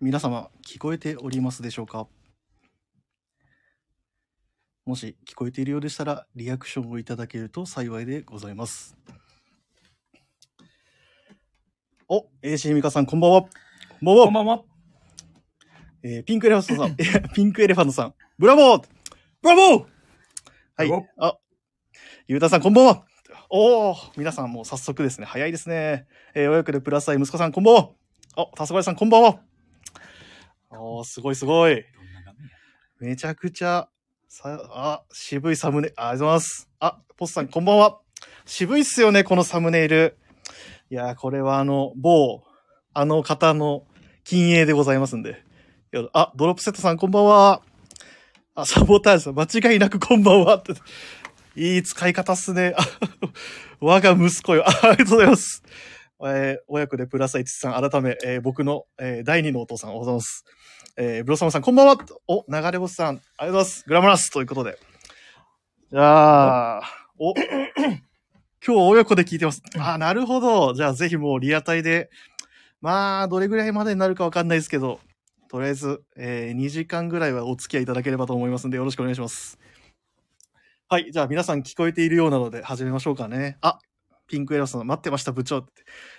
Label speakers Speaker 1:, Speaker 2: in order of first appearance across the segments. Speaker 1: 皆様、聞こえておりますでしょうかもし聞こえているようでしたら、リアクションをいただけると幸いでございます。お、AC 美香さん、こんばんは。こんばんは。
Speaker 2: こんばんは。
Speaker 1: えーピンクエレファントさん、いやピンクエレファントさん、ブラボーブラボーは
Speaker 2: ブラボー
Speaker 1: い。あ、ゆうたさん、こんばんは。おー、皆さんもう早速ですね、早いですね。えー、親子でプラスアイ息子さん、こんばんは。あ、たすばさん、こんばんは。おー、すごいすごい。
Speaker 2: どんな画面や
Speaker 1: めちゃくちゃ、さ、あ、渋いサムネ、あありがとうございます。あ、ポスさん、こんばんは。渋いっすよね、このサムネイル。いやー、これはあの、某、あの方の禁影でございますんで。いやあ、ドロップセットさん、こんばんは。あ、サボタージュさん、間違いなくこんばんは。っていい使い方っすね。 あ我が息子よ。あありがとうございます。えー親子でプラス1さん、改め、えー僕の、えー第二のお父さん、おはようございます。えー、ブロサムさん、こんばんは。お、流れ星さん、ありがとうございます。グラマラスということで。じゃあ、お、 今日親子で聞いてます。あー、なるほど。じゃあ、ぜひもうリアタイで、まあ、どれぐらいまでになるかわかんないですけど、とりあえず、えー2時間ぐらいはお付き合いいただければと思いますんで、よろしくお願いします。はい、じゃあ皆さん聞こえているようなので、始めましょうかね。あ、ピンクエロスさん、待ってました、部長。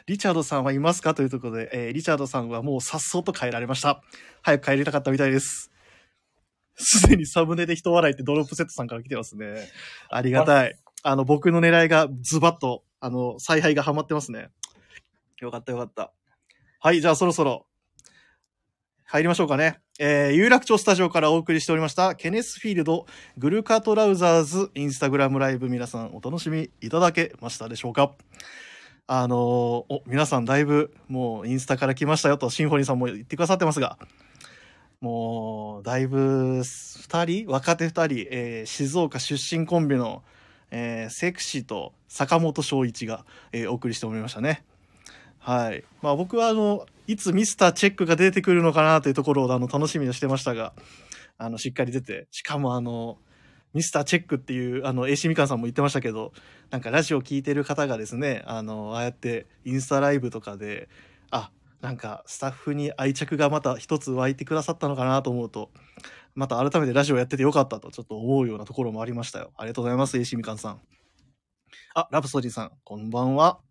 Speaker 1: リチャードさんはいますかというところで、えーリチャードさんはもうさっそうと帰られました。早く帰りたかったみたいです。すでにサムネで人笑いってドロップセットさんから来てますね。ありがたい。あの、僕の狙いがズバッと、あの、采配がハマってますね。よかったよかった。はい、じゃあそろそろ、入りましょうかね。えー有楽町スタジオからお送りしておりました、ケネスフィールド、グルカトラウザーズ、インスタグラムライブ、皆さんお楽しみいただけましたでしょうかあのーお、皆さんだいぶ、もうインスタから来ましたよと、シンフォニーさんも言ってくださってますが、もう、だいぶ、二人、若手二人、えー静岡出身コンビの、えーセクシーと坂本翔一が、えーお送りしておりましたね。はい。まあ僕は、あの、いつミスターチェックが出てくるのかなというところを、あの、楽しみにしてましたが、あの、しっかり出て、しかも、あの、ミスターチェックっていう、あの、AC みかんさんも言ってましたけど、なんかラジオ聞いてる方がですね、あの、ああやってインスタライブとかで、あ、なんかスタッフに愛着がまた一つ湧いてくださったのかなと思うと、また改めてラジオやっててよかったとちょっと思うようなところもありましたよ。ありがとうございます、AC みかんさん。あ、ラブソディさん、こんばんは。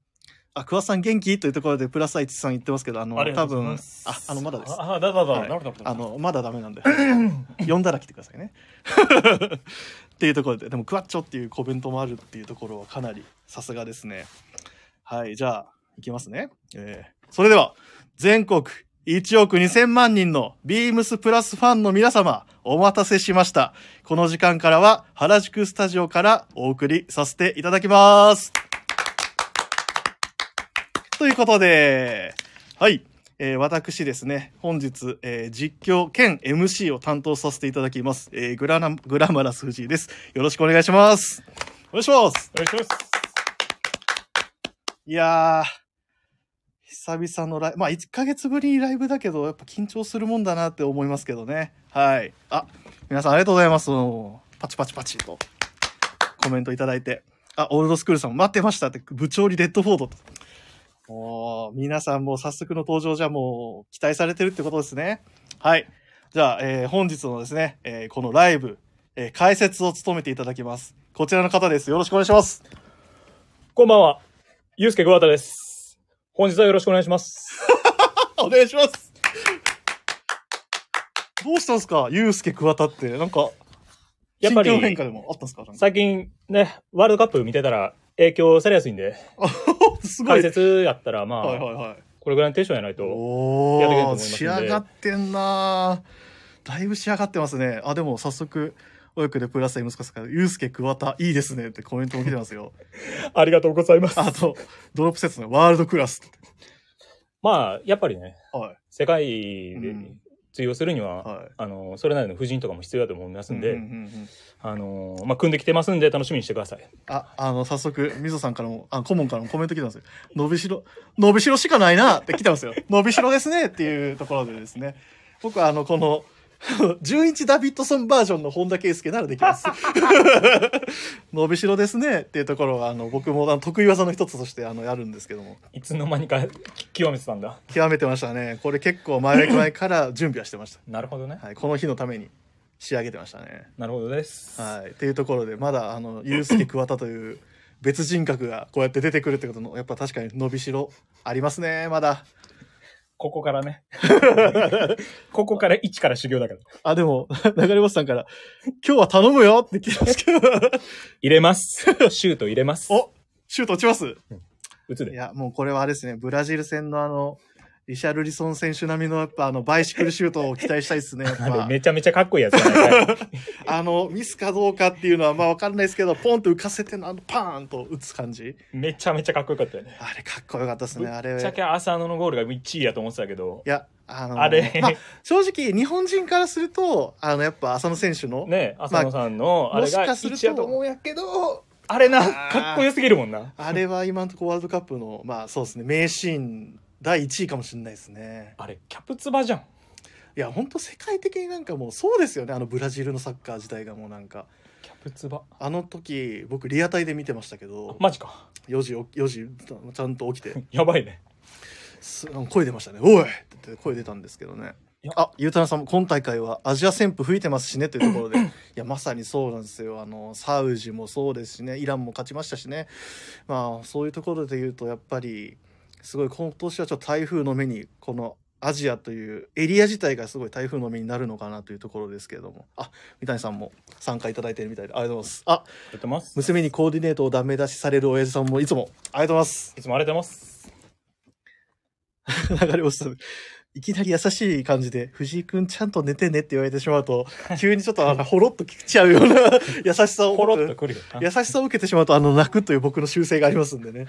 Speaker 1: あ、桑さん元気というところでプラスアイチさん言ってますけど、あの、
Speaker 2: ありがと
Speaker 1: 多
Speaker 2: う
Speaker 1: 分
Speaker 2: ございま
Speaker 1: あ
Speaker 2: す、
Speaker 1: あの、まだです。
Speaker 2: あ、あだだだ、
Speaker 1: はい
Speaker 2: なるほど。
Speaker 1: あの、まだダメなんで。 呼んだら来てくださいね。 っていうところで、でも、クワッチョっていうコメントもあるっていうところはかなりさすがですね。はい、じゃあ、いきますね。えーそれでは、全国1億2000万人のビームスプラスファンの皆様、お待たせしました。この時間からは、原宿スタジオからお送りさせていただきます。ということで、はい。えー私ですね、本日、えー実況兼 MC を担当させていただきます、えーグラナグラマラス藤井です。よろしくお願いします。お願いします。
Speaker 2: お願いします。
Speaker 1: いやー、久々のライブ、まあ1ヶ月ぶりにライブだけど、やっぱ緊張するもんだなって思いますけどね。はい。あ、皆さんありがとうございます。もうパチパチパチとコメントいただいて。あ、オールドスクールさん待ってましたって、部長にデッドフォードと。もう、皆さんもう早速の登場じゃもう期待されてるってことですね。はい。じゃあ、えー本日のですね、えーこのライブ、えー解説を務めていただきます。こちらの方です。よろしくお願いします。
Speaker 2: こんばんは。ゆうすけぐわたです。本日はよろしくお願いします。
Speaker 1: お願いします。どうしたんですかゆうすけ桑田って、なんか、
Speaker 2: やっぱり
Speaker 1: 心境変化でもあったんですかなんか
Speaker 2: 最近ね、ワールドカップ見てたら影響されやすいんで、
Speaker 1: すごい。
Speaker 2: 解説やったらまあ、
Speaker 1: はいはいはい。
Speaker 2: これぐらいのテンションやないと。やっていけると
Speaker 1: お
Speaker 2: 思い
Speaker 1: お、
Speaker 2: ますんで
Speaker 1: 仕上がってんなーだいぶ仕上がってますね。あ、でも早速、親子でプラス息子さんから、ゆうすけ桑田、いいですねってコメントも来てますよ。
Speaker 2: ありがとうございます。
Speaker 1: あと、ドロップ説のワールドクラスって。
Speaker 2: まあ、やっぱりね、
Speaker 1: はい。
Speaker 2: 世界で
Speaker 1: うん
Speaker 2: 通用するには、
Speaker 1: はい。
Speaker 2: あの、それなりの夫人とかも必要だと思いますんで、
Speaker 1: うんうんうんうん
Speaker 2: あの、まあ、組んできてますんで、楽しみにしてください。
Speaker 1: あ、あの、早速、みぞさんからも、あ、顧問からもコメント来てますよ。伸びしろ、伸びしろしかないなって来てますよ。伸びしろですねっていうところでですね。僕は、あの、この、 純一ダビッドソンバージョンの本田圭佑ならできます。 伸びしろですねっていうところは、あの、僕もあの得意技の一つとして、あの、やるんですけども。
Speaker 2: いつの間にかき 極めてたんだ。
Speaker 1: 極めてましたね。これ結構前ぐらいから準備はしてまし
Speaker 2: なるほどね
Speaker 1: た。。はい。この日のために仕上げてましたね。
Speaker 2: なるほどです。
Speaker 1: はい。っていうところで、まだ、あの、ゆうすけ桑田という別人格がこうやって出てくるってことの、やっぱ確かに伸びしろありますね、まだ。
Speaker 2: ここか らね。ここから一から修行だから。
Speaker 1: あ、でも、 流本さんから、今日は頼むよって来てますけど。
Speaker 2: 入れます。シュート入れます。
Speaker 1: おシュート落ちます
Speaker 2: 打つ
Speaker 1: い
Speaker 2: で。
Speaker 1: や、もうこれはあれですね、ブラジル戦のあの、リシャルリソン選手並みのやっぱあの、バイシクルシュートを期待したいですね。やっ
Speaker 2: あれ
Speaker 1: ぱ
Speaker 2: めちゃめちゃかっこいいやつじ ゃないかい
Speaker 1: あの、ミスかどうかっていうのはまあわかんないですけど、ポンと浮かせてのあの、パーンと打つ感じ。
Speaker 2: めちゃめちゃかっこよかったよね。
Speaker 1: あれかっこよかったですね、あれ。
Speaker 2: ぶっちゃけ
Speaker 1: い
Speaker 2: 浅野のゴールが1位やと思ってたけど、
Speaker 1: や、あの、
Speaker 2: あれ
Speaker 1: まあ、正直、日本人からすると、あの、やっぱ浅野選手の、
Speaker 2: ね、浅野さんのあ
Speaker 1: も
Speaker 2: れ
Speaker 1: し
Speaker 2: が
Speaker 1: かすると
Speaker 2: 1位やと思うんやけど、あれな、
Speaker 1: あー
Speaker 2: かっこよすぎるもんな。
Speaker 1: あれは今のところワールドカップの、まあそうですね、名シーン第1位かもしれないですね。
Speaker 2: あれ、キャプツバじゃん。
Speaker 1: いや、本当世界的になんかもうそうですよね、あのブラジルのサッカー自体がもうなんか。
Speaker 2: キャプツバ。
Speaker 1: あの時僕リアタイで見てましたけど
Speaker 2: マジか。
Speaker 1: 4時4時ちゃんと起きて
Speaker 2: やばいね。
Speaker 1: す声出ましたね「おい!」って言って声出たんですけどね
Speaker 2: いや
Speaker 1: あゆうたなさんも今大会はアジア旋風吹いてますしねというところ でいやまさにそうなんですよあのサウジもそうですしねイランも勝ちましたしねまあそういうところで言うとやっぱりすごい今年はちょっと台風の目にこのアジアというエリア自体がすごい台風の目になるのかなというところですけれどもあ三谷さんも参加いただいてるみたいでありがとうございますあ
Speaker 2: やってます。
Speaker 1: 娘にコーディネートをダメ出しされる親父さんもいつもありがとうござい
Speaker 2: いつもありがとうございます。
Speaker 1: ます。流れ星さん。いきなり優しい感じで、藤井くんちゃんと寝てねって言われてしまうと、急にちょっとあの、ほろっと聞ちゃうような優しさを、
Speaker 2: ポロッとくるよな。
Speaker 1: 優しさを受けてしまうと、あの、泣くという僕の習性がありますんでね。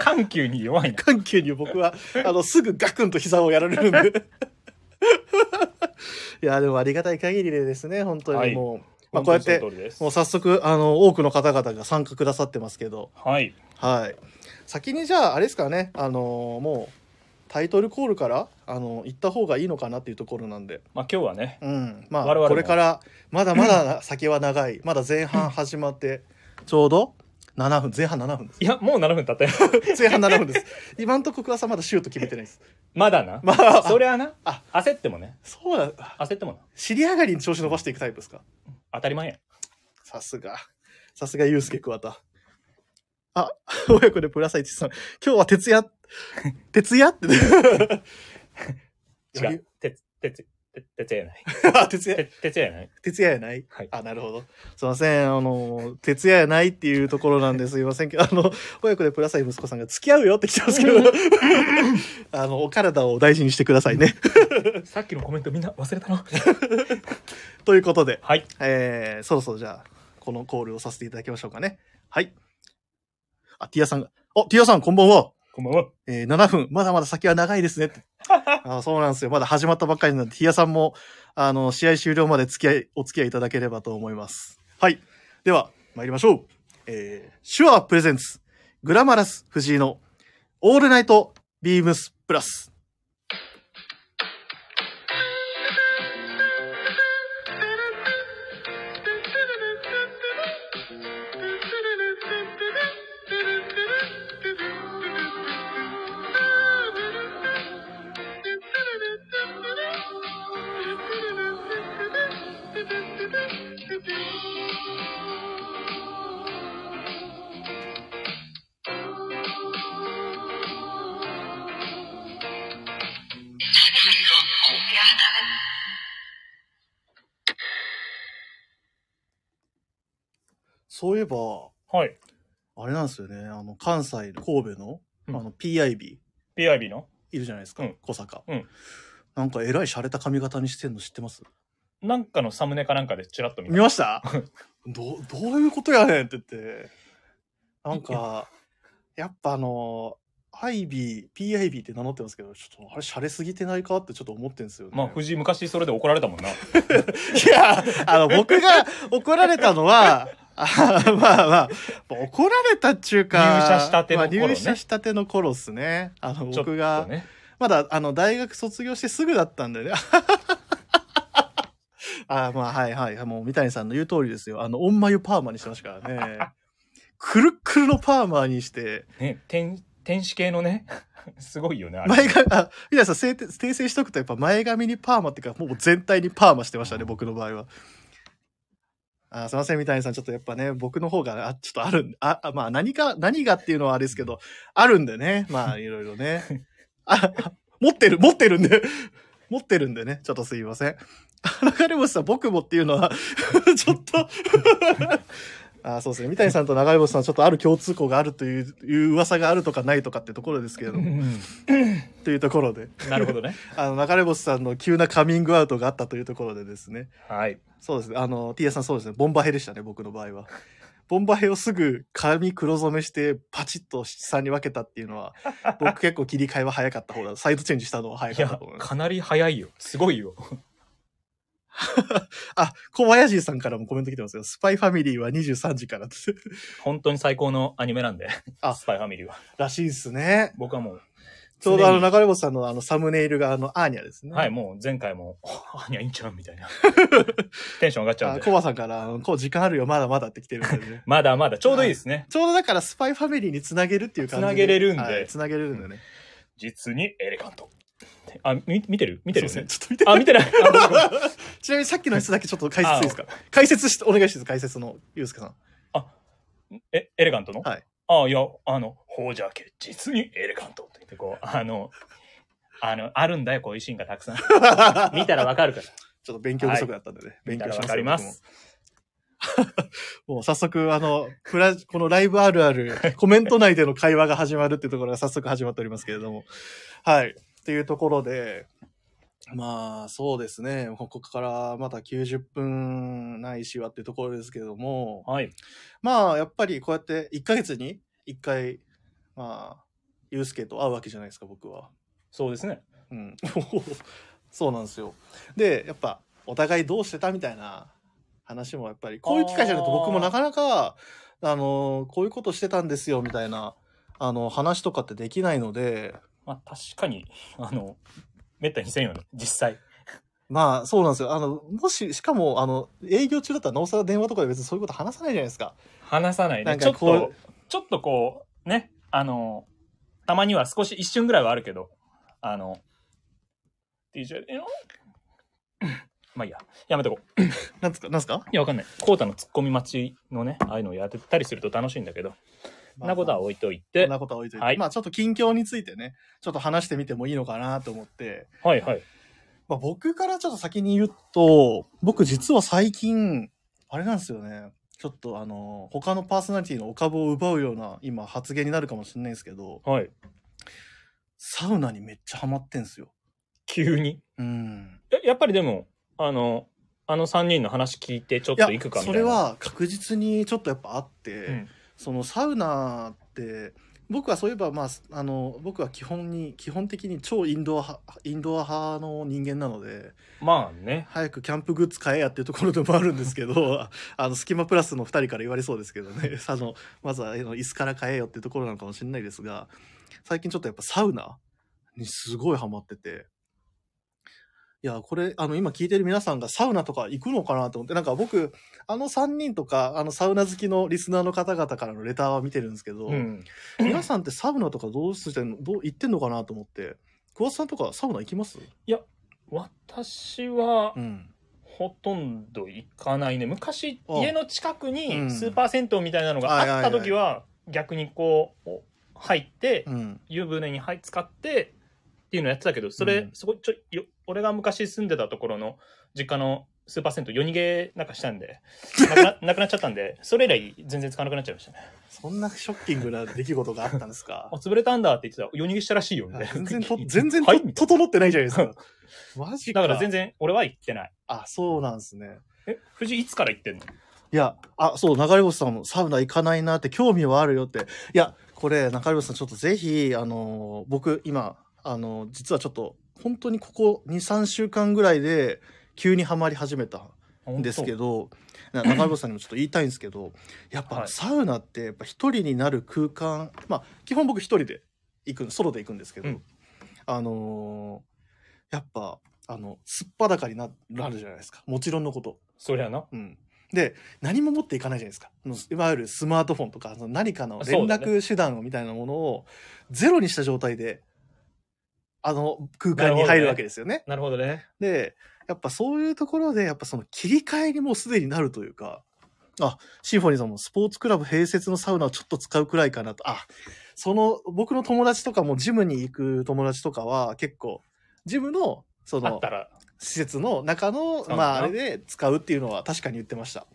Speaker 2: 緩急に弱いな。
Speaker 1: 緩急に僕は、あの、すぐガクンと膝をやられるんで。いや、でもありがたい限りでですね、本当にもう、まあこうやって
Speaker 2: 本当にその通りです
Speaker 1: もう早速、あの、多くの方々が参加くださってますけど、
Speaker 2: はい。
Speaker 1: はい。先にじゃあ、あれですかね、あのーもう、タイトルコールから、あのー行った方がいいのかなっていうところなんで、
Speaker 2: まあ今日はね、
Speaker 1: うん。ま
Speaker 2: 我々
Speaker 1: あ、
Speaker 2: も
Speaker 1: これから、まだまだ先は長い。まだ前半始まって、ちょうど7分、前半7分で
Speaker 2: いや、もう7分経ったよ。
Speaker 1: す。 前半7分です。今んとこ、桑さんまだシュート決めてないです。
Speaker 2: まだな。
Speaker 1: まあ、
Speaker 2: そりゃな
Speaker 1: あ、
Speaker 2: 焦ってもね、
Speaker 1: そうだ、
Speaker 2: 焦ってもな。
Speaker 1: 尻上がりに調子伸ばしていくタイプですか
Speaker 2: 当たり前や。
Speaker 1: さすが。さすが、ゆうすけ桑田。あ、親子でプラサイチさん。今日は徹夜、徹夜って、ね。
Speaker 2: 違う。てつ、てつ、てつやない。
Speaker 1: あ、徹夜。
Speaker 2: てつやない。
Speaker 1: 徹夜やない、
Speaker 2: はい
Speaker 1: あ、なるほど。すいません。あの、徹夜やないっていうところなんですいませんけど、あの、親子でプラサイ息子さんが付き合うよって来てますけど、 あの、お体を大事にしてくださいね。
Speaker 2: さっきのコメントみんな忘れたの
Speaker 1: ということで、
Speaker 2: はい。
Speaker 1: えー、そろそろじゃあ、このコールをさせていただきましょうかね。はい。あ、ティアさんが、お、ティアさん、こんばんは。
Speaker 2: こんばんは。
Speaker 1: えー7分、まだまだ先は長いですねって。あそうなんですよ。まだ始まったばっかりなんで、ティアさんも、あの、試合終了まで付き合い、お付き合いいただければと思います。はい。では、参りましょう。えー、手話プレゼンツ、グラマラス藤井の、オールナイトビームスプラス。そういえば、
Speaker 2: はい。
Speaker 1: あれなんですよね。あの、関西の神戸の、
Speaker 2: うん
Speaker 1: あの、PIB、
Speaker 2: PIB の
Speaker 1: いるじゃないですか。
Speaker 2: うん
Speaker 1: 小坂。
Speaker 2: うん
Speaker 1: なんか、えらい洒落た髪型にしてんの知ってます
Speaker 2: なんかのサムネかなんかでチラッと見
Speaker 1: 見
Speaker 2: た。
Speaker 1: ました どうどういうことやねんって言って。なんか、やっぱあの、アイビー、PIB って名乗ってますけど、ちょっとあれ、洒落すぎてないかってちょっと思ってんですよ、ね。
Speaker 2: まあ、藤井昔それで怒られたもんな。
Speaker 1: いや、あの、僕が怒られたのは、あーまあまあ、怒られたっちゅうか、
Speaker 2: 入社したての頃ね
Speaker 1: まあ、入社したての頃っすね。あの、
Speaker 2: ちょっ
Speaker 1: 僕が、
Speaker 2: とね。
Speaker 1: まだあの大学卒業してすぐだったんだよね。 あーまあ、はいはい。もう、三谷さんの言う通りですよ。あの、オンマユパーマにしてましたからね。くるっくるのパーマにして、
Speaker 2: ね、天、天使系のね、すごいよね、あれ
Speaker 1: 前髪、あ、三谷さんせいて訂正しとくと、やっぱ前髪にパーマっていうか、もう全体にパーマしてましたね、僕の場合は。あーすいません、三谷さん。ちょっとやっぱね、僕の方が、あ、ちょっとあるんあ、あまあ、何か、何がっていうのはあれですけど、あるんでね。 まあ、いろいろね。あ、持ってる、持ってるんで。持ってるんでね。ちょっとすいません。流れ星さん、僕もっていうのは、 ちょっ とあ。そうですね。三谷さんと流れ星さん、ちょっとある共通項があるという、いう噂があるとかないとかってところですけれど
Speaker 2: う
Speaker 1: も、
Speaker 2: ん
Speaker 1: というところで、
Speaker 2: なるほどね。
Speaker 1: あの、流れ星さんの急なカミングアウトがあったというところでですね。
Speaker 2: はい。
Speaker 1: そうですね。あの、TS さんそうですね。ボンバヘでしたね、僕の場合は。ボンバヘをすぐ髪黒染めしてパチッと七三に分けたっていうの は、僕結構切り替えは早かった方だ。サイドチェンジしたのは早
Speaker 2: い
Speaker 1: かった
Speaker 2: や
Speaker 1: と思い、ます。
Speaker 2: かなり早いよ。すごいよ。
Speaker 1: あ、小林さんからもコメント来てますよ。スパイファミリーは23時からって。
Speaker 2: 本当に最高のアニメなんで、
Speaker 1: あ
Speaker 2: スパイファミリーは。
Speaker 1: らしいですね。
Speaker 2: 僕はもう、
Speaker 1: ちょうどあの
Speaker 2: 常に
Speaker 1: 流れ星さんのあのサムネイルがあのアーニャですね。
Speaker 2: はい、。もう前回も、 あにゃいいんちゃうみ たいな。テンション上がっちゃうん
Speaker 1: あ、
Speaker 2: で。
Speaker 1: コ。バさんから、あのこう時間あるよ、まだまだって来てるんでね
Speaker 2: まだまだ、ちょうどいいですね。
Speaker 1: ちょうどだからスパイファミリーにつなげるっていう感じで。
Speaker 2: つなげれるんで
Speaker 1: はいつなげれるんでね。
Speaker 2: 実にエレガント。あ、み見てる見てるよ
Speaker 1: すい
Speaker 2: ね
Speaker 1: ま。せんちょっと見て
Speaker 2: あ、見てない。あごめん ごめん
Speaker 1: ちなみにさっきのやつだけちょっと解説いいですか解説して、お願いします。解説の、ゆうすけさん。
Speaker 2: え、エレガントの
Speaker 1: はい。
Speaker 2: あ、いや、あの、ほうじゃけ、実にエレガントって言って、こう、あの、あの、あるんだよ、こういうシーンがたくさん。 見たらわかるから。
Speaker 1: ちょっと勉強不足だったんでね。
Speaker 2: 見
Speaker 1: 勉
Speaker 2: た
Speaker 1: 強し
Speaker 2: らわ
Speaker 1: ます。
Speaker 2: かります。
Speaker 1: 僕も。もう早速、あの、プラ、このライブあるある、コメント内での会話が始まるっていうところが早速始まっておりますけれども。はい。っていうところで、まあ、そうですね。ここからまた90分ないしはっていうところですけれども、
Speaker 2: はい。
Speaker 1: まあ、やっぱりこうやって1ヶ月に1回、まあ、ゆうすけと会うわけじゃないですか、僕は。
Speaker 2: そうですね。
Speaker 1: うん、 そうなんですよ。でやっぱお互いどうしてたみたいな話もやっぱりこういう機会じゃないと
Speaker 2: あー
Speaker 1: 僕もなかなかあのこういうことしてたんですよみたいなあの話とかってできないので
Speaker 2: まあ、確かに、あの、めったにせんよね、実際。
Speaker 1: まあそうなんですよあのもししかもあの営業中だったらなおさら電話とかで別にそういうこと話さないじゃないですか。
Speaker 2: 話さない
Speaker 1: な
Speaker 2: ね。
Speaker 1: ん
Speaker 2: ちょ
Speaker 1: か
Speaker 2: っ
Speaker 1: こう
Speaker 2: と、ちょっとこう、ね、あの、たまには少し一瞬ぐらいはあるけど、あの、DJ、えの まあいいや、やめとこう。
Speaker 1: なんですかなんですか
Speaker 2: いや、わかんない。コータのツッコミ待ちのね、ああいうのをやってたりすると楽しいんだけど、そんなことは
Speaker 1: まあ
Speaker 2: 置いとい
Speaker 1: そ
Speaker 2: て
Speaker 1: ん、なことは置いといて、
Speaker 2: はい
Speaker 1: まあちょっと近況についてねちょっと話してみてもいいのかなと思って
Speaker 2: はいはい。
Speaker 1: まあ、僕からちょっと先に言うと、僕実は最近、あれなんですよね。ちょっとあの、他のパーソナリティのお株を奪うような今発言になるかもしれないですけど、
Speaker 2: はい。
Speaker 1: サウナにめっちゃハマってんすよ。
Speaker 2: 急に。
Speaker 1: うん。
Speaker 2: えやっぱりでも、あの、あの3人の話聞いてちょっ
Speaker 1: いや
Speaker 2: と行くか、みた
Speaker 1: そ
Speaker 2: いな。
Speaker 1: れ、は確実にちょっとやっぱあって、
Speaker 2: うん、
Speaker 1: そのサウナって、僕はそういえば、まあ、あの、僕は基本に、基本的に超インドア派、インドア派の人間なので、
Speaker 2: まあね。
Speaker 1: 早くキャンプグッズ買えやっていうところでもあるんですけど あのスキマプラスの2人から言われそうですけどね あのまずはあの椅子から買えよっていうところなのかもしれないですが最近ちょっとやっぱサウナにすごいハマってていやこれあの今聞いてる皆さんがサウナとか行くのかなと思ってなんか僕あの3人とかあのサウナ好きのリスナーの方々からのレターは見てるんですけど、
Speaker 2: うん。
Speaker 1: 皆さんってサウナとかどうしてんのどう行ってんのかなと思って桑田さんとかサウナ行きます、
Speaker 2: 私は
Speaker 1: う、ん
Speaker 2: ほとんど行かないね昔
Speaker 1: あ
Speaker 2: 家の近く
Speaker 1: うん
Speaker 2: にスーパー銭湯みたいなのがあった時は逆にこう入って
Speaker 1: うん、
Speaker 2: 湯船に入っ使ってっていうのやってたけどそれ、
Speaker 1: うん
Speaker 2: そこちょよ俺が昔住んでたところの実家のスーパー銭湯夜逃げなんかした んでなくななくなっちゃったんでそれ以来全然使わなくなっちゃいましたね
Speaker 1: そんなショッキングな出来 事があったんですか
Speaker 2: あ潰れたんだって言ってた夜逃げしたらしいよみたいな
Speaker 1: 全然 と、全然と、
Speaker 2: はいみたい
Speaker 1: 整ってないじゃないです か。マジ
Speaker 2: な
Speaker 1: か。
Speaker 2: だから全然俺は行ってない
Speaker 1: あ、そうなんですね。
Speaker 2: え藤井いつから行ってんの
Speaker 1: いや、あ、そう、流れ星さんもサウナ行かないなって興味はあるよって。いや、これ、流れ星さんちょっとぜひ、あのー、僕、今、あのー、実はちょっと、本当にここ2、3週間ぐらいで、急にはまり始めたんですけ
Speaker 2: ど
Speaker 1: ど、な中山さんにもちょっと言いたいんですけど、やっ
Speaker 2: は
Speaker 1: ぱ
Speaker 2: い
Speaker 1: サウナってやっぱ一人になる空間、まあ基本僕一人で行く、ソロで行くんですけど、
Speaker 2: うん
Speaker 1: あのーやっぱあの、すっぱだかにななるじゃないですか。もちろんのこと。
Speaker 2: そりゃな。
Speaker 1: うん。で、何も持っていかないじゃないですか。あのいわゆるスマートフォンとか、その何かの連
Speaker 2: そうだね
Speaker 1: 絡手段みたいなものをゼロにした状態で、あの空間に入るわけですよね。
Speaker 2: なるほどね。
Speaker 1: で、やっぱそういうところで、やっぱその切り替えにもうすでになるというか、あ、シンフォニーさんもスポーツクラブ併設のサウナをちょっと使うくらいかなと。あ、その、僕の友達とかもジムに行く友達とかは結構、ジムの、そ
Speaker 2: あっ
Speaker 1: の
Speaker 2: た、ら。
Speaker 1: 施設の中の、
Speaker 2: 使うんだな
Speaker 1: まああれで使うっていうのは確かに言ってました。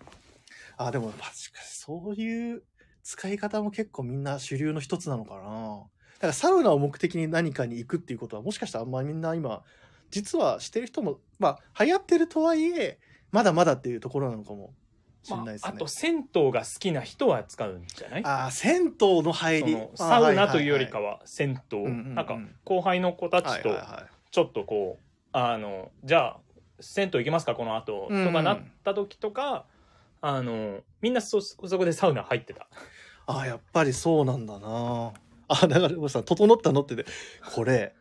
Speaker 1: あ、でも確かにそういう使い方も結構みんな主流の一つなのかな。だからサウナを目的に何かに行くっていうことはもしかしたらあんまりみんな今、実はしてる人も、まあ流行ってるとはいえ、まだまだっていうところなのかもしれないです
Speaker 2: まあ、
Speaker 1: ね。
Speaker 2: あと、銭湯が好きな人は使うんじゃない
Speaker 1: あー、銭湯の入
Speaker 2: そ
Speaker 1: り
Speaker 2: の。サウナというよりか
Speaker 1: は
Speaker 2: は銭湯、
Speaker 1: うんうんうん
Speaker 2: なんか後輩の子た
Speaker 1: いは
Speaker 2: ち
Speaker 1: い
Speaker 2: と
Speaker 1: はい、はいはいはい
Speaker 2: ちょっとこうあのじゃあ銭湯行きますかこの後
Speaker 1: うん
Speaker 2: とかなった時とか、あのみんなそそこでサウナ入ってた
Speaker 1: あやっぱりそうなんだなあだからもうさ整ったのってねこ れ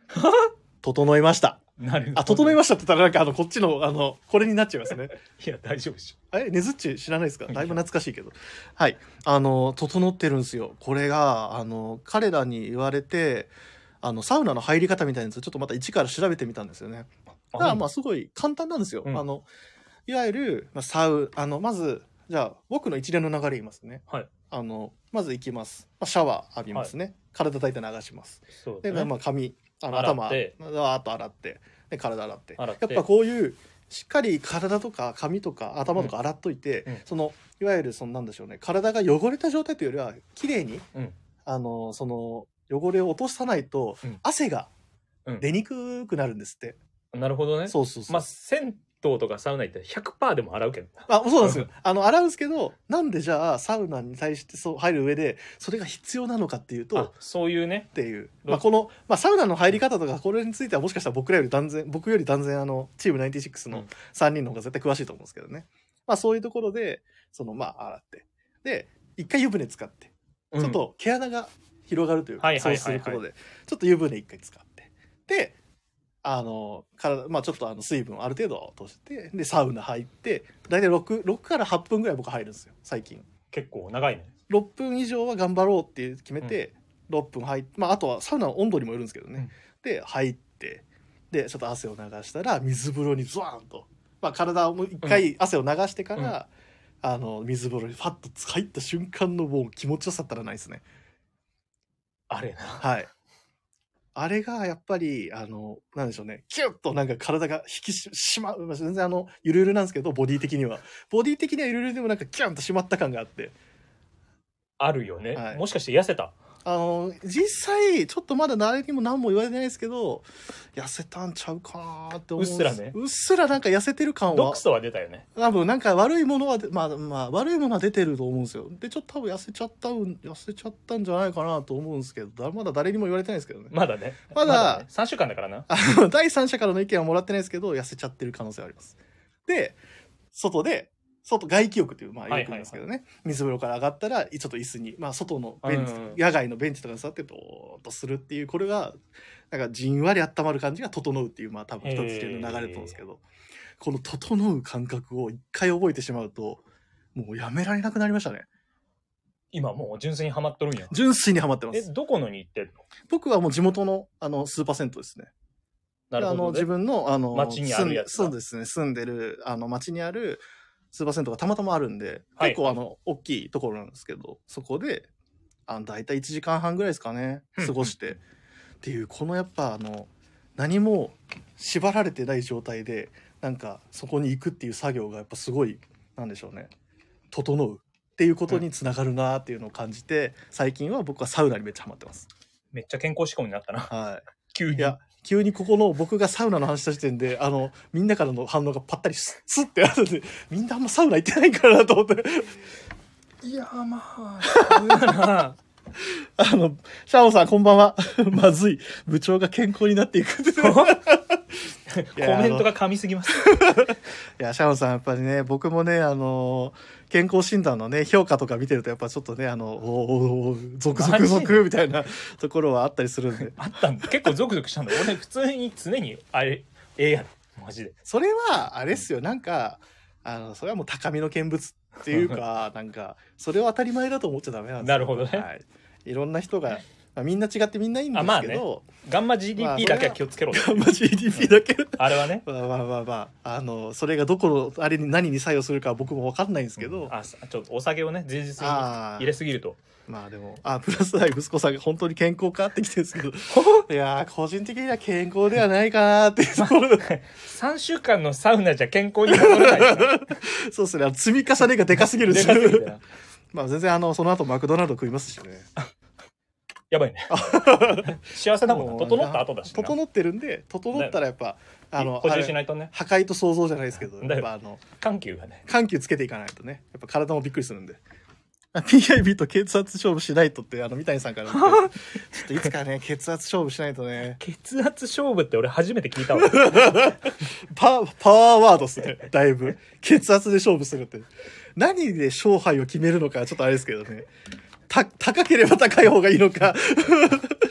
Speaker 1: 整いました
Speaker 2: なる
Speaker 1: あ整いまし
Speaker 2: し
Speaker 1: たって言ったらなんかあのこっちのあのこれになっちゃいますね
Speaker 2: たいや大丈夫でし
Speaker 1: えねずっち知らないですか
Speaker 2: いや
Speaker 1: だいぶ懐かしいけどはいあの整ってるんですよこれがあの彼らに言われてあのサウナの入り方みたいなやつをちょっとまた一から調べてみたんですよねだ
Speaker 2: ょ
Speaker 1: からまあすごい簡単なんですよ。
Speaker 2: うん
Speaker 1: あのいわゆる、まあ、サウあのまずじゃあ僕の一連の流れ言いますね。
Speaker 2: はい
Speaker 1: あのまず行きます。まあ、シャワー浴びますね。体叩いて流します。
Speaker 2: そう
Speaker 1: で、
Speaker 2: だね
Speaker 1: まあ、髪あの
Speaker 2: 洗
Speaker 1: 頭
Speaker 2: って
Speaker 1: わーっと洗ってで体洗って
Speaker 2: 洗って
Speaker 1: やっぱこういうしっかり体とか髪とか頭とか洗っといて、
Speaker 2: うんうん
Speaker 1: そのいわゆるそのなんでしょうね体が汚れた状態というよりは綺麗に、
Speaker 2: うん
Speaker 1: あのその汚れを落とさないと、
Speaker 2: うん
Speaker 1: 汗が
Speaker 2: うん
Speaker 1: 出にくくなるんですって。
Speaker 2: なるほどね
Speaker 1: そうそうそう。
Speaker 2: まあ銭湯とかサウナ行ったら100%でも洗うけどな
Speaker 1: あ、そうなんですよ。あの、洗うんですけど、なんでじゃあ、サウナに対してそう入る上で、それが必要なのかっていうと、
Speaker 2: あ
Speaker 1: っ
Speaker 2: そういうね
Speaker 1: ていう。
Speaker 2: ど
Speaker 1: まあ、この、まあ、サウナの入り方とか、これについてはもしかしたら僕らより断然、僕より断然、あの、チーム96
Speaker 2: う
Speaker 1: の
Speaker 2: ん
Speaker 1: 3人の方が絶対詳しいと思うんですけどね。まあ、そういうところで、その、まあ、洗って。で、一回湯船使って、
Speaker 2: うん
Speaker 1: ちょっと毛穴が広がるというか、
Speaker 2: はいはいはいはい
Speaker 1: そうすることで、ちょっと湯船一回使って。で、あの、体、まあちょっとあの水分をある程度落として、で、サウナ入って、だいたい6、6から8分ぐらい僕入るんですよ、最近。
Speaker 2: 結構長いね
Speaker 1: 6分以上は頑張ろうって決めて、6分入って、まああとはサウナの温度にもよるんですけどね。で、入って、で、ちょっと汗を流したら、水風呂にズワーンと。まあ体をもう一回汗を流してから、あの、水風呂にファッと入った瞬間のもう気持ちよさったらないですね。
Speaker 2: あれな
Speaker 1: はい。あれがやっぱり、あの、なんでしょうね。キュッとなんか体が引きししまう。全然あの、ゆるゆるなんですけど、ボディ的には。ボディ的にはゆるゆるでもなんかキュンと締まった感があって。
Speaker 2: あるよね、
Speaker 1: はい
Speaker 2: もしかして痩せた
Speaker 1: あの、実際、ちょっとまだ誰にも何も言われてないですけど、痩せたんちゃうかなって思うんです
Speaker 2: うっすらね
Speaker 1: うっすらなんか痩せてる感は
Speaker 2: 毒。素は出たよね
Speaker 1: 多分なんか悪いものはで、まあまあ悪いものは出てると思うんですよ。で、ちょっと多分痩せちゃったん、痩せちゃったんじゃないかなと思うんですけど、だまだ誰にも言われてないですけどね。
Speaker 2: まだね
Speaker 1: まだ
Speaker 2: ね、3週間だからな
Speaker 1: あの第三者からの意見はもらってないですけど、痩せちゃってる可能性はあります。で、外で、外、外気浴っていう、まあ、
Speaker 2: はいはいはい
Speaker 1: よく言うんですけどね、水風呂から上がったら、ちょっと椅子に、まあ、外のベンチ、
Speaker 2: うんうんうん
Speaker 1: 野外のベンチとかに座って、ぼーっとするっていう、これが、なんか、じんわり温まる感じが整うっていう、まあ、多分一つ系の流れだと思うんですけど、この整う感覚を一回覚えてしまうと、もうやめられなくなりましたね。
Speaker 2: 今もう純粋にハマっとるんや
Speaker 1: 純粋にはまってま
Speaker 2: え
Speaker 1: す。
Speaker 2: どこのに行ってんの
Speaker 1: 僕はもう地元の、あの、スーパー銭湯ですね。
Speaker 2: なる
Speaker 1: あの
Speaker 2: ほど、
Speaker 1: 自
Speaker 2: ね、
Speaker 1: 分のあの
Speaker 2: 町にあるやつだ
Speaker 1: 住んそうですね住んでるあの町にあるスーパー銭湯がたまたまあるんで、
Speaker 2: はい
Speaker 1: 結構あの大きいところなんですけどそこであの大体1時間半ぐらいですかね
Speaker 2: うん
Speaker 1: 過ごして、っていうこのやっぱあの何も縛られてない状態でなんかそこに行くっていう作業がやっぱすごいなんでしょうね整うっていうことにつながるなっていうのを感じて、最近は僕はサウナにめっちゃハマってます。
Speaker 2: めっちゃ健康志向になったな
Speaker 1: はい
Speaker 2: 急に
Speaker 1: い や、急にここの僕がサウナの話した時点で、あの、みんなからの反応がパッタリススッってあるんで、みんなあんまサウナ行ってないからなと思って、
Speaker 2: いやまあそうだな
Speaker 1: あの、シャオさんこんばんは。 まずい。部長が健康になっていく って。いや
Speaker 2: コメントが噛みすぎます
Speaker 1: や、シャオさんやっぱりね、僕もね、あの、健康診断のね、評価とか見てると、やっぱちょっとね、あの、おーおーおーゾクゾクゾクみたいなところはあったりするんで。
Speaker 2: あったんだ結構ゾクゾクしたんだ俺普通に常にあれええやんマジで。
Speaker 1: それは、あれっすよ、なんか、あの、それはもう高みの見物っていうか、なんか、それを当たり前だと思っちゃダメなんですよ
Speaker 2: なるほどね
Speaker 1: はい。いろんな人が、まあ、みんな違ってみんないいんです
Speaker 2: あまあ
Speaker 1: け
Speaker 2: ね
Speaker 1: ど、
Speaker 2: ガン
Speaker 1: ま
Speaker 2: マ
Speaker 1: あ
Speaker 2: GDP だけは気をつけろと。
Speaker 1: まあ GDP だけ。
Speaker 2: あれはね。
Speaker 1: まあまあまあまあ、あの、それがどこの、あれに何に作用するかは僕もわかんないんですけど、
Speaker 2: あ、さちょっとお酒をね、前日に
Speaker 1: あー
Speaker 2: 入れすぎると。
Speaker 1: まあでも、あ、プラスアイ息子さんが本当に健康かってきてるんですけど、いやー、個人的には健康ではないかなっていうところ。
Speaker 2: 3週間のサウナじゃ健康に戻れないから
Speaker 1: そうですね、あの積み重ねがでかすぎるんですよ
Speaker 2: でかすぎてな
Speaker 1: まあ全然あの、その後マクドナルド食いますしね。
Speaker 2: やば いね。幸せだもんな。整った後だしな。
Speaker 1: 整ってるんで、整ったらやっぱ、あの、
Speaker 2: 補充し
Speaker 1: あれ
Speaker 2: ないとね。
Speaker 1: 破壊と想像じゃないですけど、
Speaker 2: だよ
Speaker 1: やっぱあの、
Speaker 2: 緩急がね。
Speaker 1: 緩急つけていかないとね、やっぱ体もびっくりするんで。あ PIB と血圧勝負しないとって、あの、三谷さんからのち ょっといつかね、血圧勝負しないとね、
Speaker 2: 血圧勝負って俺初めて聞いた わ。
Speaker 1: パパワーワードっす ね、だいぶ。血圧で勝負するって。何で勝敗を決めるのか、ちょっとあれですけどね。た、高ければ高い方がいいのか。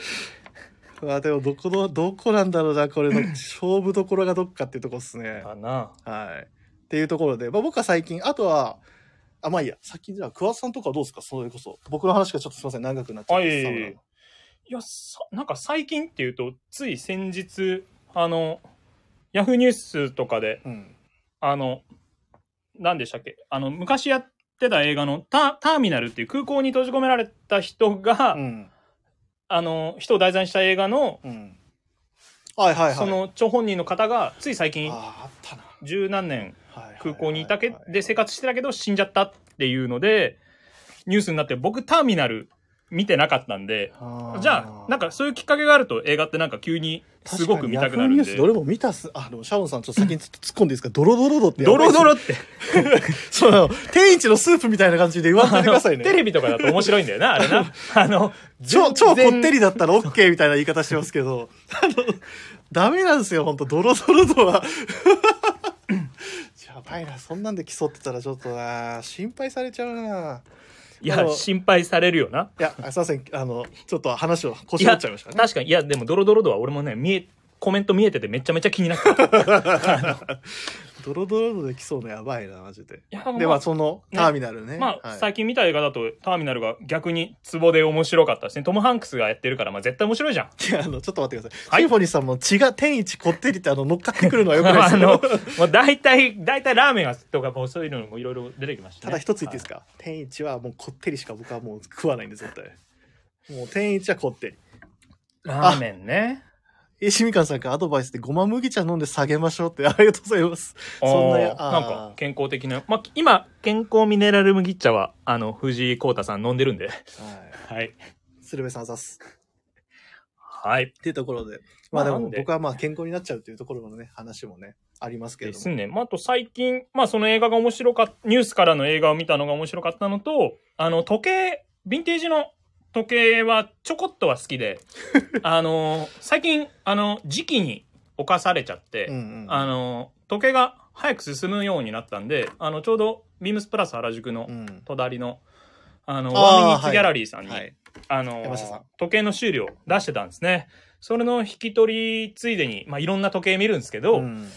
Speaker 1: まあでも、どこの、どこなんだろうな、これの、勝負どころがどっかっていうとこっすね。
Speaker 2: かな。
Speaker 1: はい。っていうところで、まあ僕は最近、あとは、あ、まあいいや、先じゃあ、桑田さんとかどうですかそれこそ。僕の話がちょっとすいません、長くなっちゃっ
Speaker 2: はい。
Speaker 1: て。
Speaker 2: いや、さなんか最近っていうと、つい先日、あの、ヤフーニュースとかで、
Speaker 1: サウナうん。
Speaker 2: あの、何でしたっけあの、昔やってた映画のタターミナルっていう空港に閉じ込められた人が、
Speaker 1: うん。
Speaker 2: あの、人を題材にした映画の、
Speaker 1: うん。はいはいはい。
Speaker 2: そ、の、張本人の方が、つい最近、
Speaker 1: ああ、あったな。
Speaker 2: 十何年
Speaker 1: はいはいはいはい
Speaker 2: 空港にいたけ、で生活してたけど死んじゃったっていうので、ニュースになって、僕ターミナル見てなかったんで、じゃあ、なんかそういうきっかけがあると映画ってなんか急にすごく見たくなる
Speaker 1: 確かにヤフーニ
Speaker 2: ん
Speaker 1: ュ
Speaker 2: で
Speaker 1: ー。スどれも見たっす。あ、でもシャオンさんちょっと先にちょっと突っ込んでいいですかドロドロドってや
Speaker 2: ド
Speaker 1: ばいっ
Speaker 2: ロ
Speaker 1: すね。
Speaker 2: ドロって。
Speaker 1: そうなの。天一のスープみたいな感じで言わないでくださいね。
Speaker 2: テレビとかだと面白いんだよな、あれ な。あの、
Speaker 1: 超、超こ
Speaker 2: 全然
Speaker 1: ってりだったら OK みたいな言い方してますけど、 あの、ダメなんですよ、ほんと、ドロドロ度は。 やばいな、そんなんで競ってたらちょっとな、心配されちゃうな。
Speaker 2: いや、心配されるよな。
Speaker 1: いや、あすいません、あの、ちょっと話を
Speaker 2: い
Speaker 1: 腰折
Speaker 2: や、
Speaker 1: っちゃいましたね。
Speaker 2: 確かに。いや、でもドロドロ度は俺もね、見え、コメント見えててめちゃめちゃ気になってた。い
Speaker 1: ドロドロ度で競うのやばいな、マジで。
Speaker 2: やでもまあ
Speaker 1: では、その、
Speaker 2: ね
Speaker 1: ターミナルね。
Speaker 2: まあ、
Speaker 1: はい
Speaker 2: 最近見た映画だと、ターミナルが逆にツボで面白かったですね。トム・ハンクスがやってるから、まあ絶対面白いじゃん。
Speaker 1: いやあの、ちょっと待ってください。
Speaker 2: はい
Speaker 1: シンフォニーさんも血が天一こってりってあの乗っかってくるのはよくないで
Speaker 2: あ
Speaker 1: す
Speaker 2: の
Speaker 1: よ。、
Speaker 2: もう大体、大体ラーメンがとか、もうそういうのもいろいろ出てきました、
Speaker 1: た
Speaker 2: ね。
Speaker 1: だ一つ言っていいです
Speaker 2: か
Speaker 1: か、天一はもうこってりしか僕はもう食わないんで絶対。もう天一はこってり。
Speaker 2: ラーメンね。
Speaker 1: え、しみかんさんからアドバイスでごま麦茶飲んで下げましょうってありがとうございます。
Speaker 2: あー
Speaker 1: そんなや
Speaker 2: なん
Speaker 1: あー
Speaker 2: か健康的な。まあ、今、健康ミネラル麦茶は、あの、藤井耕太さん飲んでるんで。
Speaker 1: は
Speaker 2: はい。
Speaker 1: い。鶴瓶さんあざっす。
Speaker 2: はい。
Speaker 1: っていうところで。まあで
Speaker 2: まあな
Speaker 1: も
Speaker 2: んで
Speaker 1: 僕はまあ健康になっちゃうっていうところのね、話もね、ありますけれ
Speaker 2: で
Speaker 1: ど
Speaker 2: す
Speaker 1: も。
Speaker 2: ね。まあ、あと最近、まあ、その映画が面白かった、ニュースからの映画を見たのが面白かったのと、あの、時計、ヴィンテージの時計はちょこっとは好 きで、あの、最近、あの、時期に侵されちゃって、
Speaker 1: うんうん。
Speaker 2: あの、時計が早く進むようになったんで、あの、ちょうど、ビームスプラス原宿の
Speaker 1: うん。
Speaker 2: 隣の、あの、
Speaker 1: あー
Speaker 2: ワンミニッツギャラリーさんに、
Speaker 1: はい。
Speaker 2: あの
Speaker 1: 山下さん
Speaker 2: 時計の修理を出してたんですね。それの引き取りついでに、まあ、いろんな時計見るんですけ
Speaker 1: う
Speaker 2: ど、
Speaker 1: ん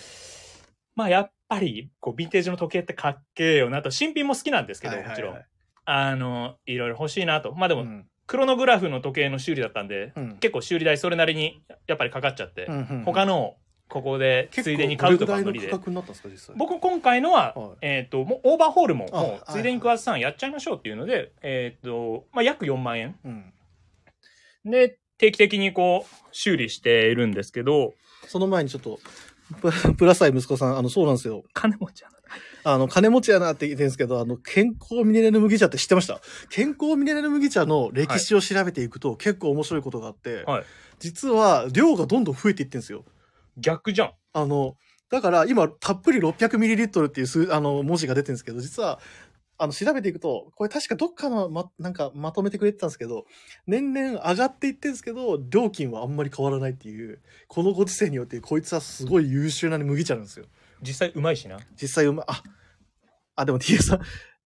Speaker 2: まあやっぱりこうヴィンテージの時計ってかっけえよなと新品も好きなんですけど、
Speaker 1: はいはいはい
Speaker 2: もちろんあのいろいろ欲しいなとまあで
Speaker 1: う
Speaker 2: も、
Speaker 1: ん
Speaker 2: クロノグラフの時計の修理だったんで、
Speaker 1: うん
Speaker 2: 結構修理代それなりにやっぱりかかっちゃって、
Speaker 1: うんうん
Speaker 2: 他のをここでついでに買うとか
Speaker 1: 結構
Speaker 2: 無
Speaker 1: どれ
Speaker 2: 理
Speaker 1: ぐらいの
Speaker 2: で
Speaker 1: 価格になったんですか、実際。
Speaker 2: 僕今回のは、
Speaker 1: はい
Speaker 2: えっ、ともうオーバーホールも
Speaker 1: あ
Speaker 2: もうついでに桑田さんやっちゃいましょうっていうので、えっ、とまあ約4万円
Speaker 1: うん。
Speaker 2: で定期的にこう修理しているんですけど
Speaker 1: その前にちょっと、プ プラスアイ息子さん、あの、そうなんですよ。
Speaker 2: 金持ちやな
Speaker 1: あの、金持ちやなって言ってるんですけど、あの、健康ミネラル麦茶って知ってました健康ミネラル麦茶の歴史を調べていくと、結構面白いことがあって、
Speaker 2: はい
Speaker 1: 実は量がどんどん増えていってるんですよ。
Speaker 2: 逆じゃん
Speaker 1: あの、だから今、たっぷり 600ml っていう数、あの、文字が出てるんですけど、実は、あの、調べていくと、これ確かどっかの、ま、なんかまとめてくれてたんですけど、年々上がっていってるんですけど、料金はあんまり変わらないっていう、このご時世によって、こいつはすごい優秀な麦茶なんですよ。
Speaker 2: 実際うまいしな
Speaker 1: 実際うま、あ、あ、でも T さん、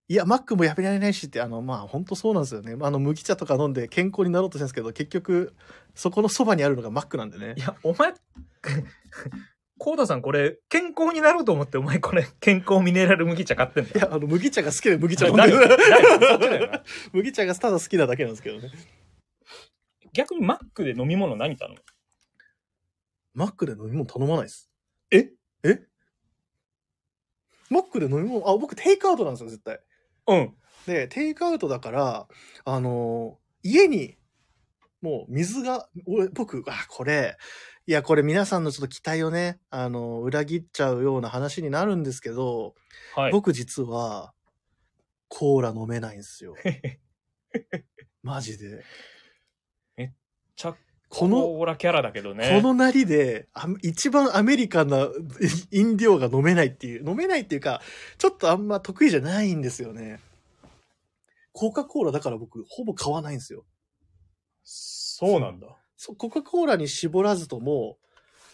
Speaker 1: いや、マックもやめられないしって、あの、まあ、本当そうなんですよね。まあ、あの、麦茶とか飲んで健康になろう としてるんですけど、結局、そこのそばにあるのがマックなんでね
Speaker 2: い。や、お前、コーダさんこれ、健康になろうと思って、お前これ、健康ミネラル麦茶買ってん
Speaker 1: い
Speaker 2: だ。
Speaker 1: や、あの、麦茶が好きで麦茶飲んで
Speaker 2: 誰
Speaker 1: る。
Speaker 2: 誰そっちだよな
Speaker 1: 麦茶がただ好きなだけなんですけどね。
Speaker 2: 逆にマックで飲み物何頼む
Speaker 1: マックで飲み物頼まないです。
Speaker 2: え
Speaker 1: えマックで飲み物、あ、僕テイクアウトなんですよ、絶対。
Speaker 2: うん。
Speaker 1: で、テイクアウトだから、あのー家に、もう水が、俺、僕、あ、これ、いや、これ皆さんのちょっと期待をね、あのー裏切っちゃうような話になるんですけど、
Speaker 2: はい。
Speaker 1: 僕実は、コーラ飲めないんですよ。マジで。
Speaker 2: めっちゃ
Speaker 1: この、
Speaker 2: コーラキャラだけどね。
Speaker 1: このなりで、あ一番アメリカンな飲料が飲めないっていう、飲めないっていうか、ちょっとあんま得意じゃないんですよね。コカ・コーラだから僕、ほぼ買わないんですよ。
Speaker 2: そうなんだ。
Speaker 1: そうコカ・コーラに絞らずとも、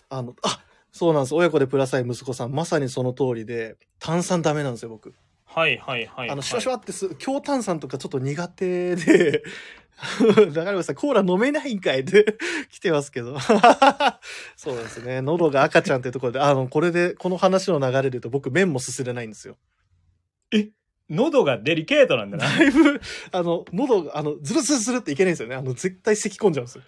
Speaker 1: あの、あそうなんです。親子でプラサイ息子さん、まさにその通りで、炭酸ダメなんですよ、僕。
Speaker 2: はいはいはい、はい。
Speaker 1: あの、シュワシュワってす、強炭酸とかちょっと苦手で、 だからさん、コーラ飲めないんかいって 来てますけど。 そうですね。喉が赤ちゃんってところで、あの、これで、この話の流れで言うと僕麺もすすれないん ですよ。
Speaker 2: 喉がデリケートなんだな。
Speaker 1: だいぶ、あの、喉が、あの、ズルズルズルっていけないんですよね。あの、絶対咳込んじゃうんですよ。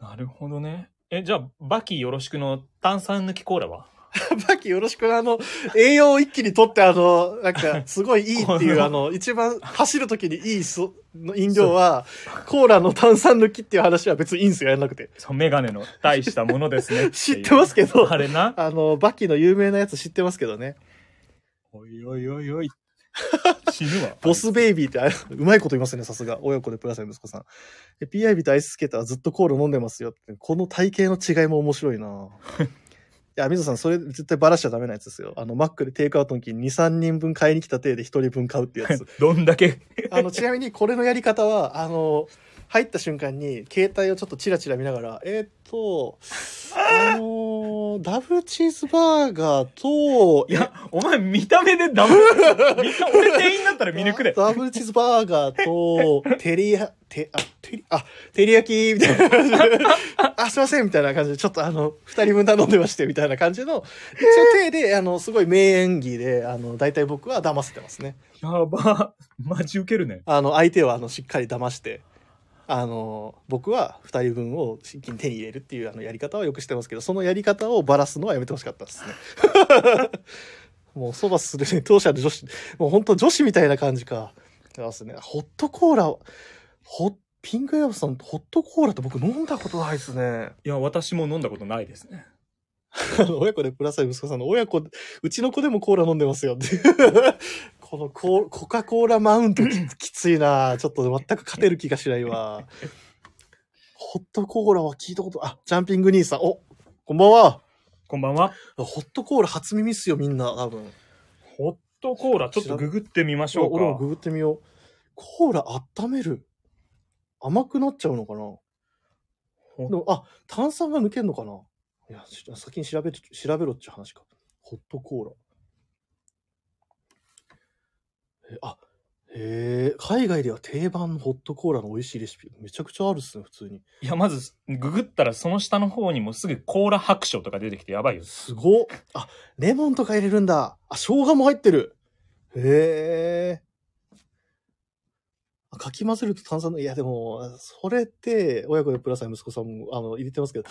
Speaker 2: なるほどね。え、じゃあ、バキよろしくの炭酸抜きコーラは
Speaker 1: バキよろしく、あの、栄養を一気に取って、あの、なんか、すごいいいってい
Speaker 2: こ
Speaker 1: う、
Speaker 2: の
Speaker 1: あの、一番走るときにいいその飲料は、コーラの炭酸抜きっていう話は別にいいんですよ、やんなくて。
Speaker 2: そう、メガネの大したものですね
Speaker 1: 知ってますけど
Speaker 2: あれな。
Speaker 1: あの、バキの有名なやつ知ってますけどね。
Speaker 2: おいおいおいおい。死ぬわ。
Speaker 1: ボスベイビーってあれ、うまいこと言いますね、さすが。親子でプラスの息子さん。で PIB とアイススケーターはずっとコール飲んでますよって。この体型の違いも面白いな いや、水野さん、それ絶対バラしちゃダメなやつですよ。あの、マックでテイクアウトの時に2、3人分買いに来た体で1人分買うってや つ。
Speaker 2: どんだけ。
Speaker 1: あの、ちなみにこれのやり方は、あの、入った瞬間に携帯をちょっとチラチラ見ながら、えーっと、あのーダブルチーズバーガーと、
Speaker 2: いや、お前見た目でダブル。見た俺店員だったら見抜くで。
Speaker 1: ダブルチーズバーガーと、テリヤ、て、あ、テリ、あ、テリヤキみたいな感じで、 あ、すいません、みたいな感じで、ちょっとあの、二人分頼んでまして、みたいな感じの、一応手で、あの、すごい名演技で、あの、大体僕は騙せてますね。
Speaker 2: やば。マジウケるね。
Speaker 1: あの、相手は、あの、しっかり騙して、あの、僕は二人分を一気に手に入れるっていう、あの、やり方はよくしてますけど、そのやり方をバラすのはやめてほしかったですね。もう、そばするね、当社の女子、もう本当女子みたいな感じか。そうですね。ホットコーラを、ホピンクエアブさん、ホットコーラって僕飲んだことないですね。
Speaker 2: いや、私も飲んだことないですね。
Speaker 1: あの親子でプラスアイ息子さんの親子、うちの子でもコーラ飲んでますよ って。このココカ・コーラマウントききついなちょっと全く勝てる気がしないわ。ホットコーラは聞いたこと、あ、ジャンピング兄さん、お、こんばんは。
Speaker 2: こんばんは。
Speaker 1: ホットコーラ初耳っすよ、みんな、多分。
Speaker 2: ホットコーラ、ちょっとググってみましょ
Speaker 1: 俺も
Speaker 2: う
Speaker 1: グ
Speaker 2: か。
Speaker 1: グってみよう。コーラ温める甘くなっちゃうのかな
Speaker 2: ほ
Speaker 1: でも、あ、炭酸が抜けるのかないや、し先に調べて、調べろって話か。ホットコーラ。え、あ、へえ、海外では定番のホットコーラの美味しいレシピ、めちゃくちゃあるっすね、普通に。
Speaker 2: いや、まず、ググったらその下の方にもすぐコーラ白書とか出てきてやばいよ。
Speaker 1: すごっ。あ、レモンとか入れるんだ。あ、生姜も入ってる。へえ。あかき混ぜると炭酸の、いやでも、それって、親子でプラスアイ息子さんも、あの、入れてますけど、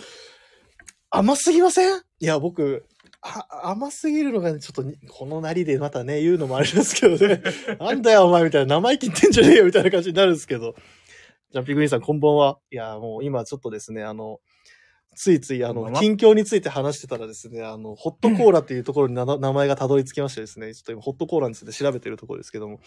Speaker 1: 甘すぎませんいや、僕、あ甘すぎるのがね、ちょっとに、このなりでまたね、言うのもあれですけどね、 なんだよお前みたいな、生意気言ってんじゃねえよみたいな感じになるんですけど。ジャンピングインさん、こんばんは。いや、もう今ちょっとですね、あの、ついつい、あ
Speaker 2: こ
Speaker 1: の
Speaker 2: んばん、は
Speaker 1: 近況について話してたらですね、あの、ホットコーラっていうところに な名前がたどり着きましてですね、ちょっと今、ホットコーラについて調べてるところですけども、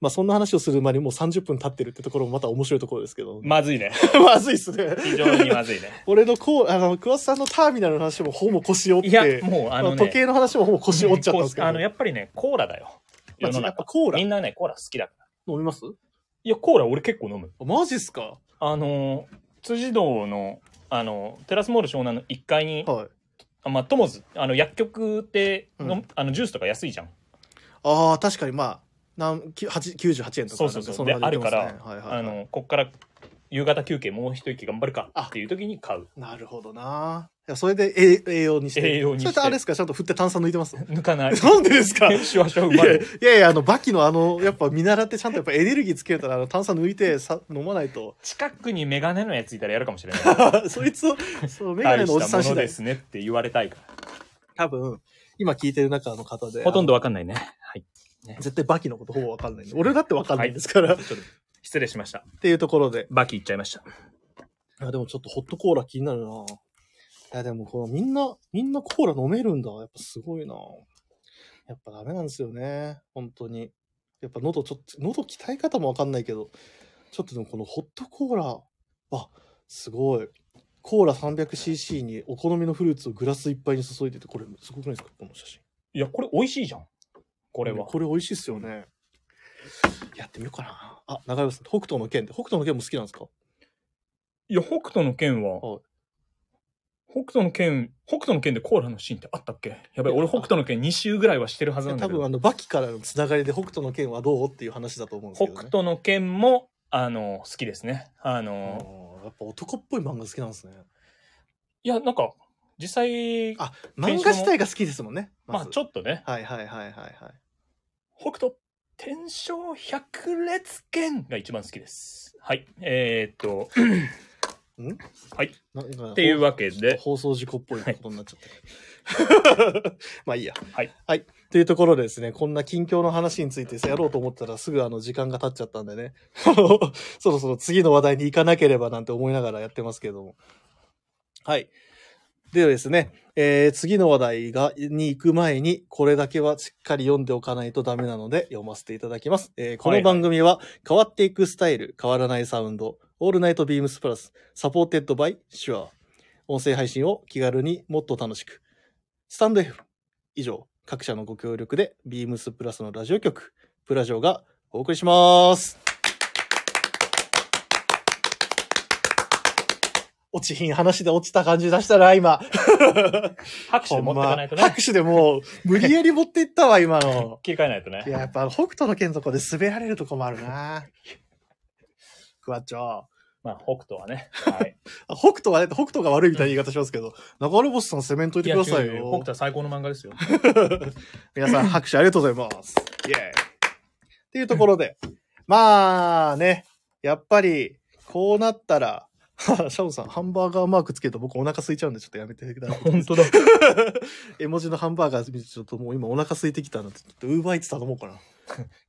Speaker 1: まあ、そんな話をする間にもう30分経ってるってところもまた面白いところですけ ど、
Speaker 2: まずいね。
Speaker 1: まずいっすね。
Speaker 2: 非常にまずいね。
Speaker 1: 俺のコー、あの、桑田さんのターミナルの話もほぼ腰折
Speaker 2: い
Speaker 1: っ
Speaker 2: や
Speaker 1: て、、
Speaker 2: もうあ
Speaker 1: あ
Speaker 2: の、
Speaker 1: の
Speaker 2: ね、
Speaker 1: 時計の話もほぼ腰折っちゃったんですけど、
Speaker 2: あの、やっぱりね、コーラだよ。
Speaker 1: ま
Speaker 2: 世
Speaker 1: あ
Speaker 2: の
Speaker 1: やっぱ
Speaker 2: 中。
Speaker 1: コーラ
Speaker 2: み
Speaker 1: 飲
Speaker 2: んなね、コーラ好きだから。
Speaker 1: みます
Speaker 2: いや、コーラ俺結構飲む。
Speaker 1: マジっすか
Speaker 2: あの、辻堂の、あの、テラスモール湘南の1階に、
Speaker 1: はい。
Speaker 2: あまあ、ともず、あの、薬局っての、
Speaker 1: うん
Speaker 2: あの、ジュースとか安いじゃん。
Speaker 1: ああ、確かにまあ、なんきはち98円とか
Speaker 2: そうそうそう。
Speaker 1: な
Speaker 2: で、
Speaker 1: ん
Speaker 2: あ
Speaker 1: か
Speaker 2: る
Speaker 1: そんな
Speaker 2: か
Speaker 1: 感
Speaker 2: ら
Speaker 1: じで、すねはいはいはい
Speaker 2: あの、こっから夕方休憩もう一息頑張るかっていう時に買う。
Speaker 1: なるほどな。やそれで栄栄養にして。
Speaker 2: 栄養にして
Speaker 1: それとあれですかちゃんと振って炭酸抜いてます
Speaker 2: 抜かない。
Speaker 1: なんでですか
Speaker 2: シュワシュワ
Speaker 1: い
Speaker 2: 生
Speaker 1: や
Speaker 2: まれ
Speaker 1: い
Speaker 2: る。
Speaker 1: やいや、あの、バキのあの、やっぱ見習ってちゃんとやっぱエネルギーつけたら、あの、炭酸抜いてさ飲まないと。
Speaker 2: 近くにメガネのやついたらやるかもしれない。
Speaker 1: そいつを、そう、メガネのおじさん
Speaker 2: 大した
Speaker 1: 次
Speaker 2: もので
Speaker 1: 第。
Speaker 2: すねって言われたいから。
Speaker 1: 多分、今聞いてる中の方で。
Speaker 2: ほとんどわかん ないね。はい。
Speaker 1: あの絶対バキのことほぼわかんないんで。俺だってわかんないですから。
Speaker 2: はいちょっと失礼しました。
Speaker 1: っていうところで。
Speaker 2: バキいっちゃいました。
Speaker 1: あ、でもちょっとホットコーラ気になるな。いや、でもこのみんな、みんなコーラ飲めるんだ。やっぱすごいな。やっぱダメなんですよね。本当に。やっぱ喉ちょっと、喉鍛え方もわかんないけど、ちょっとでもこのホットコーラ、あ、すごい。コーラ 300cc にお好みのフルーツをグラスいっぱいに注いでて、これすごくないですかこの写真。
Speaker 2: いや、これ美味しいじゃん。これは。
Speaker 1: これ美味しいっすよね。やってみようかな。あ、中山さん、北斗の剣って、北斗の剣も好きなんですか
Speaker 2: いや、北斗の剣は、
Speaker 1: はい
Speaker 2: 北斗の剣、北斗の剣でコーラのシーンってあったっけやばい、
Speaker 1: いや
Speaker 2: 俺北斗の剣2周ぐらいはしてるはずなんだ
Speaker 1: 多
Speaker 2: けど
Speaker 1: 分。あの、バキからのつながりで北斗の剣はどうっていう話だと思うんですけど、
Speaker 2: 北
Speaker 1: ね。
Speaker 2: 斗の剣も、あの、好きですね。あの、
Speaker 1: うんやっぱ男っぽい漫画好きなんですね。
Speaker 2: いや、なんか、実際、
Speaker 1: あ漫画自体が好きですもんね。
Speaker 2: まあちょ
Speaker 1: っ
Speaker 2: っとね、
Speaker 1: と。はいはいはいはいはい。
Speaker 2: 北斗、天正百裂剣が一番好きです。はい。えー、っ と、
Speaker 1: ななんか
Speaker 2: っていうわけで、
Speaker 1: 放送事故っぽいことになっちゃった。 まあいいや。
Speaker 2: はい。
Speaker 1: はい。というところでですね、こんな近況の話についてやろうと思ったらすぐあの時間が経っちゃったんでね、そろそろ次の話題に行かなければなんて思いながらやってますけれども。はい。ではですね、えー次の話題が、に行く前に、これだけはしっかり読んでおかないとダメなので、読ませていただきます。えーこ
Speaker 2: は
Speaker 1: の
Speaker 2: いはい
Speaker 1: 番組は、変わっていくスタイル、変わらないサウンド、オールナイトビームスプラス、サポーテッドバイ、シュアー。音声配信を気軽にもっと楽しく。スタンド F 以上、各社のご協力で、ビームスプラスのラジオ局、プラジオがお送りします。落ちひん話で落ちた感じ出したら、今。
Speaker 2: 拍手で持ってかないとね。
Speaker 1: 拍手でもう、無理やり持っていったわ、今 の。
Speaker 2: 切り替えないとね
Speaker 1: い。や、やっぱ、北斗の剣とこで滑られるとこもあるな。クワッチョ。
Speaker 2: まあ、北斗は ね。はい。
Speaker 1: あ北斗はね、北斗が悪いみたいな言い方しますけど、中野ボスさん攻めんといてください
Speaker 2: や違う
Speaker 1: よ。
Speaker 2: 北斗は最高の漫 画ですよ。
Speaker 1: 皆さん拍手ありがとうござい ます。イェーイ。っていうところで、 まあね、やっぱり、こうなったら、 シャオさん、ハンバーガーマークつけると僕お腹空いちゃうんでちょっとやめてください。
Speaker 2: 本当だ。
Speaker 1: 絵文字のハンバーガー見てちょっともう今お腹空いてきたなって、ちょっとウーバーイーツ頼もうかな。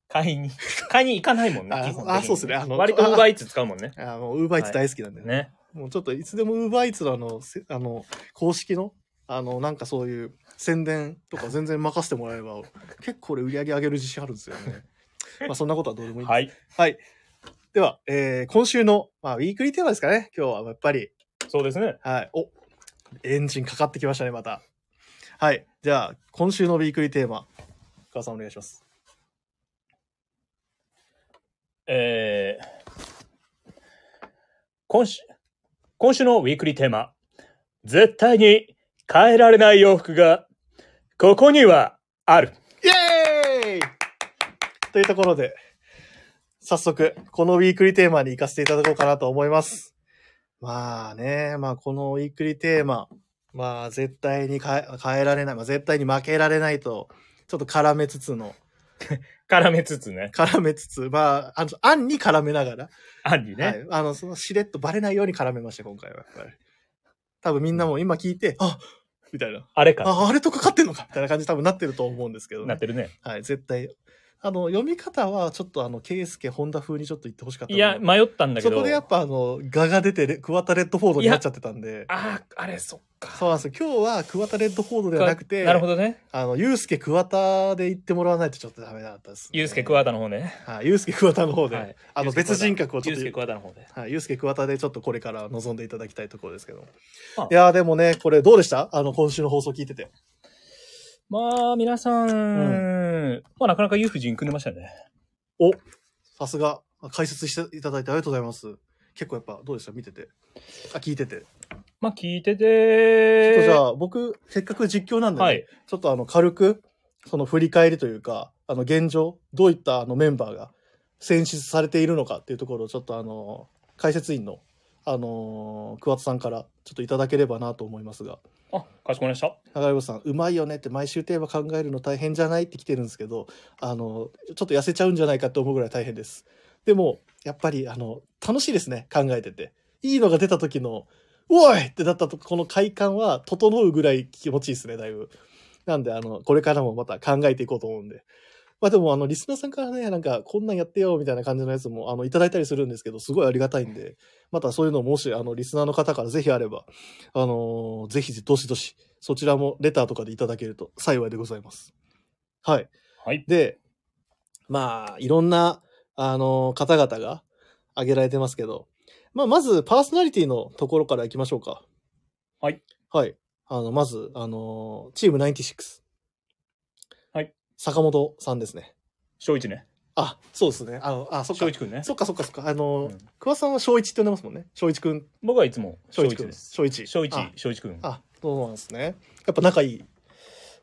Speaker 2: 買いに、買いに行かないもんね。
Speaker 1: あ
Speaker 2: 基本的に
Speaker 1: あそうっすねあの
Speaker 2: 割と
Speaker 1: あ
Speaker 2: Uber Eats 使うもんね。
Speaker 1: あもうウーバーイーツ大好きなんでね。
Speaker 2: ね。
Speaker 1: もうちょっといつでもウーバーイーツのあの、せあの、公式の、あの、なんかそういう宣伝とか全然任せてもらえば、結構俺売り上げ上げる自信あるんですよね。まあそんなことはどうでもいいんですけど
Speaker 2: はい。
Speaker 1: では、えー今週の、まあ、ウィークリーテーマですかね。今日はやっぱり、
Speaker 2: そうですね。
Speaker 1: はい。お、エンジンかかってきましたね、また。はい。じゃあ、今週のウィークリーテーマ、川さんお願いします。
Speaker 2: えー今週、今週のウィークリーテーマ。絶対に変えられない洋服が、ここにはある。
Speaker 1: イエーイというところで、早速、このウィークリーテーマに行かせていただこうかなと思います。まあね、まあこのウィークリーテーマ、まあ絶対に変え変えられない、まあ絶対に負けられないと、ちょっと絡めつつの、
Speaker 2: 絡めつつね。
Speaker 1: 絡めつつ、まあ、あの、案に絡めながら、
Speaker 2: アンにね。
Speaker 1: はい。あの、そのしれっとバレないように絡めました、今回は。やっぱり。多分みんなも今聞いて、あみたいな。
Speaker 2: あれか。
Speaker 1: あ、あれとかかってんのかみたいな感じ多分なってると思うんですけどね
Speaker 2: なっ。てるね。
Speaker 1: はい、絶対。あの、読み方はちょっとあの、ケイスケ、ホンダ風にちょっと言ってほしかった。
Speaker 2: いや、迷ったんだけ
Speaker 1: そ
Speaker 2: ど。
Speaker 1: こでやっぱあの、画が出てレ、クワタレッドフォードになっちゃってたんで。
Speaker 2: ああ、あれ、そっか。
Speaker 1: そうなんですよ。今日はクワタレッドフォードではなくて、
Speaker 2: なるほ
Speaker 1: ど。
Speaker 2: どね。
Speaker 1: あの、ユースケクワタで言ってもらわないとちょっとダメだったです、
Speaker 2: ゆうすけ
Speaker 1: ク
Speaker 2: ク
Speaker 1: ワ
Speaker 2: ワタの方ね。
Speaker 1: タ。はい、ユースケクワタの方で、
Speaker 2: はい
Speaker 1: あの、別人格をちょ
Speaker 2: ゆ
Speaker 1: っと
Speaker 2: うすけ。クワタの方で。
Speaker 1: はい、ユースケ桑田でちょっとこれから望んでいただきたいところですけども
Speaker 2: あ。
Speaker 1: いやーでもね、これどうでしたあの、今週の放送聞いてて。
Speaker 2: まあ、皆さん、まあ、なかなか裕婦人組んでましたね。
Speaker 1: おさすが、解説していただいてありがとうございます。結構やっぱどうでした見てて。あ、聞いてて。
Speaker 2: まあ、聞いて
Speaker 1: ちょっ
Speaker 2: て。
Speaker 1: とじゃあ、僕、せっかく実況なんで、ね
Speaker 2: はい。
Speaker 1: ちょっとあの、軽く、その振り返りというか、あの、現状、どういったあのメンバーが選出されているのかっていうところをちょっとあの、解説員の、あのー、桑田さんからちょっといただければなと思いますが、
Speaker 2: あ、かしこまりました。
Speaker 1: 長山さん、うまいよねって毎週テーマ考えるの大変じゃないって来てるんですけど、あのー、ちょっと痩せちゃうんじゃないかと思うぐらい大変です。でも、やっぱり、あの、楽しいですね、考えてて。いいのが出た時の、おいってなったと、この快感は整うぐらい気持ちいいですね、だいぶ。なんで、あの、これからもまた考えていこうと思うんで。まあでも、あの、リスナーさんからね、なんか、こんなんやってよ、みたいな感じのやつも、あの、いただいたりするんですけど、すごいありがたいんで、またそういうのもし、あの、リスナーの方からぜひあれば、あのーぜひ、どしどし、そちらもレターとかでいただけると幸いでございます。はい。
Speaker 2: はい。
Speaker 1: で、まあ、いろんな、あの、方々が挙げられてますけど、まあ、まず、パーソナリティのところからいきましょうか。
Speaker 2: はい。
Speaker 1: はい。あの、まず、あの、チーム96。
Speaker 2: はい。
Speaker 1: 坂本さんですね。
Speaker 2: 翔一ね。
Speaker 1: あ、そうですね。あの、あ、そっか
Speaker 2: 翔。一くんね。
Speaker 1: そっかそっかそっか。あの、
Speaker 2: うん
Speaker 1: 桑田さんは小一って呼んでますもんね。小一くん、
Speaker 2: 僕はいつも
Speaker 1: 小
Speaker 2: 翔
Speaker 1: 一
Speaker 2: 一
Speaker 1: くん
Speaker 2: です。
Speaker 1: 小一。
Speaker 2: 翔一
Speaker 1: あ、
Speaker 2: 翔一くん。
Speaker 1: あ、そうなんですね。やっぱ仲いい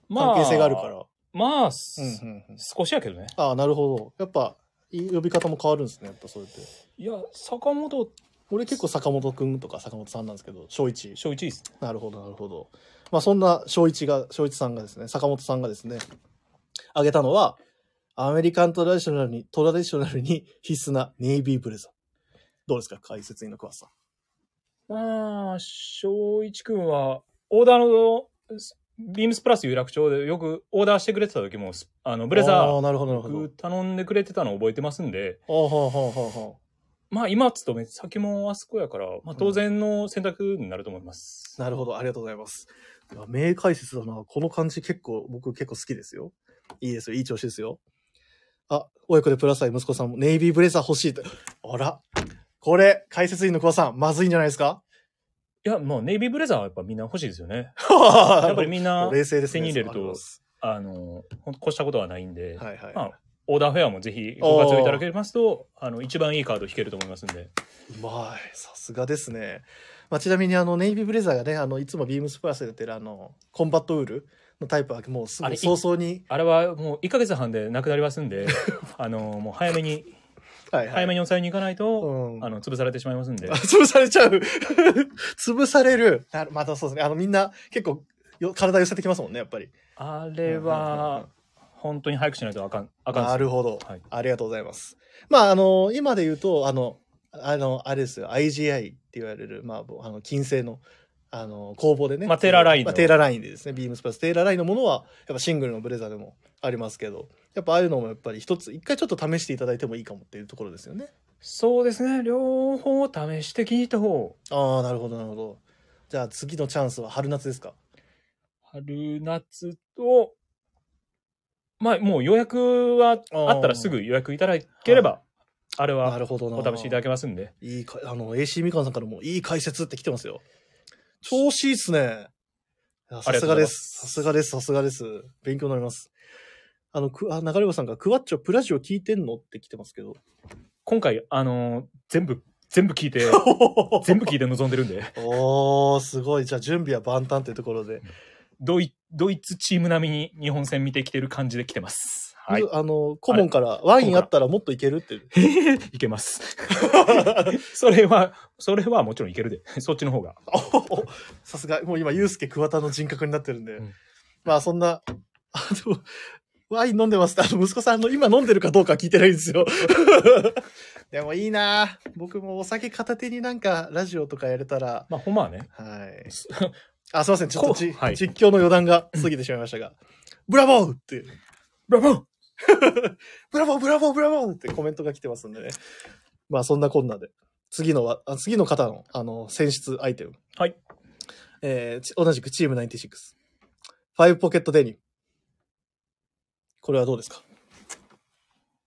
Speaker 2: ま
Speaker 1: 関係性があるから。
Speaker 2: まあ、す
Speaker 1: うんうんうん。
Speaker 2: 少しやけどね。
Speaker 1: ああ、なるほど。やっぱ、い呼び方も変わるんですね。やっぱそれって。
Speaker 2: いや、坂本
Speaker 1: 俺結構坂本くんとか坂本さんなんですけど、小一。
Speaker 2: 翔一です。
Speaker 1: なるほど、なるほど。まあそんな小一が、小一さんがですね、坂本さんがですね、挙げたのは、アメリカントラディショナルに、トラディショナルに必須なネイビーブレザー。どうですか解説員の桑田さん。
Speaker 2: まあ、翔一くんは、オーダーの、ビームスプラス有楽町でよくオーダーしてくれてた時も、すあの、ブレ
Speaker 1: あ
Speaker 2: ザ
Speaker 1: あ、なるほど、なる
Speaker 2: ー、
Speaker 1: ほど。
Speaker 2: 僕頼んでくれてたのを覚えてますんで、
Speaker 1: ああ、はあ、はあ、は
Speaker 2: まあ今勤め先もあそこやから、まあ当然の選択になると思います。
Speaker 1: あ。なるほど、ありがとうございます。いや名解説だな。この感じ結構、僕結構好きですよ。いいですよ、いい調子ですよ。あ、親子でプラスアイ息子さんもネイビーブレザー欲しいと。あら。これ、解説員の桑田さん、まずいんじゃないですか
Speaker 2: いや、まあネイビーブレザーはやっぱみんな欲しいですよね。
Speaker 1: や
Speaker 2: やっぱりみんな
Speaker 1: 冷静ですね。
Speaker 2: 手に入れる
Speaker 1: そうな
Speaker 2: と
Speaker 1: りま、す
Speaker 2: あの、ほんと越したことはないんで、
Speaker 1: はいはい。
Speaker 2: まあオーダーフェアもぜひご活用いただけますと、あの、一番いいカード引けると思いますんで。
Speaker 1: うまい。さすがですね。まあ、ちなみにあの、ネイビーブレザーがね、あの、いつもビームスプラスでやってるあの、コンバットウールのタイプはもうす
Speaker 2: あ
Speaker 1: ぐ
Speaker 2: れ
Speaker 1: 早々に、
Speaker 2: あれはもう1ヶ月半でなくなりますん で、あの、もう早めに
Speaker 1: はい
Speaker 2: 早め
Speaker 1: に。
Speaker 2: におさえに行かないと、
Speaker 1: うん
Speaker 2: あ。の、潰されてしまいますんで
Speaker 1: あ。潰されちゃ う。潰される。なるまたそうですね。あの、みんな結構よ、体寄せてきますもんね、やっぱり。
Speaker 2: あれは、本当に早くしないとあかん、あかん
Speaker 1: な
Speaker 2: です。
Speaker 1: るほど、
Speaker 2: はい
Speaker 1: ありがとうございます。まあ、あの、今で言うと、あの、あの、あれですよ、IGI って言われる、まあ、あの、金星の、あの、工房でね。
Speaker 2: まあテーララインの
Speaker 1: まあテーララインでですね、ビームスプラス。テーララインのものは、やっぱシングルのブレザーでもありますけど、やっぱああいうのもやっぱり一つ、一回ちょっと試していただいてもいいかもっていうところですよね。
Speaker 2: そうですね。両方試して聞いた方。
Speaker 1: ああ、なるほど、なるほど。じゃあ次のチャンスは春夏ですか
Speaker 2: 春夏と、まあ、もう予約は
Speaker 1: ー
Speaker 2: あったらすぐ予約いただければ、あれ
Speaker 1: な
Speaker 2: は
Speaker 1: るほどな。
Speaker 2: お試しいただけますんで。
Speaker 1: いいか、あの、AC みかんさんからもいい解説って来てますよ。調子いいっすね。いやさす
Speaker 2: ありがと
Speaker 1: が
Speaker 2: うござい
Speaker 1: で。
Speaker 2: ますす
Speaker 1: さすがです。さすがです。勉強になります。あの、く、あ、流れ子さんがクワッチョプラジオ聞いてんのって来てますけど。
Speaker 2: 今回、あのー全部、全部聞いて、 全部聞いて臨んでるんで、
Speaker 1: おー、すごい。じゃあ準備は万端っていうところで。
Speaker 2: ドイドイツチーム並みに日本戦見てきてる感じで来てます。はい。
Speaker 1: あの、顧問からワインあったらもっといけるって。
Speaker 2: いけます。 それは、それはもちろんいけるで。そっちの方が。
Speaker 1: おおさすが、もう今、ユうスケ桑田の人格になってるんで。
Speaker 2: うん
Speaker 1: まあ、そんな、あの、ワイン飲んでますって、あの、息子さんの今飲んでるかどうかは聞いてないんです よ。でもいいな僕もお酒片手になんか、ラジオとかやれたら、
Speaker 2: まあ、ほんまはね。
Speaker 1: はい。
Speaker 2: す
Speaker 1: あ、すいません。ちょっとじ、
Speaker 2: こうはい
Speaker 1: 実況の余談が過ぎてしまいましたが、ブラボーっていう、
Speaker 2: ブラボー
Speaker 1: ブラボー、ブラボー、ブラボーってコメントが来てますんでね。まあ、そんなこんなで。次のは、あ次の方の、あの、選出アイテム。
Speaker 2: はい。
Speaker 1: えーち同じくチーム96。ファイブポケットデニム。これはどうですか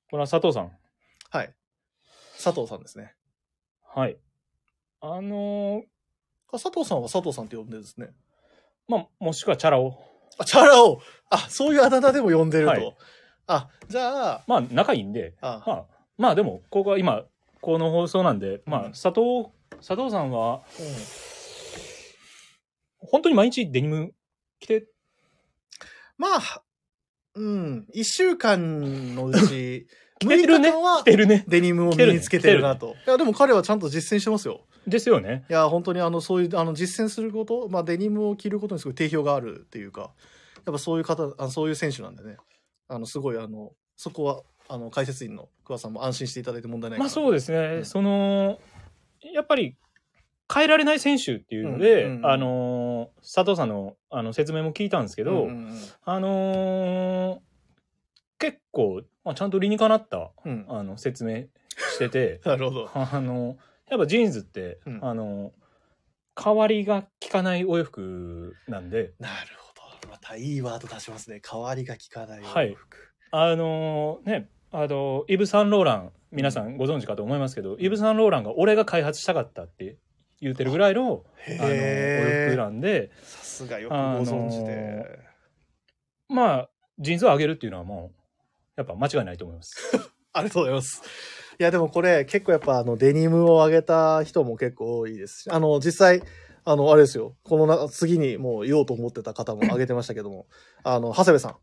Speaker 2: これは佐藤さん。
Speaker 1: はい。佐藤さんですね。
Speaker 2: はい。あのー
Speaker 1: あ佐藤さんは佐藤さんって呼んでるんですね。
Speaker 2: まあ、もしくはチャラを。
Speaker 1: あ、チャラをあ、そういうあだ名でも呼んでると。
Speaker 2: はい
Speaker 1: あ、じゃあ、
Speaker 2: まあ、仲いいんで。
Speaker 1: あ
Speaker 2: まあ、まあ、でも、ここは今、この放送なんで、まあ
Speaker 1: うん、
Speaker 2: 佐藤、佐藤さんは、
Speaker 1: うん
Speaker 2: 本当に毎日デニム着て、
Speaker 1: まあ、うん、一週間のうち、
Speaker 2: 着てるね
Speaker 1: 6日間。は
Speaker 2: 着てるね。
Speaker 1: デニムを身につけてるなと。いや、でも彼はちゃんと実践してますよ。
Speaker 2: ですよね。
Speaker 1: いや本当にあのそういうあの実践すること、まあ、デニムを着ることにすごい定評があるっていうかやっぱそういう方あそういう選手なんでねあのすごいあのそこはあの解説員の桑さんも安心していただいて問題ないかな
Speaker 2: まあそうですね、
Speaker 1: うん
Speaker 2: そのやっぱり変えられない選手っていうので、
Speaker 1: うんうん
Speaker 2: あのー佐藤さんのあの説明も聞いたんですけど、
Speaker 1: うんうん
Speaker 2: あのー結構、まあ、ちゃんと理にかなった
Speaker 1: うんうん
Speaker 2: あの説明してて
Speaker 1: なるほど。
Speaker 2: あのやっぱジーンズって、
Speaker 1: うん
Speaker 2: あの変わりが効かないお洋服なんで
Speaker 1: なるほど。またいいワード出しますね。変わりが効かない
Speaker 2: はいあのーねあのイブ・サンローラン皆さんご存知かと思いますけど、イブ・サンローランが俺が開発したかったって言ってるぐらいのあのお洋
Speaker 1: へ
Speaker 2: 服
Speaker 1: え。
Speaker 2: なんで
Speaker 1: さすがよくご存知
Speaker 2: あの
Speaker 1: で。
Speaker 2: まあジーンズを上げるっていうのはもうやっぱ間違いないと思います。
Speaker 1: ありがとうございます。いや、でもこれ結構やっぱあのデニムを上げた人も結構多いですし、あの実際、あの、あれですよ。このな次にもう言おうと思ってた方も挙げてましたけども、あの、長谷部さん。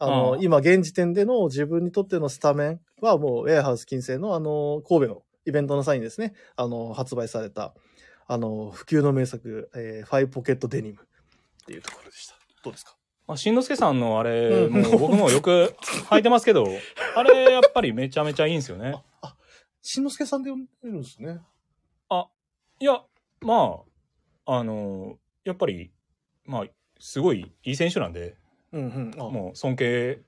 Speaker 1: あの、
Speaker 2: ああ
Speaker 1: 今現時点での自分にとってのスタメンはもうウェアハウス近世のあの、神戸のイベントの際にですね、あの、発売された、あの、普及の名作、えーファイポケットデニムっていうところでした。どうですか
Speaker 2: まあ、しんのすけさんのあれ、
Speaker 1: うん
Speaker 2: もう僕もよく履いてますけど、あれやっぱりめちゃめちゃいいんですよね。
Speaker 1: しんのすけさんで呼んでるんですね。
Speaker 2: いや、まあ、あの、やっぱり、まあ、すごいいい選手なんで、
Speaker 1: うんうん。あ
Speaker 2: もう尊敬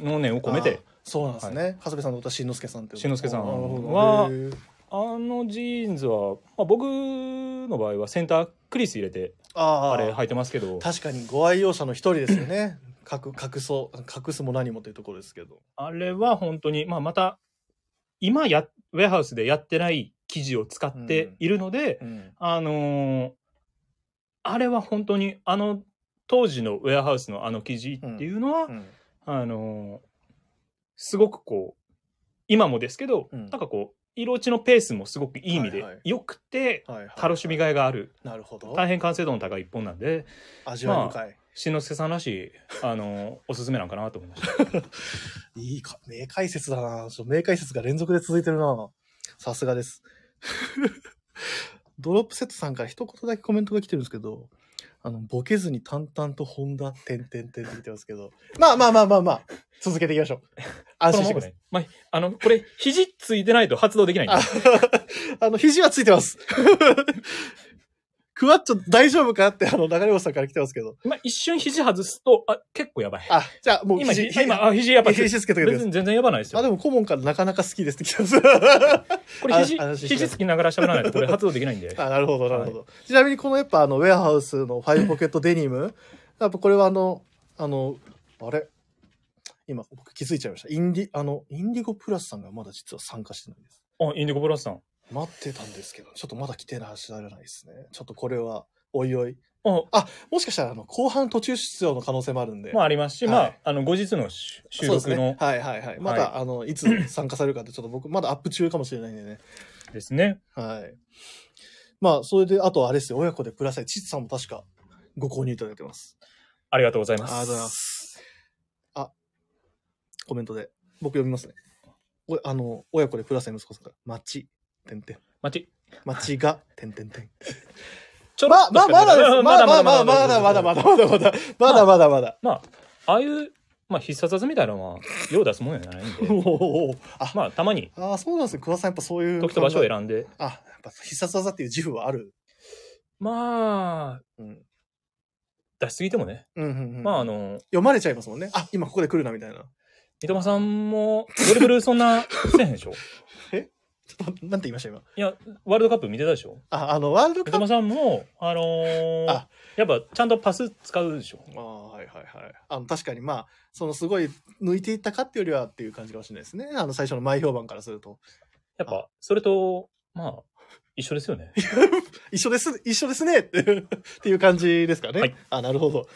Speaker 2: の念を込めて、
Speaker 1: あー。そうなんですね。長谷部さんのことはしんのすけさんって。
Speaker 2: しんのすけさん
Speaker 1: あーなるほど
Speaker 2: は
Speaker 1: へー
Speaker 2: あのジーンズは、まあ、僕の場合はセンタークリス入れて、
Speaker 1: あ
Speaker 2: あ
Speaker 1: ー
Speaker 2: れ履いてますけど、
Speaker 1: 確かにご愛用者の一人ですよね。隠隠そう隠すも何もというところですけど。
Speaker 2: あれは本当に、まあ、また、今や、ウェアハウスでやってない生地を使っているので、
Speaker 1: うん。
Speaker 2: あのーあれは本当にあの当時のウェアハウスのあの記事っていうのは、
Speaker 1: うん
Speaker 2: あのーすごくこう今もですけど、
Speaker 1: うん
Speaker 2: なんかこう色落ちのペースもすごくいい意味で、
Speaker 1: はいはい
Speaker 2: 良くて
Speaker 1: はいはい
Speaker 2: 楽しみがいがある、
Speaker 1: なるほど。
Speaker 2: 大変完成度の高い一本なんで
Speaker 1: 味わい深い。
Speaker 2: しんのすけさんらしい、あのーおすすめなんかなと思いました。
Speaker 1: いいか、名解説だな。ちょっと名解説が連続で続いてるな。さすが です。ドロップセットさんから一言だけコメントが来てるんですけど、あの、ボケずに淡々とホンダ、てんてんてんって来てますけど。まあまあまあまあまあ、続けていきましょう。安心してください。
Speaker 2: このままねまあ、あのこれ肘ついてないと発動できないんで
Speaker 1: ああの、肘はついてます。クワッチョ大丈夫かって、あの、流れ星さんから来てますけど。
Speaker 2: まあ、一瞬肘外すとあ結構やばい。
Speaker 1: あ、じゃあもう
Speaker 2: 今
Speaker 1: 肘、
Speaker 2: 肘今あ肘やっぱ
Speaker 1: 肘つけてくれ
Speaker 2: 別
Speaker 1: る。
Speaker 2: に全然やばないですよ
Speaker 1: あ、で。も顧問からなかなか好きですって来てます。あ、
Speaker 2: これ肘
Speaker 1: あ安心して
Speaker 2: 肘つきながら喋らないとこれ発動できな いんで
Speaker 1: なるほど、なるほど。ちなみにこのやっぱあの、ウェアハウスのファイブポケットデニム、やっぱこれはあの、あの、あれ今僕気づいちゃいました。インディ、あの、インディゴプラスさんがまだ実は参加してないです。
Speaker 2: あインディゴブラスさん
Speaker 1: 待ってたんですけど、ちょっとまだ来てらっしゃらないですね。ちょっとこれは、おいおい。
Speaker 2: あ
Speaker 1: もしかしたら、あの、後半途中出場の可能性もあるんで。
Speaker 2: もありますし、
Speaker 1: はい
Speaker 2: まああの後日の収収
Speaker 1: そうです
Speaker 2: 録
Speaker 1: ね
Speaker 2: の。
Speaker 1: はいはいはい。まだ、
Speaker 2: は
Speaker 1: あの、いつ参加されるかって、ちょっと僕、まだアップ中かもしれないんでね。
Speaker 2: ですね
Speaker 1: はい。まあ、それで、あとあれですよ、親子でプラスイチッツさんも確か、ご購入いただいてます。
Speaker 2: ありがとうござい
Speaker 1: あ
Speaker 2: ます
Speaker 1: りがとうございます。あ、コメントで、僕読みますね。おあの、親子でプラスイ息子さんから、町、てんてん。
Speaker 2: 待ち
Speaker 1: 町 が、てんてんてん。
Speaker 2: ちょ
Speaker 1: まあまあまだ です。
Speaker 2: うん
Speaker 1: まだまだまだまだまだまだまだまだまだまだま だ。
Speaker 2: まあああいうまあ必殺技みたいなのは用出すもんじゃない んで
Speaker 1: おーあ、
Speaker 2: まあたまに
Speaker 1: あーそうなんですね。桑田さんやっぱそういう。
Speaker 2: 時と場所を
Speaker 1: ん
Speaker 2: 選んで
Speaker 1: あ、やっぱ必殺技っていう自負はある。
Speaker 2: まあ
Speaker 1: うん。
Speaker 2: 出しすぎてもね、
Speaker 1: うんうんうん。
Speaker 2: まああの
Speaker 1: 読まれちゃいますもんね。あ、今ここで来るなみたいな。
Speaker 2: 三笘さんもドリブルそんなせえへんでし ょ
Speaker 1: ちょっとなんて言いました今。
Speaker 2: いやワールドカップ見てたでしょ
Speaker 1: あ、あの、ワールドカ
Speaker 2: 三
Speaker 1: ップ。
Speaker 2: 笘さんもあのー
Speaker 1: あ
Speaker 2: やっぱちゃんとパス使うでしょ
Speaker 1: あーはいはいはい。あの、確かにまあ、そのすごい抜いていったかっていうよりはっていう感じかもしれないですね。あの、最初の前評判からすると。
Speaker 2: やっぱ、それと、まあ、一緒ですよね。
Speaker 1: 一緒です、一緒ですね っていう感じですかね。
Speaker 2: はい
Speaker 1: あ、なるほど。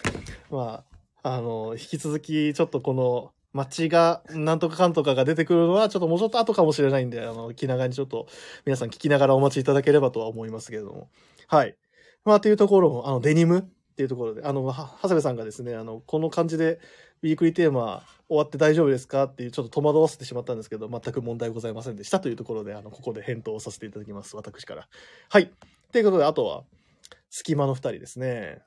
Speaker 1: まあ、あの、引き続き、ちょっとこの、街が、なんとかかんとかが出てくるのは、ちょっともうちょっと後かもしれないんで、あの、気長にちょっと、皆さん聞きながらお待ちいただければとは思いますけれども。はい。まあ、というところも、あの、デニムっていうところで、あの、は長谷部さんがですね、あの、この感じで、ウィークリーテーマ終わって大丈夫ですかっていう、ちょっと戸惑わせてしまったんですけど、全く問題ございませんでしたというところで、あの、ここで返答をさせていただきます。私から。はい。ということで、あとは、隙間の二人ですね。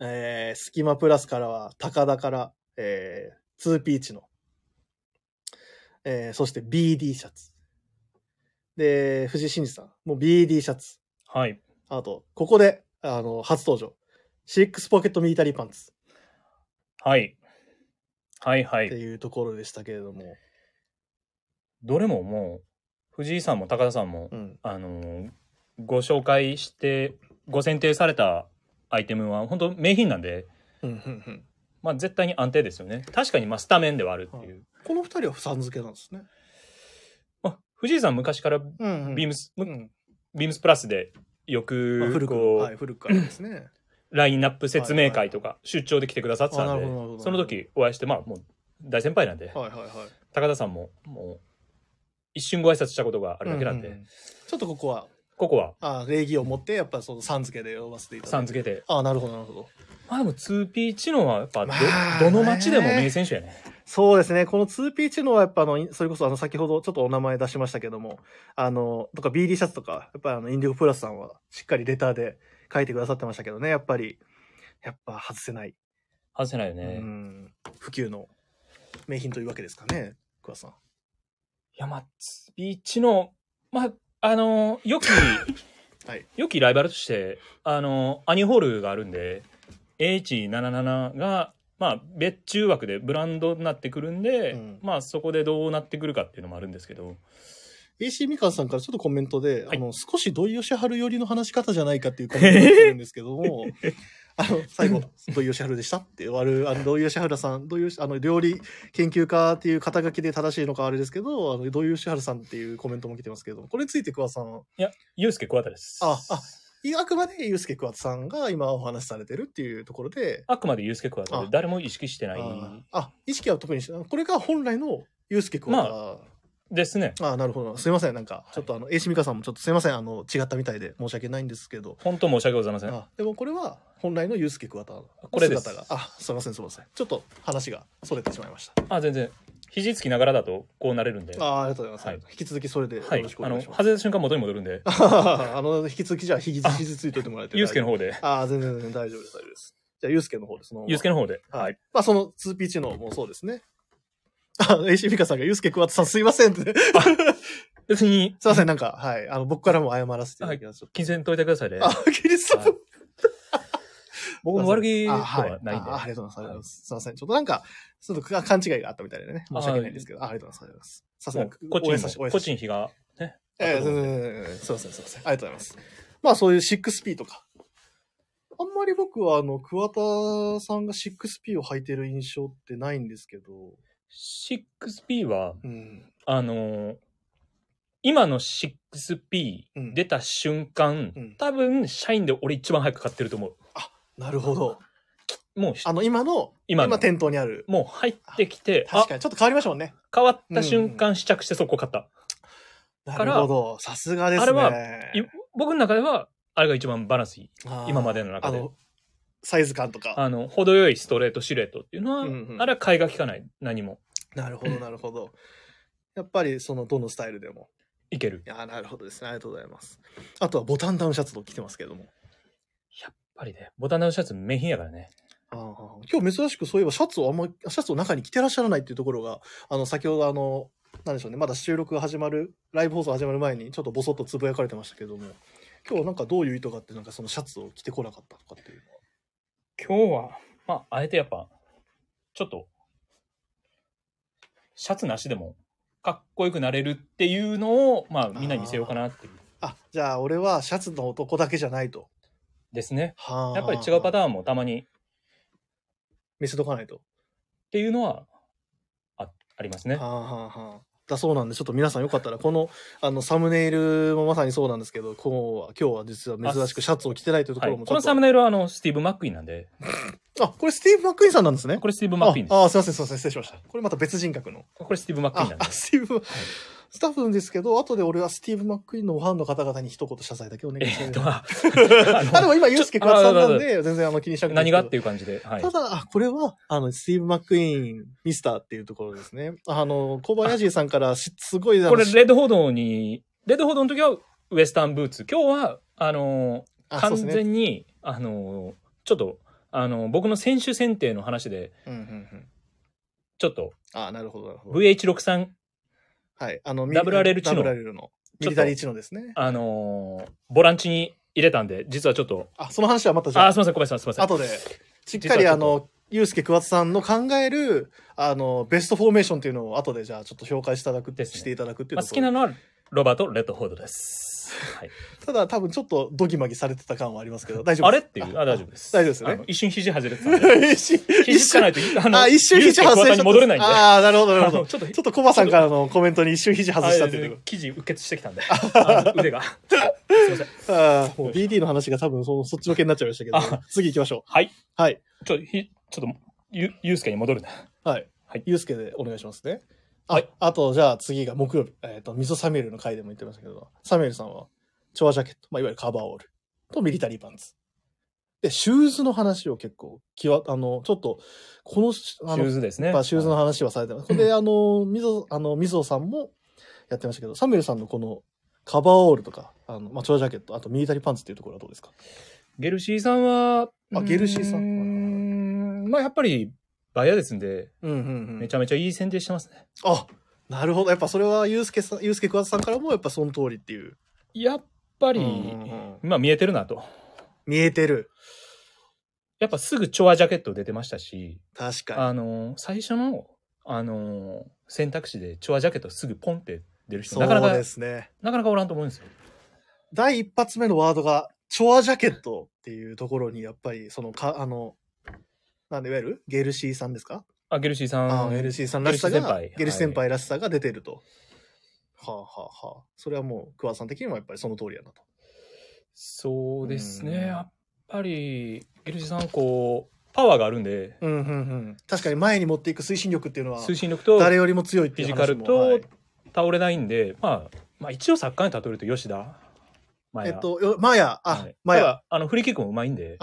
Speaker 1: えー、隙間プラスからは、高田から、えー、ツーピーチの、えー、そして BD シャツ。で、藤井真二さん、もう BD シャツ。
Speaker 2: はい。
Speaker 1: あと、ここで、あの、初登場。シックスポケットミリタリーパンツ
Speaker 2: はい。はいは
Speaker 1: って
Speaker 2: い。
Speaker 1: いうところでしたけれども。
Speaker 2: どれももう、藤井さんも高田さんも、
Speaker 1: うん。
Speaker 2: あのーご紹介して、ご選定されたアイテムは、本当名品なんで、
Speaker 1: うん、うん、うん。
Speaker 2: まあ絶対に安定ですよね。確かにまあスタメンではあるっていう。
Speaker 1: この二人はさん付けなんですね。
Speaker 2: あ、藤井さん昔から
Speaker 1: うん、
Speaker 2: ビームス、
Speaker 1: うん
Speaker 2: ビームスプラスでよく
Speaker 1: あ、古く、
Speaker 2: こう、
Speaker 1: はい、古くからです ね。
Speaker 2: ラインナップ説明会とか出張で来てくださってた
Speaker 1: あ
Speaker 2: ん
Speaker 1: な
Speaker 2: で
Speaker 1: るほどなるほど
Speaker 2: その時お会いしてまあもう大先輩なんで
Speaker 1: はい、はい、はい。
Speaker 2: 高田さんももう一瞬ご挨拶したことがあるだけなん
Speaker 1: う
Speaker 2: で
Speaker 1: うちょっとここは、
Speaker 2: ここは
Speaker 1: あ礼儀を持って、やっぱそのさん付けで呼ばせていただ
Speaker 2: さ
Speaker 1: い
Speaker 2: ん
Speaker 1: て。
Speaker 2: 付けて
Speaker 1: あなるほど、なるほど。
Speaker 2: まあでも 2P 知能はやっぱど,、
Speaker 1: まあ
Speaker 2: どの町でも名選手やね
Speaker 1: そうですね。この 2P チのはやっぱあの、それこそあの、先ほどちょっとお名前出しましたけども、あの、とか BD シャツとか、やっぱりあの、インディゴプラスさんはしっかりレターで書いてくださってましたけどね、やっぱり、やっぱ外せない、
Speaker 2: 外せないよね、
Speaker 1: う
Speaker 2: い
Speaker 1: ん、普及の名品というわけですかね、桑さん。
Speaker 2: やまあ 2P 知能まああの良き、
Speaker 1: はい
Speaker 2: 良きライバルとしてあのアニホールがあるんで H77 がまあ別注枠でブランドになってくるんで、
Speaker 1: うん
Speaker 2: まあそこでどうなってくるかっていうのもあるんですけど、
Speaker 1: AC みかんさんからちょっとコメントで、
Speaker 2: はい
Speaker 1: あの、少し土井善晴寄りの話し方じゃないかっていうコメントが来てるんですけど も、あの、最後、土井善晴でしたって終わる、あの、土井善晴さん、土井善あの、料理研究家っていう肩書きで正しいのかあれですけど、あの、土井善晴さんっていうコメントも来てますけど、これについて桑さん、
Speaker 2: ゆうすけ桑田です。
Speaker 1: あ、あ、いあくまでユうスケ桑田さんが今お話しされてるっていうところで、
Speaker 2: あくまでゆうすけ桑田で
Speaker 1: あ
Speaker 2: 誰も意識してない
Speaker 1: あ、あ意識は特にしこれが本来のユうスケ桑田。
Speaker 2: ですね。
Speaker 1: ああ、なるほど。すいません。なんか、ちょっとあの、エイシミカさんもちょっとすいません。あの、違ったみたいで申し訳ないんですけど。
Speaker 2: 本当申し訳ございません。
Speaker 1: あでもこれは、本来のユースケ桑田の
Speaker 2: これです
Speaker 1: 姿が。あ、すいません、すいません。ちょっと話がそれてしまいまし
Speaker 2: あ、全然。肘つきながらだとこうなれるんで。
Speaker 1: た。
Speaker 2: は
Speaker 1: ああ、ありがとうございます。
Speaker 2: は
Speaker 1: 引き続きそれでよ
Speaker 2: い
Speaker 1: ろしく。お
Speaker 2: あ
Speaker 1: 願い
Speaker 2: の、
Speaker 1: します。
Speaker 2: 外れた瞬間元に戻るんで、
Speaker 1: あの、引き続きじゃあ、ひじ、ひじついといてもらえて。
Speaker 2: ゆうすけの方で。
Speaker 1: ああ、全然全然大丈夫です、大丈夫です。じゃあ、ユースケの方です。
Speaker 2: ゆうすけの方で。
Speaker 1: はい。まあ、その 2P のもそうですね。あ、エイシミカさんがユースケ桑田さん すいませんって。
Speaker 2: 別に、
Speaker 1: すいません、なんか、はい。あの、僕からも謝らせていただきます。
Speaker 2: 金銭解いてくださいね。
Speaker 1: あ、キリスト
Speaker 2: はい僕も悪気で
Speaker 1: あ
Speaker 2: はないんで
Speaker 1: あ。あありがとうございますありがとうございます。すいません。ちょっとなんか、ちょっとか勘違いがあったみたいでね。申し訳ないんですけど。あありがとうございます。さす
Speaker 2: も
Speaker 1: が
Speaker 2: う、こっち
Speaker 1: お優
Speaker 2: に
Speaker 1: しいお
Speaker 2: も、
Speaker 1: 優
Speaker 2: こっ
Speaker 1: し
Speaker 2: ち
Speaker 1: い。
Speaker 2: に日が。ね。
Speaker 1: ええ、全然全然全然すいません、すいません。ありがとうございます。まあ、そういう 6P とか。あんまり僕は、あの、桑田さんが 6P を履いてる印象ってないんですけど。
Speaker 2: 6P は、
Speaker 1: うん。
Speaker 2: あのー今の 6P
Speaker 1: うん
Speaker 2: 出た瞬間、
Speaker 1: うん
Speaker 2: 多分社員で俺一番早く買ってると思
Speaker 1: なるほど。
Speaker 2: う。もうし、
Speaker 1: あの、今の、
Speaker 2: 今の
Speaker 1: 今店頭にある。
Speaker 2: もう入ってきて、あ
Speaker 1: 確か、に、ちょっと変わりましたもんね。
Speaker 2: 変わった瞬間試着してそこ買った。
Speaker 1: な
Speaker 2: から
Speaker 1: るほど。さすがですね。
Speaker 2: あれい僕の中では、あれが一番バランスいい。
Speaker 1: あー
Speaker 2: 今までの中で
Speaker 1: あの、サイズ感とか。
Speaker 2: あの、程よいストレートシルエットっていうのは、
Speaker 1: うんうん
Speaker 2: あれは買いが利かない。何も。
Speaker 1: なるほど、なるほど。やっぱり、その、どのスタイルでも。
Speaker 2: いける。
Speaker 1: いやー、なるほどですね。ありがとうございます。あとは、ボタンダウンシャツと着てますけれども。
Speaker 2: やっぱりね、ボタンのシャツ名品やからね。
Speaker 1: あー今日珍しく、そういえば、シャツをあんまり、シャツを中に着てらっしゃらないっていうところが、あの、先ほど、あの、なんでしょうね、まだ収録が始まる、ライブ放送始まる前に、ちょっとボソッとつぶやかれてましたけども、今日なんかどういう意図があって、なんかそのシャツを着てこなかったとかっていうのは。
Speaker 2: 今日は、まあ、あえてやっぱ、ちょっと、シャツなしでも、かっこよくなれるっていうのを、まあ、みんなに見せようかなっていう。
Speaker 1: あ、じゃあ、俺はシャツの男だけじゃないと。
Speaker 2: ですね。
Speaker 1: は
Speaker 2: やっぱり違うパタ
Speaker 1: ン。
Speaker 2: ーンもたまに、っ
Speaker 1: 見せとかないと。
Speaker 2: ていうのは、あ、ありますね。
Speaker 1: はあはあはあだそうなんで、ちょっと皆さんよかったら、この、あの、サムネイルもまさにそうなんですけど、今日は、今日は実は珍しくシャツを着てないというとこ
Speaker 2: は
Speaker 1: ろ
Speaker 2: い、
Speaker 1: も
Speaker 2: こ
Speaker 1: ちょ
Speaker 2: の
Speaker 1: っと、
Speaker 2: サムネイルはあのスティーブ・マックイーンなんで、
Speaker 1: あ、これスティーブ・マックイーンさんなんですね。
Speaker 2: これスティーブ・マックイーンです。
Speaker 1: ああ、すいません、すいません、失礼しました。これまた別人格の。
Speaker 2: これスティーブ・マックイーン
Speaker 1: あ
Speaker 2: なん、で
Speaker 1: あ、スティーブ、スタッフですけど、後で俺はスティーブ・マック・イーンのファンの方々に一言謝罪だけお願いし
Speaker 2: えーっと、
Speaker 1: ます。
Speaker 2: ああ の
Speaker 1: あ、でも今、ユースケ・クワさんなんで、全然あの気にしなくていいで
Speaker 2: 何
Speaker 1: すけど
Speaker 2: がっていう感じで。はい
Speaker 1: た。だ、あこれは、あの、スティーブ・マック・イーン、ミスターっていうところですね。あの、小林さんからし、すごい、あの
Speaker 2: これ、レッド報道に、レッド報道の時はウエスタンブーツ。今日は、あのー、
Speaker 1: あ
Speaker 2: 完
Speaker 1: そうですね
Speaker 2: 全に、あのー、ちょっと、あのー、僕の選手選定の話で、
Speaker 1: うんうんうん。
Speaker 2: ちょっと、
Speaker 1: あ、なるほど、なるほど。
Speaker 2: VH63、
Speaker 1: はい。あの、
Speaker 2: ダブルアレルチ
Speaker 1: ダ
Speaker 2: ノ
Speaker 1: ブルアレルの。ミリタリーチノですね。
Speaker 2: あのー、ボランチに入れたんで、実はちょっと、
Speaker 1: あ、その話はまたじゃ
Speaker 2: あ
Speaker 1: あ
Speaker 2: ー、すみません、小林さん、すみません。
Speaker 1: 後で、しっかり
Speaker 2: 実は
Speaker 1: あ
Speaker 2: ちょ
Speaker 1: の、ユースケ・クワさんの考える、あの、ベストフォーメーションっていうのを後でじゃあちょっと紹介していただく、
Speaker 2: ですね
Speaker 1: していただくっていう
Speaker 2: まあ、
Speaker 1: とこ
Speaker 2: 好き
Speaker 1: ろ
Speaker 2: なのは、ロバート・レッドフォードです。はい、
Speaker 1: ただ多分ちょっとドギマギされてた感 はありますけど、大丈夫
Speaker 2: あ
Speaker 1: で
Speaker 2: れっ
Speaker 1: す
Speaker 2: ていう、あ、大丈夫です。
Speaker 1: 大丈夫ですよ
Speaker 2: あ
Speaker 1: ね
Speaker 2: の。一瞬肘外れてたん で。
Speaker 1: 一瞬、
Speaker 2: 肘つかないと、あ
Speaker 1: あ、一瞬
Speaker 2: ユース
Speaker 1: 肘
Speaker 2: ケ
Speaker 1: 発
Speaker 2: 桑
Speaker 1: 生
Speaker 2: 田
Speaker 1: し
Speaker 2: に戻れないんで。
Speaker 1: ああ、なるほど、なるほ
Speaker 2: あの
Speaker 1: ど。
Speaker 2: ちょっと
Speaker 1: ちょっとコバさんからのコメントに一瞬肘外したっていうとこ
Speaker 2: 記事、うっ血して きたんで。あの腕が。すいません。
Speaker 1: ろ。ああ、もう BD の話が多分そのそっちのけになっちゃいましたけど
Speaker 2: あ、
Speaker 1: 次行きましょ
Speaker 2: はい。
Speaker 1: う。はい。
Speaker 2: ちょ、ひちょっと、ゆ、ゆうすけに戻るな。
Speaker 1: はい。
Speaker 2: はい
Speaker 1: ゆうすけでお願いしますね。は
Speaker 2: はいい。
Speaker 1: あと、じゃあ次が木曜日。えっ、と、ミソサミュエルの回でも言ってましたけど、サミュエルさんは、調和ジャケット、まあ、いわゆるカバーオールとミリタリーパンツ。で、シューズの話を結構、きわ、あの、ちょっと、この、あ
Speaker 2: シュー
Speaker 1: の、
Speaker 2: ズですね。
Speaker 1: まあシューズの話はされてます。で、あの、ミゾ、あの、ミゾさんもやってましたけど、サミュエルさんのこの、カバーオールとか、あの、まあ、調和ジャケット、あとミリタリーパンツっていうところはどうですか
Speaker 2: ゲルシーさんは、
Speaker 1: あゲルシーさん
Speaker 2: うーんまあ、やっぱり、バイヤーですんで、
Speaker 1: うんうん
Speaker 2: めちゃめちゃいい選定してますね。
Speaker 1: あ、なるほど。やっぱそれは、ゆうすけさん、ゆうすけ桑田さんからも、やっぱその通りっていう。
Speaker 2: やっぱり、
Speaker 1: うんうんうん
Speaker 2: まあ、見えてるなと。
Speaker 1: 見えてる。
Speaker 2: やっぱすぐチョアジャケット出てましたし、
Speaker 1: 確か
Speaker 2: あの、最初の、あの、選択肢でチョアジャケットすぐポンって出
Speaker 1: に。
Speaker 2: る人、
Speaker 1: そ
Speaker 2: なかな
Speaker 1: う
Speaker 2: か
Speaker 1: で、すね。
Speaker 2: なかなかおらんと思うんですよ。
Speaker 1: 第一発目のワードが、チョアジャケットっていうところに、やっぱり、その、か、あの、なんで、いわゆるゲルシーさんですか
Speaker 2: あ、ゲルシーさん。
Speaker 1: あゲルシーさんらしさが、
Speaker 2: ゲルシー先輩
Speaker 1: ゲルシー先輩らしさが出てると。はあ、はあはあ、それはもう、桑田さん的にもやっぱりその通りやなと。
Speaker 2: そうです
Speaker 1: うん
Speaker 2: ね。やっぱり、ゲルシーさん、こう、パワーがあるんで、
Speaker 1: うん、うん、うん。確かに前に持っていく推進力っていうのは、
Speaker 2: 推進力と、
Speaker 1: 誰よりも強いって
Speaker 2: フ
Speaker 1: いう
Speaker 2: ィジ
Speaker 1: 話
Speaker 2: カ
Speaker 1: も
Speaker 2: ルと、
Speaker 1: はい
Speaker 2: 倒れないんで、まあ、まあ一応サッカーに例えると吉田。マ
Speaker 1: え
Speaker 2: ヤ
Speaker 1: っ、と、よマヤ、あ、
Speaker 2: はい
Speaker 1: マヤ
Speaker 2: た。だあの、フリーキックもうまいんで、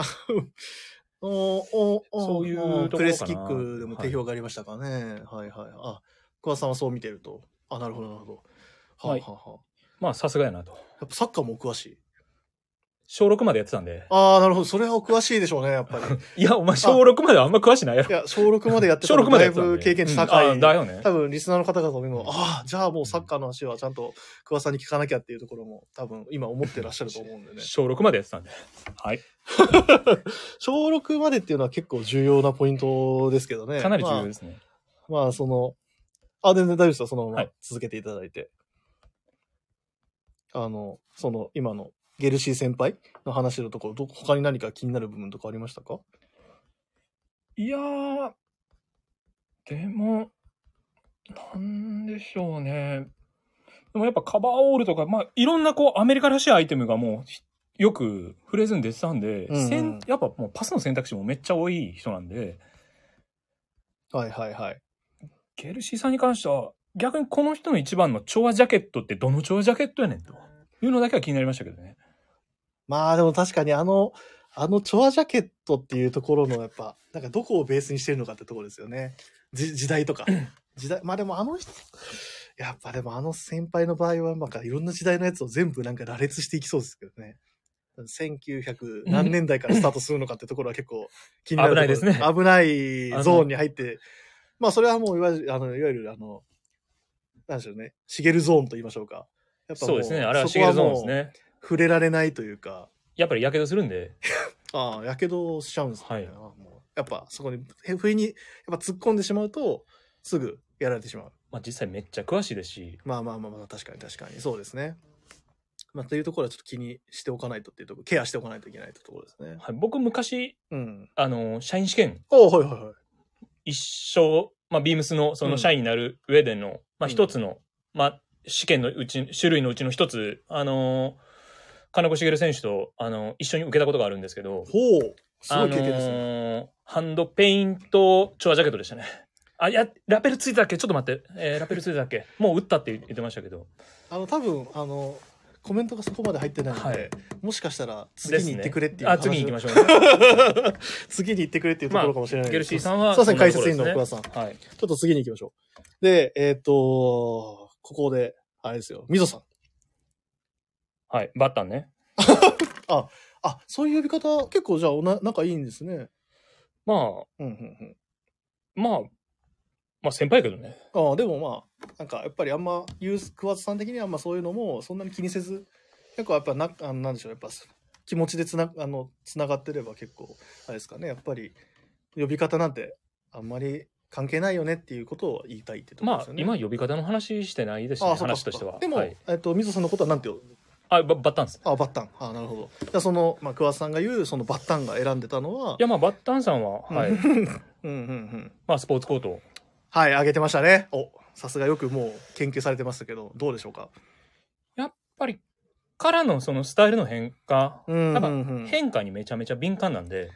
Speaker 1: おおお
Speaker 2: そういうところかな
Speaker 1: プレスキックでも定評がありましたかね。はい、はい、はい。あ、桑田さんはそう見てると。あ、なるほど、なるほど。は
Speaker 2: はい
Speaker 1: い、はあはあ
Speaker 2: まあさすがやなと。
Speaker 1: やっぱサッカーもお詳しい。
Speaker 2: 小6までやってたんで、
Speaker 1: ああ、なるほど。それはお詳しいでしょうね、や っぱり。い
Speaker 2: いや、お前小6まではあんま詳しいないやろ。
Speaker 1: や、小6までやってた
Speaker 2: 小
Speaker 1: ら
Speaker 2: 6ま
Speaker 1: だい
Speaker 2: でやってたん
Speaker 1: ぶ
Speaker 2: で。
Speaker 1: 経験値高
Speaker 2: う
Speaker 1: い。
Speaker 2: んあだよね
Speaker 1: 多。分、リスナーの方々も、ああ、じゃあもうサッカーの話はちゃんと桑田さんに聞かなきゃっていうところも、多分今思ってらっしゃると思うんでね。
Speaker 2: 小6までやってたんで。はい。
Speaker 1: 小6までっていうのは結構重要なポイントですけどね。
Speaker 2: かなり重要
Speaker 1: ま
Speaker 2: ですね。
Speaker 1: あ、まあ、その、あ、全然大丈夫ですよ。そのま
Speaker 2: は
Speaker 1: ま
Speaker 2: い
Speaker 1: 続けていただいて。あの、その、今のゲルシー先輩の話のところ、ど他に何か気になる部分とかありましたか
Speaker 2: いやー、でも、なんでしょうね。でもやっぱカバーオールとか、まあ、いろんなこう、アメリカらしいアイテムがもうひ、よくフレーズに出てたんで、
Speaker 1: うんうん
Speaker 2: せんやっぱもうパスの選択肢もめっちゃ多い人なんで、
Speaker 1: はいはいはい。
Speaker 2: ゲルシーさんに関しては、逆にこの人の一番の調和ジャケットってどの調和ジャケットやねんというのだけは気になりましたけどね。
Speaker 1: まあでも確かにあの、あのチョアジャケットっていうところのやっぱ、なんかどこをベースにしてるのかってところですよね。じ時代と か。時代、まあでもあの人、やっぱでもあの先輩の場合は、なんかいろんな時代のやつを全部なんか羅列していきそうですけどね。1900何年代からスタートするのかってところは結構気になるところ。
Speaker 2: 危ないですね
Speaker 1: 危ないゾーンに入って、まあそれはもういわゆる、あの、いわゆるあの、なんでしょうね、シゲルゾーンと言いましょうか。やっぱも
Speaker 2: そうですね。あれは
Speaker 1: そ
Speaker 2: シ
Speaker 1: こ
Speaker 2: ゲ
Speaker 1: は
Speaker 2: ルゾーン
Speaker 1: も
Speaker 2: で
Speaker 1: う
Speaker 2: すね。
Speaker 1: 触れられないというか、
Speaker 2: やっぱり火傷するんで、
Speaker 1: ああ、やけどしちゃうんですね。
Speaker 2: はい
Speaker 1: ああもうやっぱそこに、へ不意にやっぱ突っ込んでしまうと、すぐやられてしまう。
Speaker 2: まあ実際めっちゃ詳しいですし、
Speaker 1: まあまあまあまあ、確かに確かに。そうですね。まあ、というところはちょっと気にしておかないとっていうところ、ケアしておかないといけないってところですね。
Speaker 2: はい、僕昔、
Speaker 1: うん。
Speaker 2: あの、社員試験
Speaker 1: おおはいはいはい。
Speaker 2: 一生、まあ、ビームスのその社員になる上での、まあ、一つの、まあ、試験のうち、種類のうちの一つ、あのー金子茂選手と、あのー一緒に受けたことがあるんですけど、
Speaker 1: ほう。す
Speaker 2: あ
Speaker 1: ごい
Speaker 2: の
Speaker 1: 経験ですね。
Speaker 2: ーハンドペイントチョアジャケットでしたね。あ、いや、ラペルついてたっけちょっと待って。えーラペルついてたっけもう打ったって言ってましたけど。
Speaker 1: あの、多分、あの、コメントがそこまで入ってないので、
Speaker 2: はい
Speaker 1: もしかしたら次に行ってくれっていう
Speaker 2: ですね
Speaker 1: 話
Speaker 2: あ、次に行きましょう、
Speaker 1: 次に行ってくれっていうところかもしれない
Speaker 2: まあゲルシーさんは
Speaker 1: すいません、
Speaker 2: そんな
Speaker 1: 解
Speaker 2: とこ
Speaker 1: 説委
Speaker 2: ろで
Speaker 1: 員
Speaker 2: すね
Speaker 1: の奥田さん。ちょ
Speaker 2: はい。
Speaker 1: っと次に行きましょう。で、えーっと、ここで、あれですよ、みぞさん。
Speaker 2: はい。バッタンね。
Speaker 1: あ、そういう呼び方、結構じゃあおな、仲いいんですね。
Speaker 2: まあ、
Speaker 1: うん、うん、
Speaker 2: まあ、まあ先輩やけどね。
Speaker 1: うん。ああ、でもまあ、なんか、やっぱりあんま、ユース、桑田さん的にはあんまそういうのも、そんなに気にせず、結構やっぱな、あのなんでしょう、やっぱ、気持ちでつな、あの、つながってれば結構、あれですかね、やっぱり、呼び方なんて、あんまり関係ないよねっていうことを言いたいってところ
Speaker 2: ま
Speaker 1: で
Speaker 2: あ
Speaker 1: すよ、ね。
Speaker 2: 今呼び方の話してないですね。
Speaker 1: ああ、そうか
Speaker 2: 話
Speaker 1: そ
Speaker 2: と
Speaker 1: うか
Speaker 2: しては。
Speaker 1: でも、
Speaker 2: はい、
Speaker 1: えっと、みぞさんのことはなんて呼ぶ
Speaker 2: あ、ババッタンですね。
Speaker 1: あ、バッタン。あ、なるほど。じゃあその、まあ、桑田さんが言う、そのバッタンが選んでたのは、
Speaker 2: いや、まあ、バッタンさんは、はい。
Speaker 1: うん うんうん。
Speaker 2: まあ、スポーツコートを。
Speaker 1: はい、あげてましたね。お、さすがよくもう研究されてましたけど、どうでしょうか。
Speaker 2: やっぱり、からのそのスタイルの変化、
Speaker 1: うん
Speaker 2: やっぱ
Speaker 1: うん
Speaker 2: 変化にめちゃめちゃ敏感なんで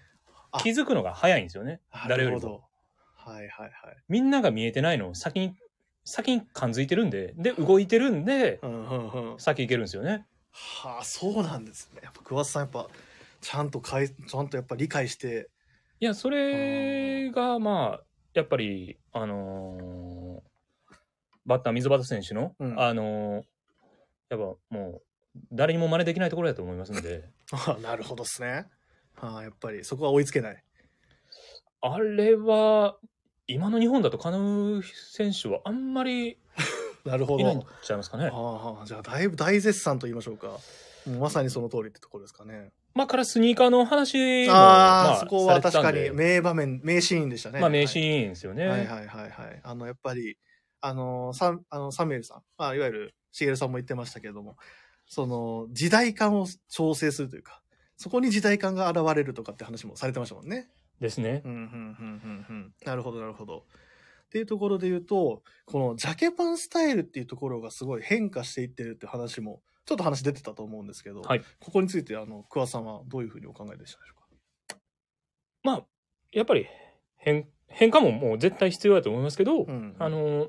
Speaker 1: あ、
Speaker 2: 気づくのが早いんですよね。誰より
Speaker 1: なる
Speaker 2: も。
Speaker 1: ほどはいはいはい。
Speaker 2: みんなが見えてないのを先に、先に感づいてるんで、で、動いてるんで、
Speaker 1: うんうんうん。
Speaker 2: 先行けるんですよね。
Speaker 1: はあ、そうなんですね。やっぱ桑田さん、やっぱ、ちゃんとかい、ちゃんとやっぱ理解して、
Speaker 2: いや、それが、まあ、やっぱり、あのーバッター、水端選手の、
Speaker 1: うん
Speaker 2: あのーやっぱもう、誰にも真似できないところだと思いますので、
Speaker 1: あなるほどですね。はあ、やっぱりそこは追いつけない。
Speaker 2: あれは、今の日本だと、カヌー選手はあんまり
Speaker 1: なるほ
Speaker 2: い
Speaker 1: ど。
Speaker 2: ないんちゃいますかね。
Speaker 1: はあ、じゃあだいぶ大絶賛と言いましょうか。もうまさにその通りってところですかね。
Speaker 2: まあ、からスニーカーの話も、
Speaker 1: ああ、
Speaker 2: まあ、
Speaker 1: そこは
Speaker 2: されて
Speaker 1: 確
Speaker 2: たん
Speaker 1: か
Speaker 2: で
Speaker 1: に名場面、名シーンでしたね。
Speaker 2: まあ、名シーンですよね。
Speaker 1: はいはいはいはいはい。あの、やっぱり、あの、サンあのサミュエルさん、まあ、いわゆるシゲルさんも言ってましたけれども、その、時代感を調整するというか、そこに時代感が現れるとかって話もされてましたもんね。
Speaker 2: ですね。
Speaker 1: うん、うん、うん、うん、うん。なるほど、なるほど。っていうところで言うと、このジャケパンスタイルっていうところがすごい変化していってるって話も、ちょっと話出てたと思うんですけど、
Speaker 2: はい
Speaker 1: ここについて、あの、桑さんはどういうふうにお考えでしたでしょうか
Speaker 2: まあ、やっぱり変、変化ももう絶対必要だと思いますけど、
Speaker 1: うん
Speaker 2: あのー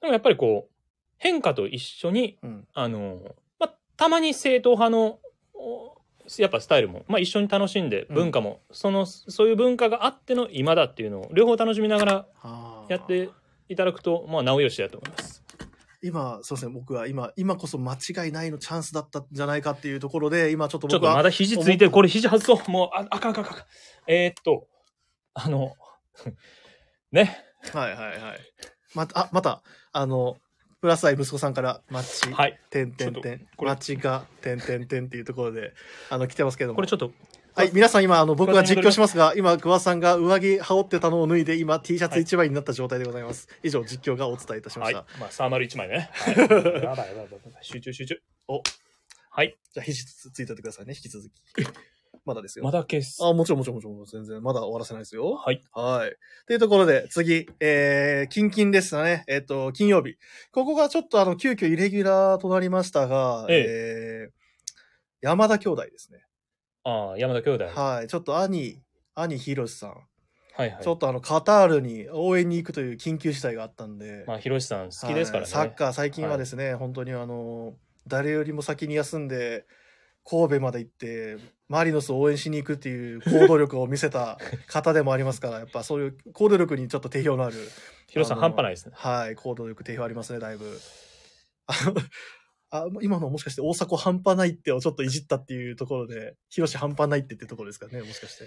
Speaker 2: でもやっぱりこう、変化と一緒に、
Speaker 1: うん。
Speaker 2: あのーまあ、たまに正統派の、おやっぱスタイルも、まあ、一緒に楽しんで、
Speaker 1: うん
Speaker 2: 文化も、その、そういう文化があっての今だっていうのを、両方楽しみながら
Speaker 1: あー
Speaker 2: やっていただくと、まあ、なおよしだと思います。
Speaker 1: 今、そうですね、僕は今、今こそ間違いないのチャンスだったんじゃないかっていうところで、今ちょっと
Speaker 2: ちょっ
Speaker 1: 僕
Speaker 2: とま
Speaker 1: は、
Speaker 2: だ肘ついてる。これ肘外そう。もう、あ、あかんあかんあかん。えーっと、あの、 ね。
Speaker 1: はいはいはい。また、あ、また、あの、プラスアイ息子さんから、マッチ、
Speaker 2: はい。
Speaker 1: てんてん
Speaker 2: ち
Speaker 1: て
Speaker 2: ょっ
Speaker 1: ん
Speaker 2: と、これ
Speaker 1: マッチが、てんてんてんっていうところで、あの、来てますけども。
Speaker 2: これちょっと、
Speaker 1: はい、皆さん今、あの、僕が
Speaker 2: 桑田さん
Speaker 1: 実況しますが、今、桑さんが上着羽織ってたのを脱いで、今、T シャツ1枚になった状態でございます。以上、実況がお伝えいたしま
Speaker 2: は
Speaker 1: し
Speaker 2: い
Speaker 1: た。。
Speaker 2: まあ、サーマル1枚ね。はい、やばいやばいやばい。集中集中。お。はい。
Speaker 1: じゃあ、肘つついておいてくださいね、引き続き。まだですよ。
Speaker 2: まだ消す。
Speaker 1: あ、もちろん、もちろん、もちろんもちろん、全然、まだ終わらせないですよ。
Speaker 2: はい。
Speaker 1: はい。というところで、次、えー、キンキンですね。えっ、と、金曜日。ここがちょっとあの、急遽イレギュラーとなりましたが、
Speaker 2: ええ
Speaker 1: えー山田兄弟ですね。
Speaker 2: ああ、山田兄弟。は
Speaker 1: はい。ちょっと兄、兄ひろしさん、
Speaker 2: いはい。
Speaker 1: ちょっとあの、カタールに応援に行くという緊急事態があったんで。
Speaker 2: まあ、ひろしさん好きですか
Speaker 1: は
Speaker 2: らね。
Speaker 1: いサッカー最近はですね、本当にあの、誰よりも先に休んで、神戸まで行って、マリノスを応援しに行くっていう行動力を見せた 方でもありますから、やっぱそういう行動力にちょっと定評のある、
Speaker 2: ひろしさん
Speaker 1: あの
Speaker 2: 半端ないですね。
Speaker 1: はい、行動力定評ありますね、だいぶ。あのあ今のもしかして大迫半端ないってをちょっといじったっていうところで、ヒロシ半端ないってってところですかね、もしかして。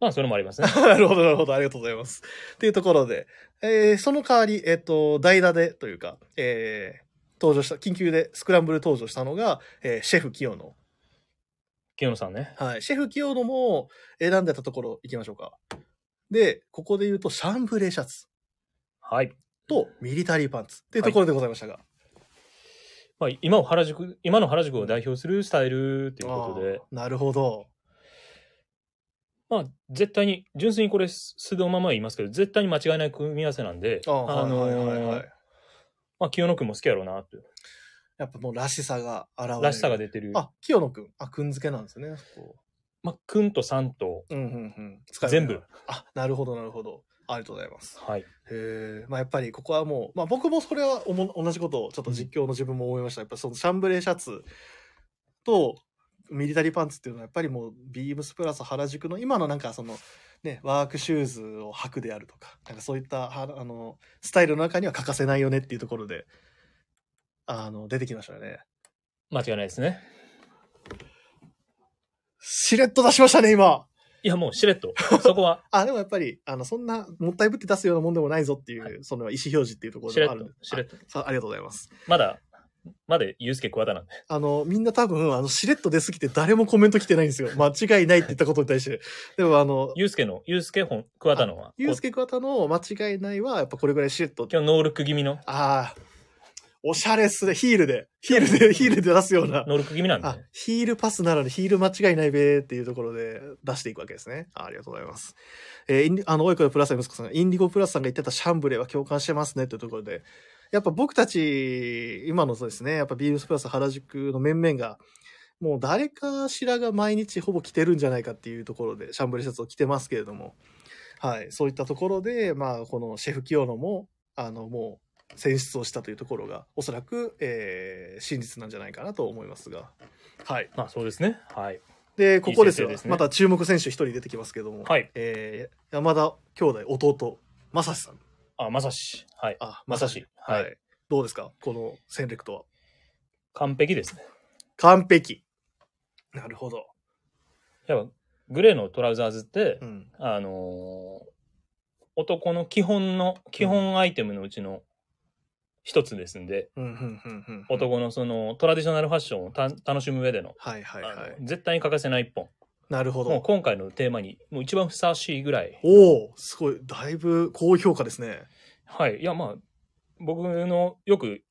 Speaker 2: まあ、それもありますね。
Speaker 1: なるほど、なるほど。ありがとうございます。っていうところで、えーその代わり、えっ、と、代打でというか、えー登場した、緊急でスクランブル登場したのが、えーシェフ清野。
Speaker 2: 清野さんね。
Speaker 1: はい。シェフ清野も選んでたところ行きましょうか。で、ここで言うと、シャンブレーシャツ
Speaker 2: はい。
Speaker 1: とミリタリーパンツっていうところでございましたが。
Speaker 2: まあ、今を原宿、今の原宿を代表するスタイルということで、
Speaker 1: あーなるほど。
Speaker 2: まあ、絶対に、純粋にこれ、素のまま言いますけど、絶対に間違いない組み合わせなんで、
Speaker 1: あー
Speaker 2: のー
Speaker 1: はいはいはいはい。
Speaker 2: まあ、清野くんも好きやろうな、という。
Speaker 1: やっぱもうらしさが現れる。
Speaker 2: らしさが出てる。
Speaker 1: あ、清野くん。あ、くん付けなんですね。そこ
Speaker 2: まあ、くんとさんと、
Speaker 1: うんうんうん。使える
Speaker 2: 全部。
Speaker 1: あ、なるほど、なるほど。ありがとうございます。
Speaker 2: はい。
Speaker 1: へえ、まあやっぱりここはもう、まあ僕もそれはおも同じことをちょっと実況の自分も思いました。やっぱそのシャンブレーシャツとミリタリーパンツっていうのはやっぱりもうビームスプラス原宿の今のなんかそのね、ワークシューズを履くであるとか、なんかそういったはあのスタイルの中には欠かせないよねっていうところで、あの、出てきましたね。
Speaker 2: 間違いないですね。
Speaker 1: しれっと出しましたね、今
Speaker 2: いや、もうしれっ と。そこは、
Speaker 1: あ、でもやっぱり、あの、そんな、もったいぶって出すようなもんでもないぞっていう、その意思表示っていうところ
Speaker 2: し
Speaker 1: で
Speaker 2: れっ
Speaker 1: もあるん
Speaker 2: と
Speaker 1: で。。
Speaker 2: しれっと。
Speaker 1: あさありがとうございます。
Speaker 2: まだ、まだ、ゆうすけ桑田なんで。
Speaker 1: あの、みんな多分、あの、しれっと出すぎて誰もコメント来てないんです よ。間違いないって言ったことに対して。でもあの、
Speaker 2: ゆうすけの、ゆうすけ本、桑田のは、
Speaker 1: ゆう
Speaker 2: こ
Speaker 1: すけ桑田の間違いないは、やっぱこれぐらいしれっと。
Speaker 2: 今日ノールック気味の、
Speaker 1: ああ、おしゃれっすね。ヒールで、ヒールで、ヒールで出すような。
Speaker 2: ノールック気味なんで
Speaker 1: あ。、ヒールパスなのでヒール間違いないべーっていうところで出していくわけですね。あありがとうございます。えーインディあの、おいこでプラスさん、息子さんが、インディゴプラスさんが言ってたシャンブレーは共感してますねというところで、やっぱ僕たち、今のそうですね、やっぱビームスプラス原宿の面々が、もう誰かしらが毎日ほぼ着てるんじゃないかっていうところで、シャンブレーシャツを着てますけれども、はい、そういったところで、まあ、このシェフ清野も、あの、もう、選出をしたというところが、おそらく、えー真実なんじゃないかなと思いますが、はい。
Speaker 2: まあ、そうですね。はい。
Speaker 1: で、ここですよ。
Speaker 2: いい先生ですね
Speaker 1: また注目選手一人出てきますけども、
Speaker 2: はい
Speaker 1: えー山田兄弟、弟、正志さん。
Speaker 2: あ、まさし。はい。
Speaker 1: あ、
Speaker 2: まさし。
Speaker 1: は、
Speaker 2: はいい。
Speaker 1: どうですかこの戦略とは。
Speaker 2: 完璧ですね。
Speaker 1: 完璧。なるほど。
Speaker 2: やっぱ、グレーのトラウザーズって
Speaker 1: う、ん。
Speaker 2: あのー男の基本の、基本アイテムのうちの一つですんで、
Speaker 1: うん、うん、うん、うん。。
Speaker 2: 男のそのトラディショナルファッションをた楽しむ上での、
Speaker 1: はい、はい、は
Speaker 2: あ
Speaker 1: い。
Speaker 2: の絶対に欠かせない一本。
Speaker 1: なるほ
Speaker 2: もう
Speaker 1: ど。
Speaker 2: 今回のテーマに、もう一番ふさわしいぐらい。
Speaker 1: おおすごい。だいぶ高評価ですね。
Speaker 2: はい。いや、まあ、僕のよく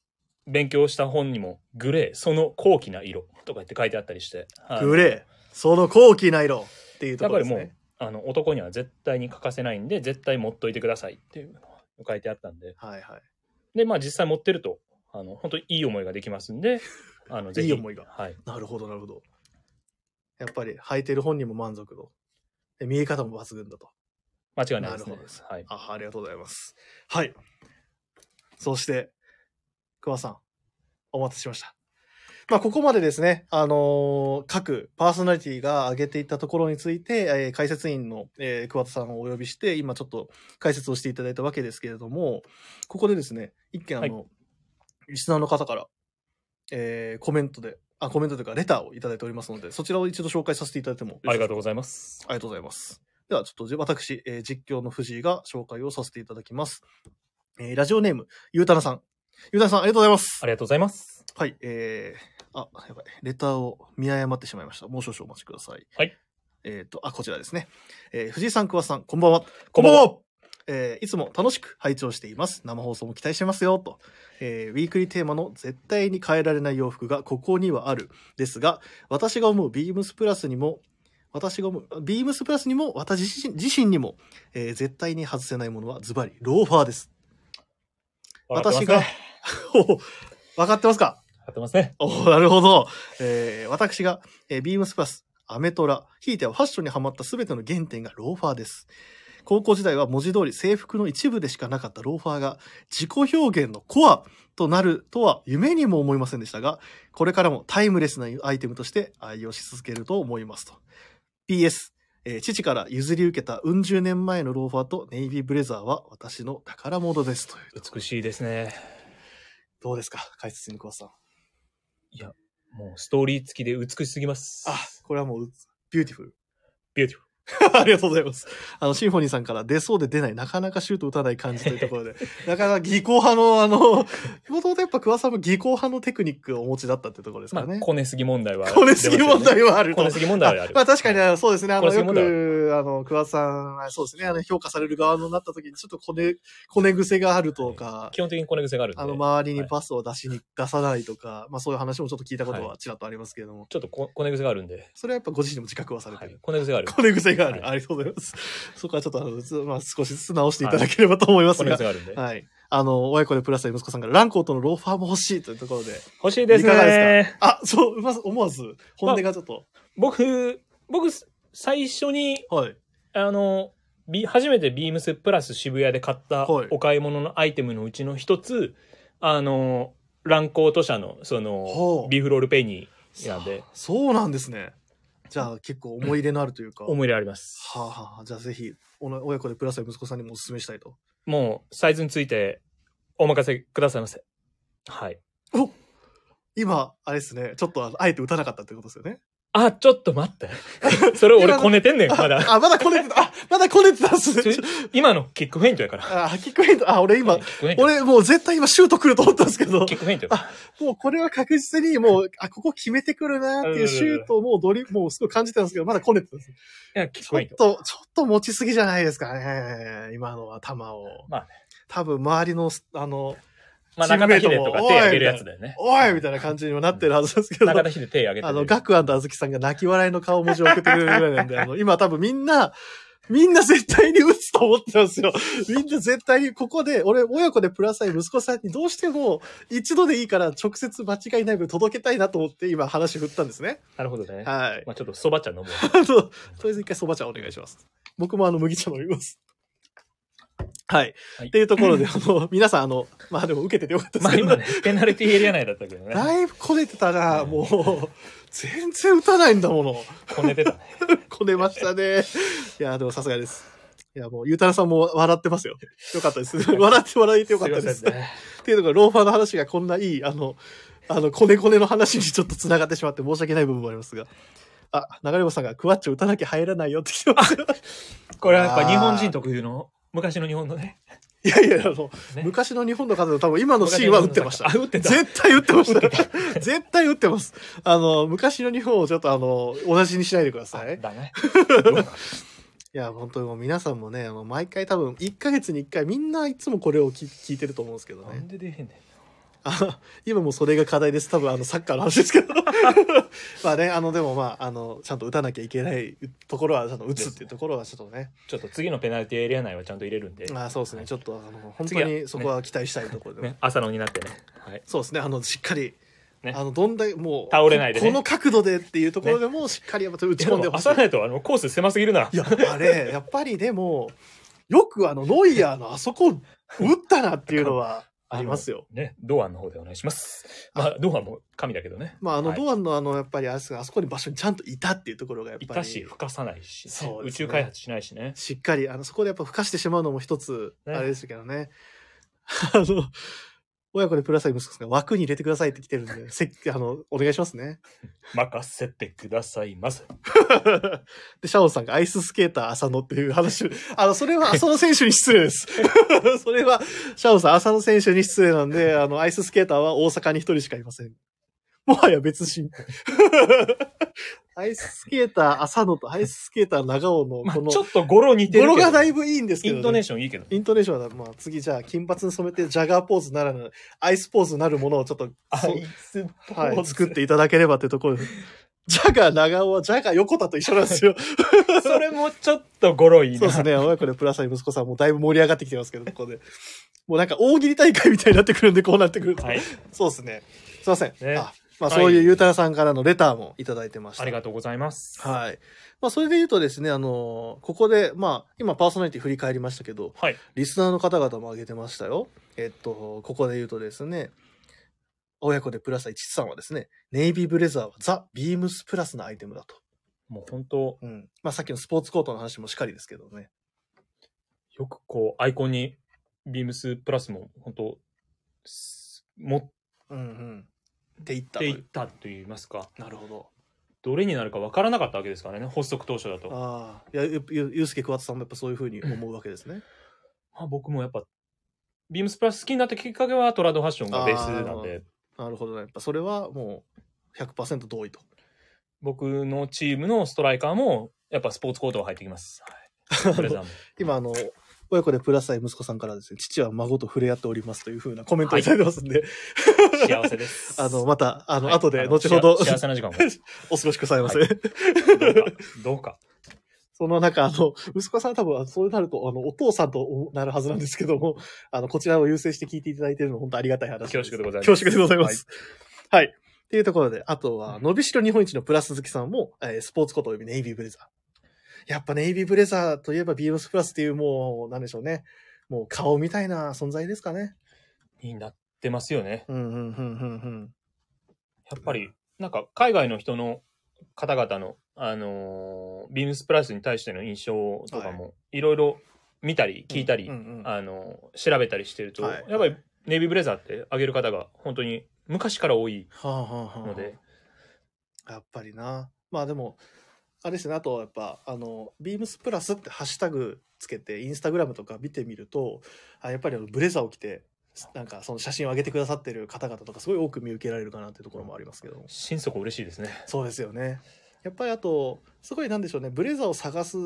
Speaker 2: 勉強した本にも、グレー、その高貴な色とかって書いてあったりして。
Speaker 1: グレー。その高貴な色っていうと
Speaker 2: やっ
Speaker 1: ころ
Speaker 2: ぱ
Speaker 1: で
Speaker 2: り
Speaker 1: すね。
Speaker 2: もう、あの、男には絶対に欠かせないんで、絶対持っといてくださいっていうのが書いてあったんで。
Speaker 1: はいは
Speaker 2: で、まあ実際持ってると、あの、本当にいい思いができます んで、あの、ぜひ。
Speaker 1: いい思いが
Speaker 2: はい。
Speaker 1: い。なるほど、なるほど。やっぱり履いてる本人も満足度。で見え方も抜群だと。
Speaker 2: 間違いない
Speaker 1: な
Speaker 2: です、ね。
Speaker 1: るほどです
Speaker 2: はい。
Speaker 1: あ、ありがとうございます。はい。そして、熊さん、お待たせしました。まあ、ここまでですね、あのー各パーソナリティが挙げていたところについて、えー解説員の、えー桑田さんをお呼びして、今ちょっと解説をしていただいたわけですけれども、ここでですね、一件あの、リスナーの方から、えーコメントで、あ、コメントというか、レターをいただいておりますので、そちらを一度紹介させていただいてもよろしいですか
Speaker 2: ありがとうございます。
Speaker 1: ありがとうございます。では、ちょっとじ私、えー実況の藤井が紹介をさせていただきます。えーラジオネーム、ゆうたなさん。ゆうたなさん、ありがとうございます
Speaker 2: あ。りがとうございます。
Speaker 1: はい、えー、あ、やばい。レターを見誤ってしまいました。もう少々お待ちください。
Speaker 2: はい。
Speaker 1: えっ、と、あ、こちらですね。えー藤井さん、桑田さん、こんばんは。
Speaker 2: こんばんは。
Speaker 1: えーいつも楽しく拝聴しています。生放送も期待してますよ、と。えーウィークリーテーマの絶対に変えられない洋服がここにはある。ですが、私が思うビームスプラスにも、私が思う、ビームスプラスにも、私自身自身にも、えー絶対に外せないものはズバリ、ローファーです。
Speaker 2: 笑
Speaker 1: 私
Speaker 2: ってます
Speaker 1: が
Speaker 2: ね。、
Speaker 1: おわかってますか
Speaker 2: 笑ってますね。
Speaker 1: おーなるほど。えー私が、えービームスプラス、アメトラ、ひいてはファッションにハマった全ての原点がローファーです。高校時代は文字通り制服の一部でしかなかったローファーが自己表現のコアとなるとは夢にも思いませんでしたが、これからもタイムレスなアイテムとして愛用し続けると思いますと。PS、えー父から譲り受けたうん十年前のローファーとネイビーブレザーは私の宝物ですという。
Speaker 2: 美しいですね。
Speaker 1: どうですか解説に桑田さん。
Speaker 2: もうストーリー付きで美しすぎます。
Speaker 1: あ、これはもう、ビューティフル。
Speaker 2: ビューティフ
Speaker 1: ありがとうございます。あの、シンフォニーさんから出そうで出ない、なかなかシュート打たない感じというところで、 なかなか技巧派の、あの、もともとやっぱ桑さんも技巧派のテクニックをお持ちだったってところです
Speaker 2: ル。ま
Speaker 1: か
Speaker 2: あ、
Speaker 1: ね。
Speaker 2: こねすぎ問題は。
Speaker 1: こねす ぎ問。題はあると。
Speaker 2: こねすぎ問題はあ
Speaker 1: あ
Speaker 2: る。
Speaker 1: まあ確かに
Speaker 2: はい
Speaker 1: ね、そうですね。あ
Speaker 2: こ
Speaker 1: の、
Speaker 2: れ
Speaker 1: よ
Speaker 2: 専門だ
Speaker 1: く、あの、桑さんは、そうですね。あの、評価される側になった時に、ちょっとこね、 こね癖があるとか、
Speaker 2: 基本的にこね癖があるんで。
Speaker 1: あの、周りにパスを出しに、出さないとか、まあそういう話もちょっと聞いたことはちらっとありますけれども、
Speaker 2: ちょっとここね癖があるんで。
Speaker 1: それはやっぱご自身でも自覚はされて
Speaker 2: は
Speaker 1: る
Speaker 2: い。。こね癖があ る。
Speaker 1: こね癖がある。
Speaker 2: はい
Speaker 1: ありがとうございます。そこはちょっとあの、つまあ、少しずつ直していただければと思います
Speaker 2: こね
Speaker 1: が。
Speaker 2: 癖があるんで。
Speaker 1: はい。あの、親子でプラスの息子さんから、ランコートのローファーも欲しいというところで。
Speaker 2: 欲しいですね。
Speaker 1: いかがであ、そう、うまず、思わず、本音がちょっと。
Speaker 2: 僕、僕、最初に、
Speaker 1: はい。
Speaker 2: あの、ビ初めてビームスプラス渋谷で買った
Speaker 1: はい
Speaker 2: お買い物のアイテムのうちの一つ、あの、蘭光都社の、そ
Speaker 1: ほ
Speaker 2: の
Speaker 1: う、
Speaker 2: ビーフロールペニーなんで、
Speaker 1: そうなんですね。じゃあ結構思い入れのあるというか。は
Speaker 2: 思い入れあります。
Speaker 1: あ、はあ、じゃあぜひ、おな親子でプラスは息子さんにもお勧めしたいと。
Speaker 2: もう、サイズについて、お任せくださいませ。はい。
Speaker 1: 今、あれですね、ちょっとああえて打たなかったってことですよね。
Speaker 2: あ、ちょっと待って。 それ俺こねてんねん、まだ。
Speaker 1: あ、まだこねてた、あ、まだこねてたっす
Speaker 2: それ
Speaker 1: ね。
Speaker 2: 今のキックフェイントやから。
Speaker 1: あ、キックフェイント、あ、俺今
Speaker 2: キ、ックフェイン ト。
Speaker 1: 俺もう絶対今シュート来ると思ったんですけ ど
Speaker 2: キ、ックフェイント。
Speaker 1: もうこれは確実にもう、あ、ここ決めてくるなっていうシュートをもうドリ、もうすごい感じてたんですけど、まだこねてたんです。
Speaker 2: いや、キック
Speaker 1: ち
Speaker 2: フ
Speaker 1: ょ
Speaker 2: ェイ
Speaker 1: っ
Speaker 2: ント。
Speaker 1: と、ちょっと持ちすぎじゃないですかね、今のは球を。
Speaker 2: まあね
Speaker 1: 多分周りの、あの、
Speaker 2: まあ、
Speaker 1: チーム
Speaker 2: 中
Speaker 1: メ
Speaker 2: 田
Speaker 1: イ
Speaker 2: 秀
Speaker 1: トも
Speaker 2: とか手あげるやつだよね。
Speaker 1: おいみたいな感じにもなってるはずですけど、
Speaker 2: 中田秀手あげて
Speaker 1: あ
Speaker 2: る
Speaker 1: の、ガクアンとあずきさんが泣き笑いの顔文字を送ってくれるぐらいなんで、あ の、今多分みんな、みんな絶対に打つと思ってますよ。 みんな絶対に、ここで、俺、親子でプラスアイ息子さんにどうしても、一度でいいから直接間違いない分届けたいなと思って今話振ったんですね。
Speaker 2: なるほどね。
Speaker 1: はい。
Speaker 2: まあ、ちょっとそば茶飲もう。
Speaker 1: あの、とりあえず一回そば茶お願いします。僕もあの、麦茶飲みます。はい。
Speaker 2: はい
Speaker 1: っていうところで、あの、皆さん、あの、まあでも受けててよかったで
Speaker 2: ますあ
Speaker 1: けど、
Speaker 2: 今ね、ペナルティーエリア内だったけどね。
Speaker 1: だいぶこねてたな、
Speaker 2: うん
Speaker 1: もう、全然打たないんだもの。
Speaker 2: こねてたね。
Speaker 1: こねましたね。いや、でもさすがです。いや、もう、ゆうたらさんも笑ってますよ。よかったです。笑って笑 えてよかったです。
Speaker 2: いませんね。
Speaker 1: っていうのが、ローファーの話がこんないい、あの、あの、こねこねの話にちょっと繋がってしまって申し訳ない部分もありますが。あ、流れ星さんがクワッチョ打たなきゃ入らないよって来てますよ。
Speaker 2: これはやっぱ日本人特有の、昔の日本のね。
Speaker 1: いやいや、あの、
Speaker 2: ね
Speaker 1: 昔の日本の方の多分今のシーンは打ってました。
Speaker 2: あ、打ってた。
Speaker 1: 絶対打ってました。絶対打ってます。あの、昔の日本をちょっとあの、同じにしないでください。
Speaker 2: だね。
Speaker 1: いや、本当にもう皆さんもね、あの毎回多分、1ヶ月に1回みんないつもこれを聞聞いてると思うんですけど
Speaker 2: な
Speaker 1: ね
Speaker 2: ん。で出へんねん。
Speaker 1: あ今もうそれが課題です。多分、あの、サッカーの話ですけ ど。まあね、あの、でもまあ、あの、ちゃんと打たなきゃいけないところは、ちゃんと打つっていうところはちょっとね。
Speaker 2: ちょっと次のペナルティーエリア内はちゃんと入れるんで。
Speaker 1: あそうですね。ちょっと、あの、本当
Speaker 2: 次は
Speaker 1: にそこは期待したいところで。
Speaker 2: ね、朝のになってね。はい。
Speaker 1: そうですね。あの、しっかり、
Speaker 2: ね
Speaker 1: あの、どんだけ、もう、
Speaker 2: 倒れないでね
Speaker 1: この角度でっていうところでも、しっかりやっぱ打ち込んでほしい。
Speaker 2: 朝のやとあのコース狭すぎるな。
Speaker 1: いや、あれ、やっぱりでも、よくあの、ノイヤーのあそこ、打ったなっていうの はありますよ。
Speaker 2: ね、堂安の方でお願いします。まあ、堂安も神だけどね。
Speaker 1: まあ、あの、
Speaker 2: はい
Speaker 1: ドアンのあの、やっぱりあそこあそこに場所にちゃんといたっていうところがやっ
Speaker 2: い
Speaker 1: ぱ
Speaker 2: た
Speaker 1: り、
Speaker 2: し、
Speaker 1: し
Speaker 2: 吹かさないし、
Speaker 1: そうで
Speaker 2: 宇
Speaker 1: すね
Speaker 2: 宙開発しないしね。
Speaker 1: っかり、あの、そこでやっぱ吹かしてしまうのも一つ、
Speaker 2: ね
Speaker 1: あれですけどね。あの、親子でプラスアイ息子さんが枠に入れてくださいって来てるんで、せっあの、お願いしますね。
Speaker 2: 任せてくださいませ。
Speaker 1: で、シャオさんがアイススケーター浅野っていう話。あの、それは浅野選手に失礼 です。それは、シャオさん浅野選手に失礼なんで、あの、アイススケーターは大阪に一人しかいません。もはや別 人。アイススケーター浅野とアイススケーター長尾の
Speaker 2: まあ、
Speaker 1: この
Speaker 2: ち、ょっと語呂似て
Speaker 1: 語
Speaker 2: るけど。
Speaker 1: 呂がだいぶいいんですけ
Speaker 2: イ
Speaker 1: ど、ね。
Speaker 2: ントネーションいいけど。
Speaker 1: イントネーションは、まあ、次じゃあ、金髪に染めて、ジャガーポーズならぬ、アイスポーズなるものをちょっと、
Speaker 2: ア
Speaker 1: そう
Speaker 2: イスポ
Speaker 1: は
Speaker 2: ー
Speaker 1: い、
Speaker 2: ズ
Speaker 1: 作っていただければってところです。ジャガー長尾はジャガー横田と一緒なんですよ。
Speaker 2: それもちょっとゴロいいな。
Speaker 1: そうですね。親子でプラスアイ息子さんもだいぶ盛り上がってきてますけど、ここで。 もうなんか大喜利大会みたいになってくるんで、こうなってくると。
Speaker 2: はい。
Speaker 1: そうですね。すいません。
Speaker 2: ね
Speaker 1: あまあ
Speaker 2: はい
Speaker 1: そういうゆうたらさんからのレターもいただいてました。
Speaker 2: ありがとうございます。
Speaker 1: はい。まあそれで言うとですね、あのーここで、まあ今パーソナリティ振り返りましたけど、
Speaker 2: はい。
Speaker 1: リスナーの方々も挙げてましたよ。えっと、ここで言うとですね、親子でプラス1さんはですね、ネイビーブレザーはザ・ビームスプラスのアイテムだと。
Speaker 2: もう本当、
Speaker 1: うん。まあさっきのスポーツコートの話もしっかりですけどね。
Speaker 2: よくこう、アイコンに、ビームスプラスも本当、す持っ
Speaker 1: うんうん。って言ったと
Speaker 2: て
Speaker 1: い
Speaker 2: いうったと言いますか、
Speaker 1: なるほど。
Speaker 2: どれになるかわからなかったわけですからね、発足当初だと。
Speaker 1: ああ、いや、ゆゆゆうすけ桑田さんもやっぱそういうふうに思うわけですね。
Speaker 2: まあ、僕もやっぱ、ビームスプラス好きになったきっかけはトラドファッションがベースなん
Speaker 1: あー
Speaker 2: で、
Speaker 1: なるほどね。やっぱそれはもう100%同意 と。
Speaker 2: 僕のチームのストライカーも、やっぱスポーツコートが入ってきます。はい。ブレザーも
Speaker 1: 今、あの、親子でプラスアイ息子さんからですね、父は孫と触れ合っておりますというふうなコメントをいただいてますんで、
Speaker 2: 幸せで す。
Speaker 1: あの、また、あの、
Speaker 2: はい
Speaker 1: 後で、後ほど
Speaker 2: 幸、せ幸せな時間を。
Speaker 1: お過ごしくださいませ。
Speaker 2: はど うか。どうか。
Speaker 1: その中、あの、息子さんは多分、そうなると、あの、お父さんとおなるはずなんですけども、あの、こちらを優先して聞いていただいているの、本当ありがたい話です。
Speaker 2: 恐縮でございます
Speaker 1: 恐縮でございます。はい。っていうところで、あとは、伸びしろ日本一のプラス好きさんも、えースポーツことおよびネイビーブレザー。やっぱネイビーブレザーといえばビームスプラスっていうもう、なんでしょうね。もう顔みたいな存在ですかね。
Speaker 2: になってますよね。
Speaker 1: うん、うん、うん、うん、うん。
Speaker 2: やっぱり、なんか海外の人の方々の、あのービームスプラスに対しての印象とかも、いろいろ見たり聞いたり、
Speaker 1: うんうんうん
Speaker 2: あのー調べたりしてると、
Speaker 1: はい
Speaker 2: やっぱりネイビーブレザーってあげる方が本当に昔から多い
Speaker 1: はあはあはあ
Speaker 2: ので、
Speaker 1: やっぱりな。まあでも、あれですね、あとはやっぱ、あの、ビームスプラスってハッシュタグつけて、インスタグラムとか見てみると、あやっぱりあのブレザーを着て、なんかその写真を上げてくださってる方々とかすごい多く見受けられるかなっていうところもありますけども。
Speaker 2: 心底嬉しいですね。
Speaker 1: そうですよね。やっぱりあと、すごいなんでしょうね、ブレザーを探す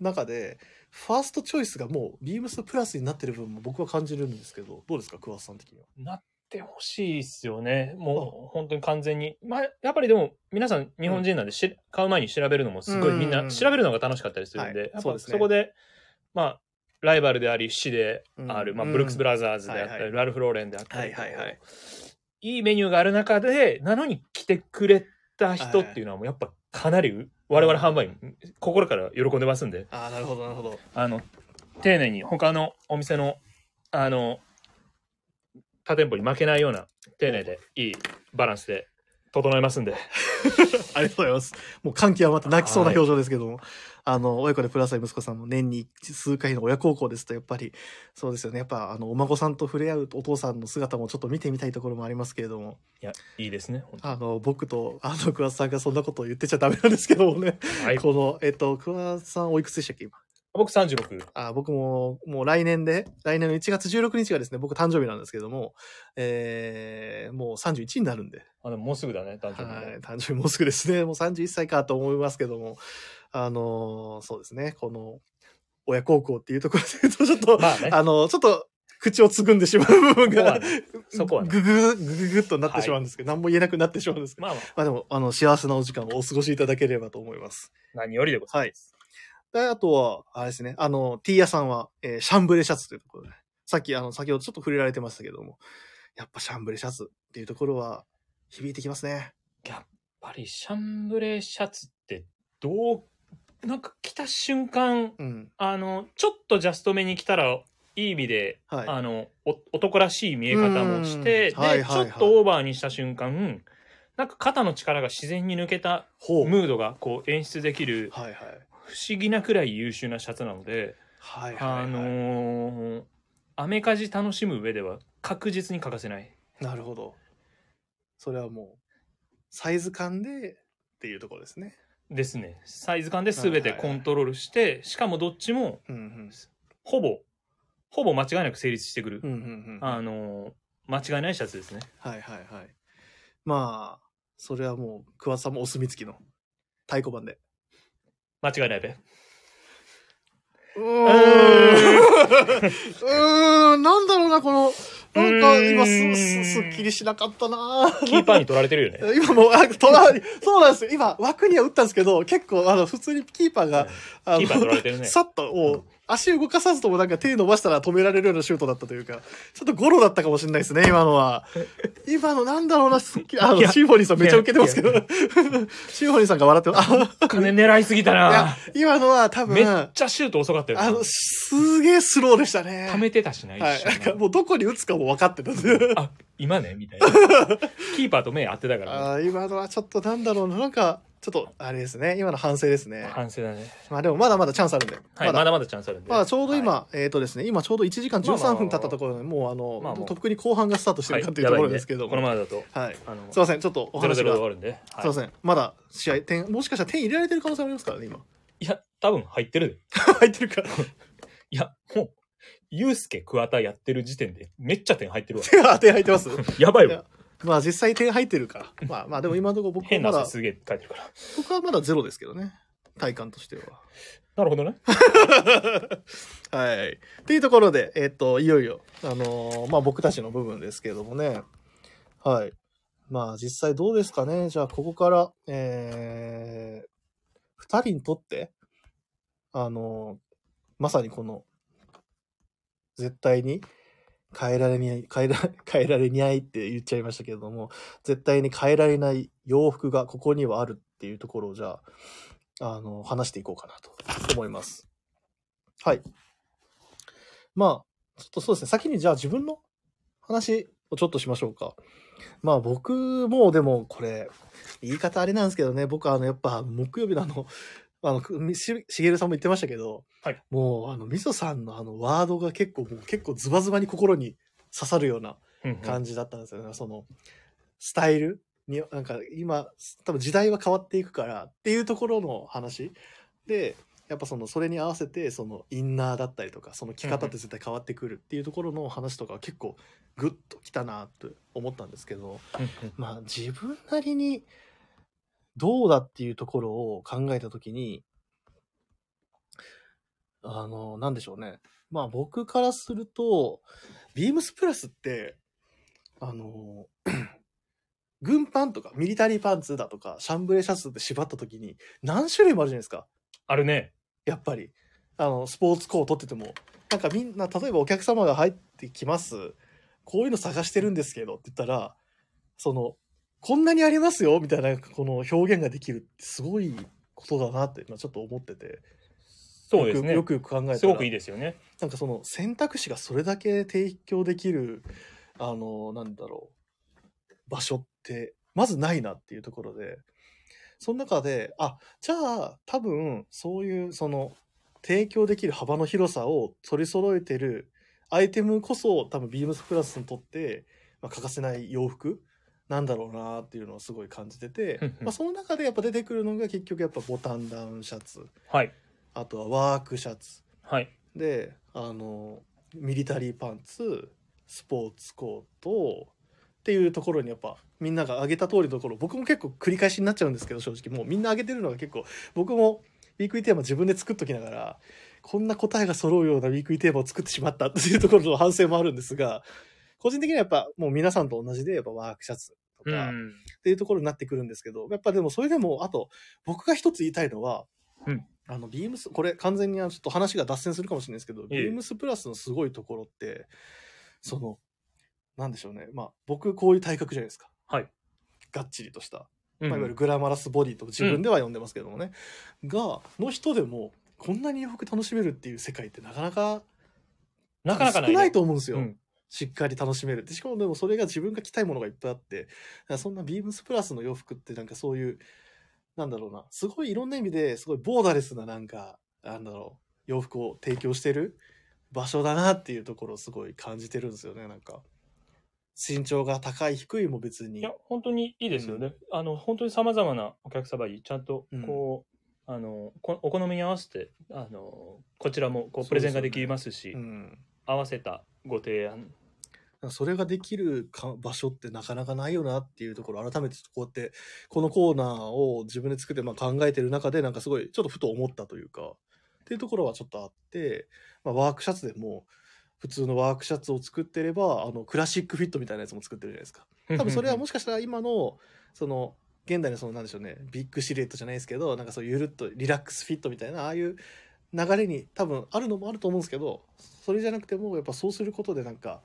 Speaker 1: 中で、ファーストチョイスがもうビームスプラスになってる分も僕は感じるんですけど、どうですか、桑田さん的には。
Speaker 2: なってほしいっすよね。もう本当に完全に。まあ、やっぱりでも皆さん日本人なんでし、買う前に調べるのもすごいみん
Speaker 1: うん
Speaker 2: な調べるのが楽しかったりするんで、
Speaker 1: はい
Speaker 2: やっぱ
Speaker 1: そうですね
Speaker 2: そこで、まあ、ライバルであり、市であ
Speaker 1: う
Speaker 2: る、
Speaker 1: ん
Speaker 2: まあ、ブルックス・ブラザーズであった
Speaker 1: は
Speaker 2: り、
Speaker 1: いはい
Speaker 2: ラルフ・ローレンであったり、
Speaker 1: はいはいはい
Speaker 2: いいメニューがある中で、なのに来てくれた人っていうのは、もうやっぱかなりう我々販売員、心から喜んでますんで、
Speaker 1: ああ、なるほど、なるほど。
Speaker 2: あの、丁寧に他のお店の、あの、他店舗に負けないような、丁寧でいいバランスで整えますんで。
Speaker 1: ありがとうございます。もう歓喜はまた泣きそうな表情ですけども、あの、親子でプラスアイ息子さんも年に数回の親孝行ですと、やっぱり、そうですよね。やっぱ、あの、お孫さんと触れ合うお父さんの姿もちょっと見てみたいところもありますけれども、
Speaker 2: いや、いいですね。本当
Speaker 1: あの、僕と、あの、桑田さんがそんなことを言ってちゃダメなんですけどもね。
Speaker 2: はい、
Speaker 1: この、えっと、桑田さんおいくつでしたっけ、今。
Speaker 2: 僕36。
Speaker 1: あ僕も、もう来年で、来年の1月16日がですね、僕誕生日なんですけども、えー、もう31になるんで。
Speaker 2: あでももうすぐだね、誕生日
Speaker 1: はい、
Speaker 2: で。
Speaker 1: 誕生日もうすぐですね。もう31歳 かと思いますけども、あのーそうですね、この、親孝行っていうところで言うと、ちょっと、
Speaker 2: まあね
Speaker 1: あの、ちょっと、口をつぐんでしまう部分
Speaker 2: そこ
Speaker 1: が、
Speaker 2: はねそこはね
Speaker 1: ぐぐぐぐぐぐっとなってしまうんですけど、何も言えなくなってしまうんですけど、
Speaker 2: まあまあ、
Speaker 1: まあでも、あの、幸せなお時間をお過ごしいただければと思います。
Speaker 2: 何よりでござい
Speaker 1: はい。であとは、あれですね、あの、T 屋さんは、えーシャンブレシャツというところで、さっき、あの、先ほどちょっと触れられてましたけども、やっぱシャンブレシャツっていうところは、響いてきますね。
Speaker 2: ます。やっぱりシャンブレーシャツって、どう、なんか着た瞬間、
Speaker 1: うん。
Speaker 2: あの、ちょっとジャスト目に来たら、いい意味で、
Speaker 1: はい。
Speaker 2: あのお男らしい見え方もして
Speaker 1: う
Speaker 2: で、
Speaker 1: んはいはいはい
Speaker 2: ちょっとオーバーにした瞬間なんか肩の力が自然に抜けた
Speaker 1: ほう。
Speaker 2: ムードがこう演出できる
Speaker 1: はいはい。
Speaker 2: 不思議なくらい優秀なシャツなので、
Speaker 1: はいはい、はい。
Speaker 2: あのーアメカジ楽しむ上では確実に欠かせない
Speaker 1: なるほど。それはもう、サイズ感でっていうところですね。
Speaker 2: ですねサイズ感で全てコントロールして、しかもどっちも
Speaker 1: うんうん。
Speaker 2: ほぼほぼ間違いなく成立してくる、
Speaker 1: うんうんうん。は
Speaker 2: あのー間違いないシャツですね
Speaker 1: いはいはい。まあ、それはもう、桑田さんもお墨付きの太鼓判で。
Speaker 2: 間違いないべ
Speaker 1: うーん、なんだろうな、この、なんか今
Speaker 2: うー
Speaker 1: す、
Speaker 2: ん
Speaker 1: す、すっきりしなかったな
Speaker 2: キーパーに取られてるよね
Speaker 1: 今もう、あ、トラ、そうなんですよ。今、枠には打ったんですけど、結構、あの、普通にキーパーが、 あの
Speaker 2: キーパー取られてるね
Speaker 1: さっと、もう、足動かさずともなんか手伸ばしたら止められるようなシュートだったというか、ちょっとゴロだったかもしれないですね、今の は。今のなんだろうな、すっきり、あの
Speaker 2: い、や
Speaker 1: シーフォニーさんめっちゃ受けてますけど
Speaker 2: いやい、
Speaker 1: シーフォニーさんが笑ってます。あ
Speaker 2: 金狙いすぎた
Speaker 1: いや
Speaker 2: な。
Speaker 1: 今のは多
Speaker 2: めっ
Speaker 1: 分、
Speaker 2: ちゃシュート遅かったよ。
Speaker 1: あの、すげえスローでしたね。
Speaker 2: 溜めてたしな、一
Speaker 1: はい。なんか
Speaker 2: 瞬な。
Speaker 1: もうどこに打つかも分かってたんで。
Speaker 2: あ、今ねみた いな。キーパーと目合ってたからね。
Speaker 1: あー今のはちょっとなんだろうな、なんか、ちょっと、あれですね、今の反省ですね。
Speaker 2: 反省だね。
Speaker 1: まあでもまだまだチャンスあるんで。
Speaker 2: はい、まだまだチャンスあるんで。
Speaker 1: まあちょうど
Speaker 2: は
Speaker 1: 今、えっ、とですね、今ちょうど1時間
Speaker 2: まあまあ
Speaker 1: 13分経ったところで、もうあの、
Speaker 2: まあもう
Speaker 1: とっくに後半がスタートし
Speaker 2: い、
Speaker 1: てるかという
Speaker 2: や
Speaker 1: と
Speaker 2: ば
Speaker 1: こ
Speaker 2: ね
Speaker 1: ろですけど
Speaker 2: こ
Speaker 1: も。
Speaker 2: の
Speaker 1: はい。
Speaker 2: ままだと、あの、
Speaker 1: すいません、ちょっとお
Speaker 2: ゼロゼ
Speaker 1: 話
Speaker 2: ロ
Speaker 1: が。
Speaker 2: で終わるんで。
Speaker 1: すいま
Speaker 2: ん。
Speaker 1: せん、まだ試合点、もしかしたら点入れられてる可能性もありますからね、今。
Speaker 2: いや、多分入ってるで。
Speaker 1: 入ってるから。
Speaker 2: いや、もう、ユうスケ桑田やってる時点で、めっちゃ点入って るわ。
Speaker 1: あ点入ってます
Speaker 2: やばい
Speaker 1: い
Speaker 2: わ
Speaker 1: や。まあ実際点入ってるから。まあまあでも今のところ僕は
Speaker 2: 変
Speaker 1: ま
Speaker 2: な
Speaker 1: だ
Speaker 2: 汗、すげえ書いてるから。
Speaker 1: 僕はまだゼロですけどね。体感としては。
Speaker 2: なるほどね。
Speaker 1: はい。っていうところで、えっ、と、いよいよ、あのーまあ、僕たちの部分ですけれどもね。はい。まあ、実際どうですかね。じゃあ、ここから、えー、二人にとって、あのーまさにこの、絶対に変えられない、変えら、 変えられないって言っちゃいましたけれども、絶対に変えられない洋服がここにはあるっていうところを、じゃあ、あの、話していこうかなと思います。はい。まあ、ちょっとそうですね、先にじゃあ自分の話をちょっとしましょうか。まあ僕もでもこれ、言い方あれなんですけどね、僕あのやっぱ木曜日のあ の、あの、くみししげるさんも言ってましたけど、
Speaker 2: はい
Speaker 1: もうあの、みそさんのあのワードが結構もう結構ズバズバに心に刺さるような
Speaker 2: うんうん
Speaker 1: 感じだったんですよね。その、スタイルに、なんか今、多分時代は変わっていくからっていうところの話。で、やっぱその、それに合わせて、その、インナーだったりとか、その着方って絶対変わってくるっていうところの話とかは結構、グッときたなと思ったんですけど、
Speaker 2: うん
Speaker 1: まあ自分なりに、どうだっていうところを考えたときに、あの、なんでしょうね。まあ僕からすると、ビームスプラスって、あの、軍パンとかミリタリーパンツだとか、シャンブレーシャツって縛った時に何種類もあるじゃないですか。
Speaker 2: あるね。
Speaker 1: やっぱり。あの、スポーツコートってても、なんかみんな、例えばお客様が入ってきます。こういうの探してるんですけどって言ったら、その、こんなにありますよみたいな、この表現ができるってすごいことだなって、まあちょっと思ってて。
Speaker 2: そうですね。
Speaker 1: よくよく考えたら。
Speaker 2: すごくいいですよね。
Speaker 1: なんかその選択肢がそれだけ提供できる、あの、なんだろう、場所って、まずないなっていうところで、その中で、あ、じゃあ、多分、そういう、その、提供できる幅の広さを取り揃えてるアイテムこそ、多分、ビームスプラスにとって、まあ、欠かせない洋服なんだろうなっていうのをすごい感じてて
Speaker 2: うん、うん
Speaker 1: まあ、その中でやっぱ出てくるのが結局やっぱボタンダウンシャツ、
Speaker 2: はい。
Speaker 1: あとはワークシャツ、
Speaker 2: はい。
Speaker 1: であのミリタリーパンツスポーツコートっていうところにやっぱみんなが挙げた通りのところ僕も結構繰り返しになっちゃうんですけど正直もうみんな挙げてるのが結構僕もウィークイーテーマ自分で作っときながらこんな答えが揃うようなウィークイーテーマを作ってしまったっていうところの反省もあるんですが個人的にはやっぱもう皆さんと同じでやっぱワークシャツと
Speaker 2: う
Speaker 1: かっ
Speaker 2: ん。
Speaker 1: ていうところになってくるんですけどやっぱでもそれでもあと僕が一つ言いたいのは、
Speaker 2: うん
Speaker 1: あのビームスこれ完全にあのちょっと話が脱線するかもしれないですけど、
Speaker 2: え
Speaker 1: ビームスプラスのすごいところってそのなんでしょうねまあ僕こういう体格じゃないですか
Speaker 2: はい。
Speaker 1: がっちりとした、
Speaker 2: うん
Speaker 1: まあ、いわゆるグラマラスボディと自分では呼んでますけどもね、がの人でもこんなに洋服楽しめるっていう世界ってなかなか
Speaker 2: なかなかない
Speaker 1: 少
Speaker 2: ね。
Speaker 1: ないと思うんですよ、
Speaker 2: うん
Speaker 1: しっかり楽しめるでしかもでもそれが自分が着たいものがいっぱいあってだからそんなビームスプラスの洋服ってなんかそういうなんだろうなすごいいろんな意味ですごいボーダレスななんかなんだろう洋服を提供してる場所だなっていうところをすごい感じてるんですよねなんか身長が高い低いも別
Speaker 2: い
Speaker 1: に
Speaker 2: や、本当にいいですよね。あの、本当に様々なお客様にちゃんと、こう、あの、こお好みに合わせて、あの、こちらも、こう、プレゼンができますし、
Speaker 1: うん
Speaker 2: 合わせたご提案。
Speaker 1: なんかそれができるか場所ってなかなかないよなっていうところ改めてこうやってこのコーナーを自分で作ってまあ考えてる中でなんかすごいちょっとふと思ったというかっていうところはちょっとあって、まあ、ワークシャツでも普通のワークシャツを作ってればあのクラシックフィットみたいなやつも作ってるじゃないですか多分それはも
Speaker 2: し、
Speaker 1: しかしたら今のその現代のそのなんでしょうねビッグシルエットじゃないですけどなんかそうゆるっとリラックスフィットみたいなああいう流れに多分あるのもあると思うんですけどそれじゃなくてもやっぱそうすることでなんか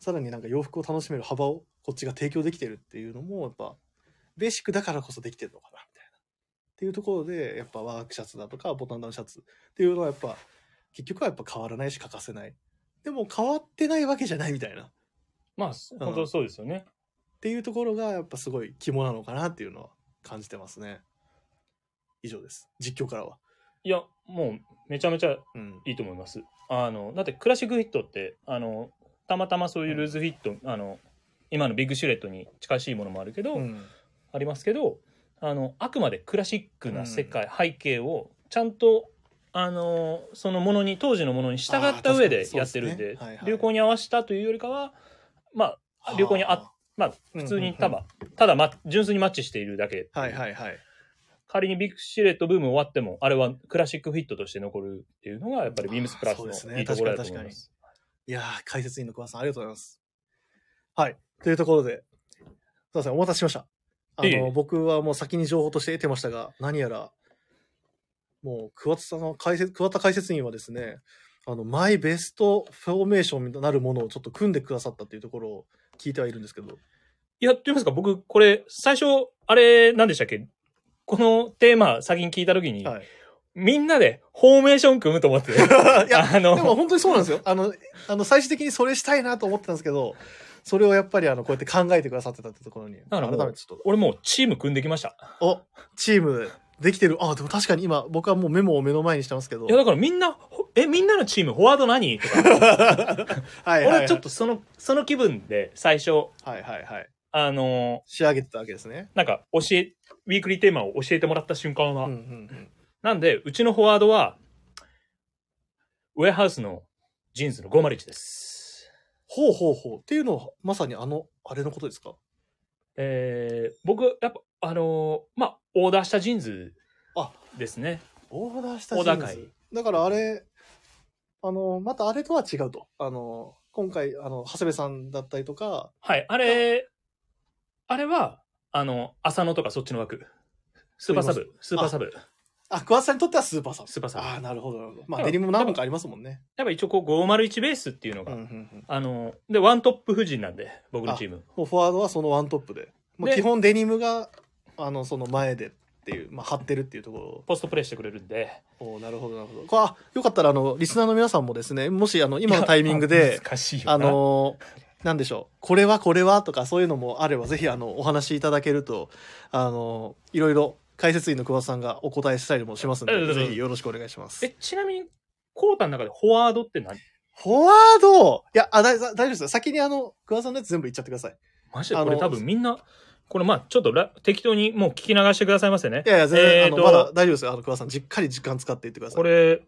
Speaker 1: さらになんか洋服を楽しめる幅をこっちが提供できてるっていうのもやっぱベーシックだからこそできてるのかなみたいなっていうところでやっぱワークシャツだとかボタンダウンシャツっていうのはやっぱ結局はやっぱ変わらないし欠かせないでも変わってないわけじゃないみたいな
Speaker 2: まあ、本当そうですよね。
Speaker 1: っていうところがやっぱすごい肝なのかなっていうのは感じてますね。以上です。実況からは。
Speaker 2: いや、もう、めちゃめちゃ
Speaker 1: うん。
Speaker 2: いいと思います。あの、だってクラシックフィットって、あの、たまたまそういうルーズフィット、あの、今のビッグシルエットに近しいものもあるけど、
Speaker 1: うん
Speaker 2: ありますけど、あの、あくまでクラシックな世界、背景を、ちゃんと、あの、そのものに、当時のものに従った上
Speaker 1: あー確かに
Speaker 2: で
Speaker 1: そう
Speaker 2: や
Speaker 1: で
Speaker 2: っ
Speaker 1: す
Speaker 2: て
Speaker 1: ね
Speaker 2: るんで、
Speaker 1: はいはい
Speaker 2: 流行に合わせたというよりかは、まあ、流行にあっ、まあ、普通にただ、ただ、ま、純粋にマッチしているだけっていう。
Speaker 1: はいはいはい。
Speaker 2: 仮にビッグシルエットブーム終わっても、あれはクラシックフィットとして残るっていうのが、やっぱりビームスプラス
Speaker 1: そうです
Speaker 2: の
Speaker 1: ね
Speaker 2: いいところだと思います。
Speaker 1: いやー、解説員の桑さんありがとうございます。はい。というところで、すいません、お待たせしました。あ
Speaker 2: いえい
Speaker 1: の、
Speaker 2: え
Speaker 1: 僕はもう先に情報として得てましたが、何やら、もう桑田さんの解説、桑田解説員はですね、あの、マイベストフォーメーションになるものをちょっと組んでくださったっていうところを聞いてはいるんですけど、
Speaker 2: いや、と言いますか、僕、これ、最初、あれ、何でしたっけこのテーマ、先に聞いた時に、
Speaker 1: はい。
Speaker 2: みんなでフォーメーション組むと思って。
Speaker 1: いや、
Speaker 2: あの
Speaker 1: でも本当にそうなんです よ。あの、あの、最終的にそれしたいなと思ってたんですけど、それをやっぱりあの、こうやって考えてくださってたってところに、
Speaker 2: から
Speaker 1: 改
Speaker 2: もう
Speaker 1: めてちょっ
Speaker 2: 俺もうチーム組んできました。
Speaker 1: と、お、チームできてる。あ、でも確かに今、僕はもうメモを目の前にしてますけど。
Speaker 2: いや、だからみんな、ほえ、みんなのチームフォワード何 とか。
Speaker 1: はいはい、はい。
Speaker 2: 俺ちょっとその、その気分で最初、
Speaker 1: はいはいはい。
Speaker 2: あの
Speaker 1: 仕上げてたわけですね。
Speaker 2: ーなんか教え、ウィークリーテーマを教えてもらった瞬間
Speaker 1: う
Speaker 2: は、
Speaker 1: んうんうん。
Speaker 2: なんで、うちのフォワードは、ウェアハウスのジーンズの501です。
Speaker 1: ほうほうほう。っていうのは、まさにあの、あれのことですか
Speaker 2: えー、僕、やっぱ、あのーまあ、オーダーしたジーンズ
Speaker 1: あ
Speaker 2: ですね。
Speaker 1: オーダーした
Speaker 2: オーダー
Speaker 1: ジーン
Speaker 2: 会
Speaker 1: ズ。だからあれ、あの、またあれとは違うと。あの、今回、あの、長谷部さんだったりとか、
Speaker 2: はい、あれ、あれは、あの、浅野とかそっちの枠。スーパーサブ、スーパーサブ、
Speaker 1: あ、桑田さんにとってはスーパーさん。
Speaker 2: スーパーサブ。
Speaker 1: ああ、なるほど、なるほど。ま
Speaker 2: だ
Speaker 1: あ、
Speaker 2: から
Speaker 1: デニムも何本かありますもんね。
Speaker 2: やっぱ一応こう501ベースっていうの
Speaker 1: う
Speaker 2: が、
Speaker 1: んうんうん
Speaker 2: あの、で、ワントップ夫人なんで、僕のチーム。
Speaker 1: もうフォワードはそのワントップで。もう
Speaker 2: で
Speaker 1: 基本デニムが、あの、その前でっていう、まあ、張ってるっていうところ
Speaker 2: ポストプレイしてくれるんで。
Speaker 1: おーなるほど、なるほど。これあ、よかったら、あの、リスナーの皆さんもですね、もし、あの、今のタイミング
Speaker 2: いや
Speaker 1: で、
Speaker 2: 難しいよな。
Speaker 1: あのー、なんでしょう、これはこれはとか、そういうのもあれば、ぜひ、あの、お話しいただけると、あの、いろいろ解説員の桑田さんがお答えしたりもしますの
Speaker 2: うんうんう
Speaker 1: で、
Speaker 2: ん
Speaker 1: ぜひよろしくお願いします。
Speaker 2: え、ちなみに、コータの中でフォワードって何
Speaker 1: フォワードいや、あ、だ大丈夫ですよ。先にあの、桑田さんのやつ全部言っちゃってください。
Speaker 2: マジで
Speaker 1: あ
Speaker 2: こ
Speaker 1: の
Speaker 2: れ多分みんな、これまあちょっとら適当にもう聞き流してくださいませね
Speaker 1: い。やいや、全然、
Speaker 2: えー
Speaker 1: あの、
Speaker 2: と
Speaker 1: まだ大丈夫ですよ。あの、桑田さん、じっかり時間使っていってください。
Speaker 2: これ、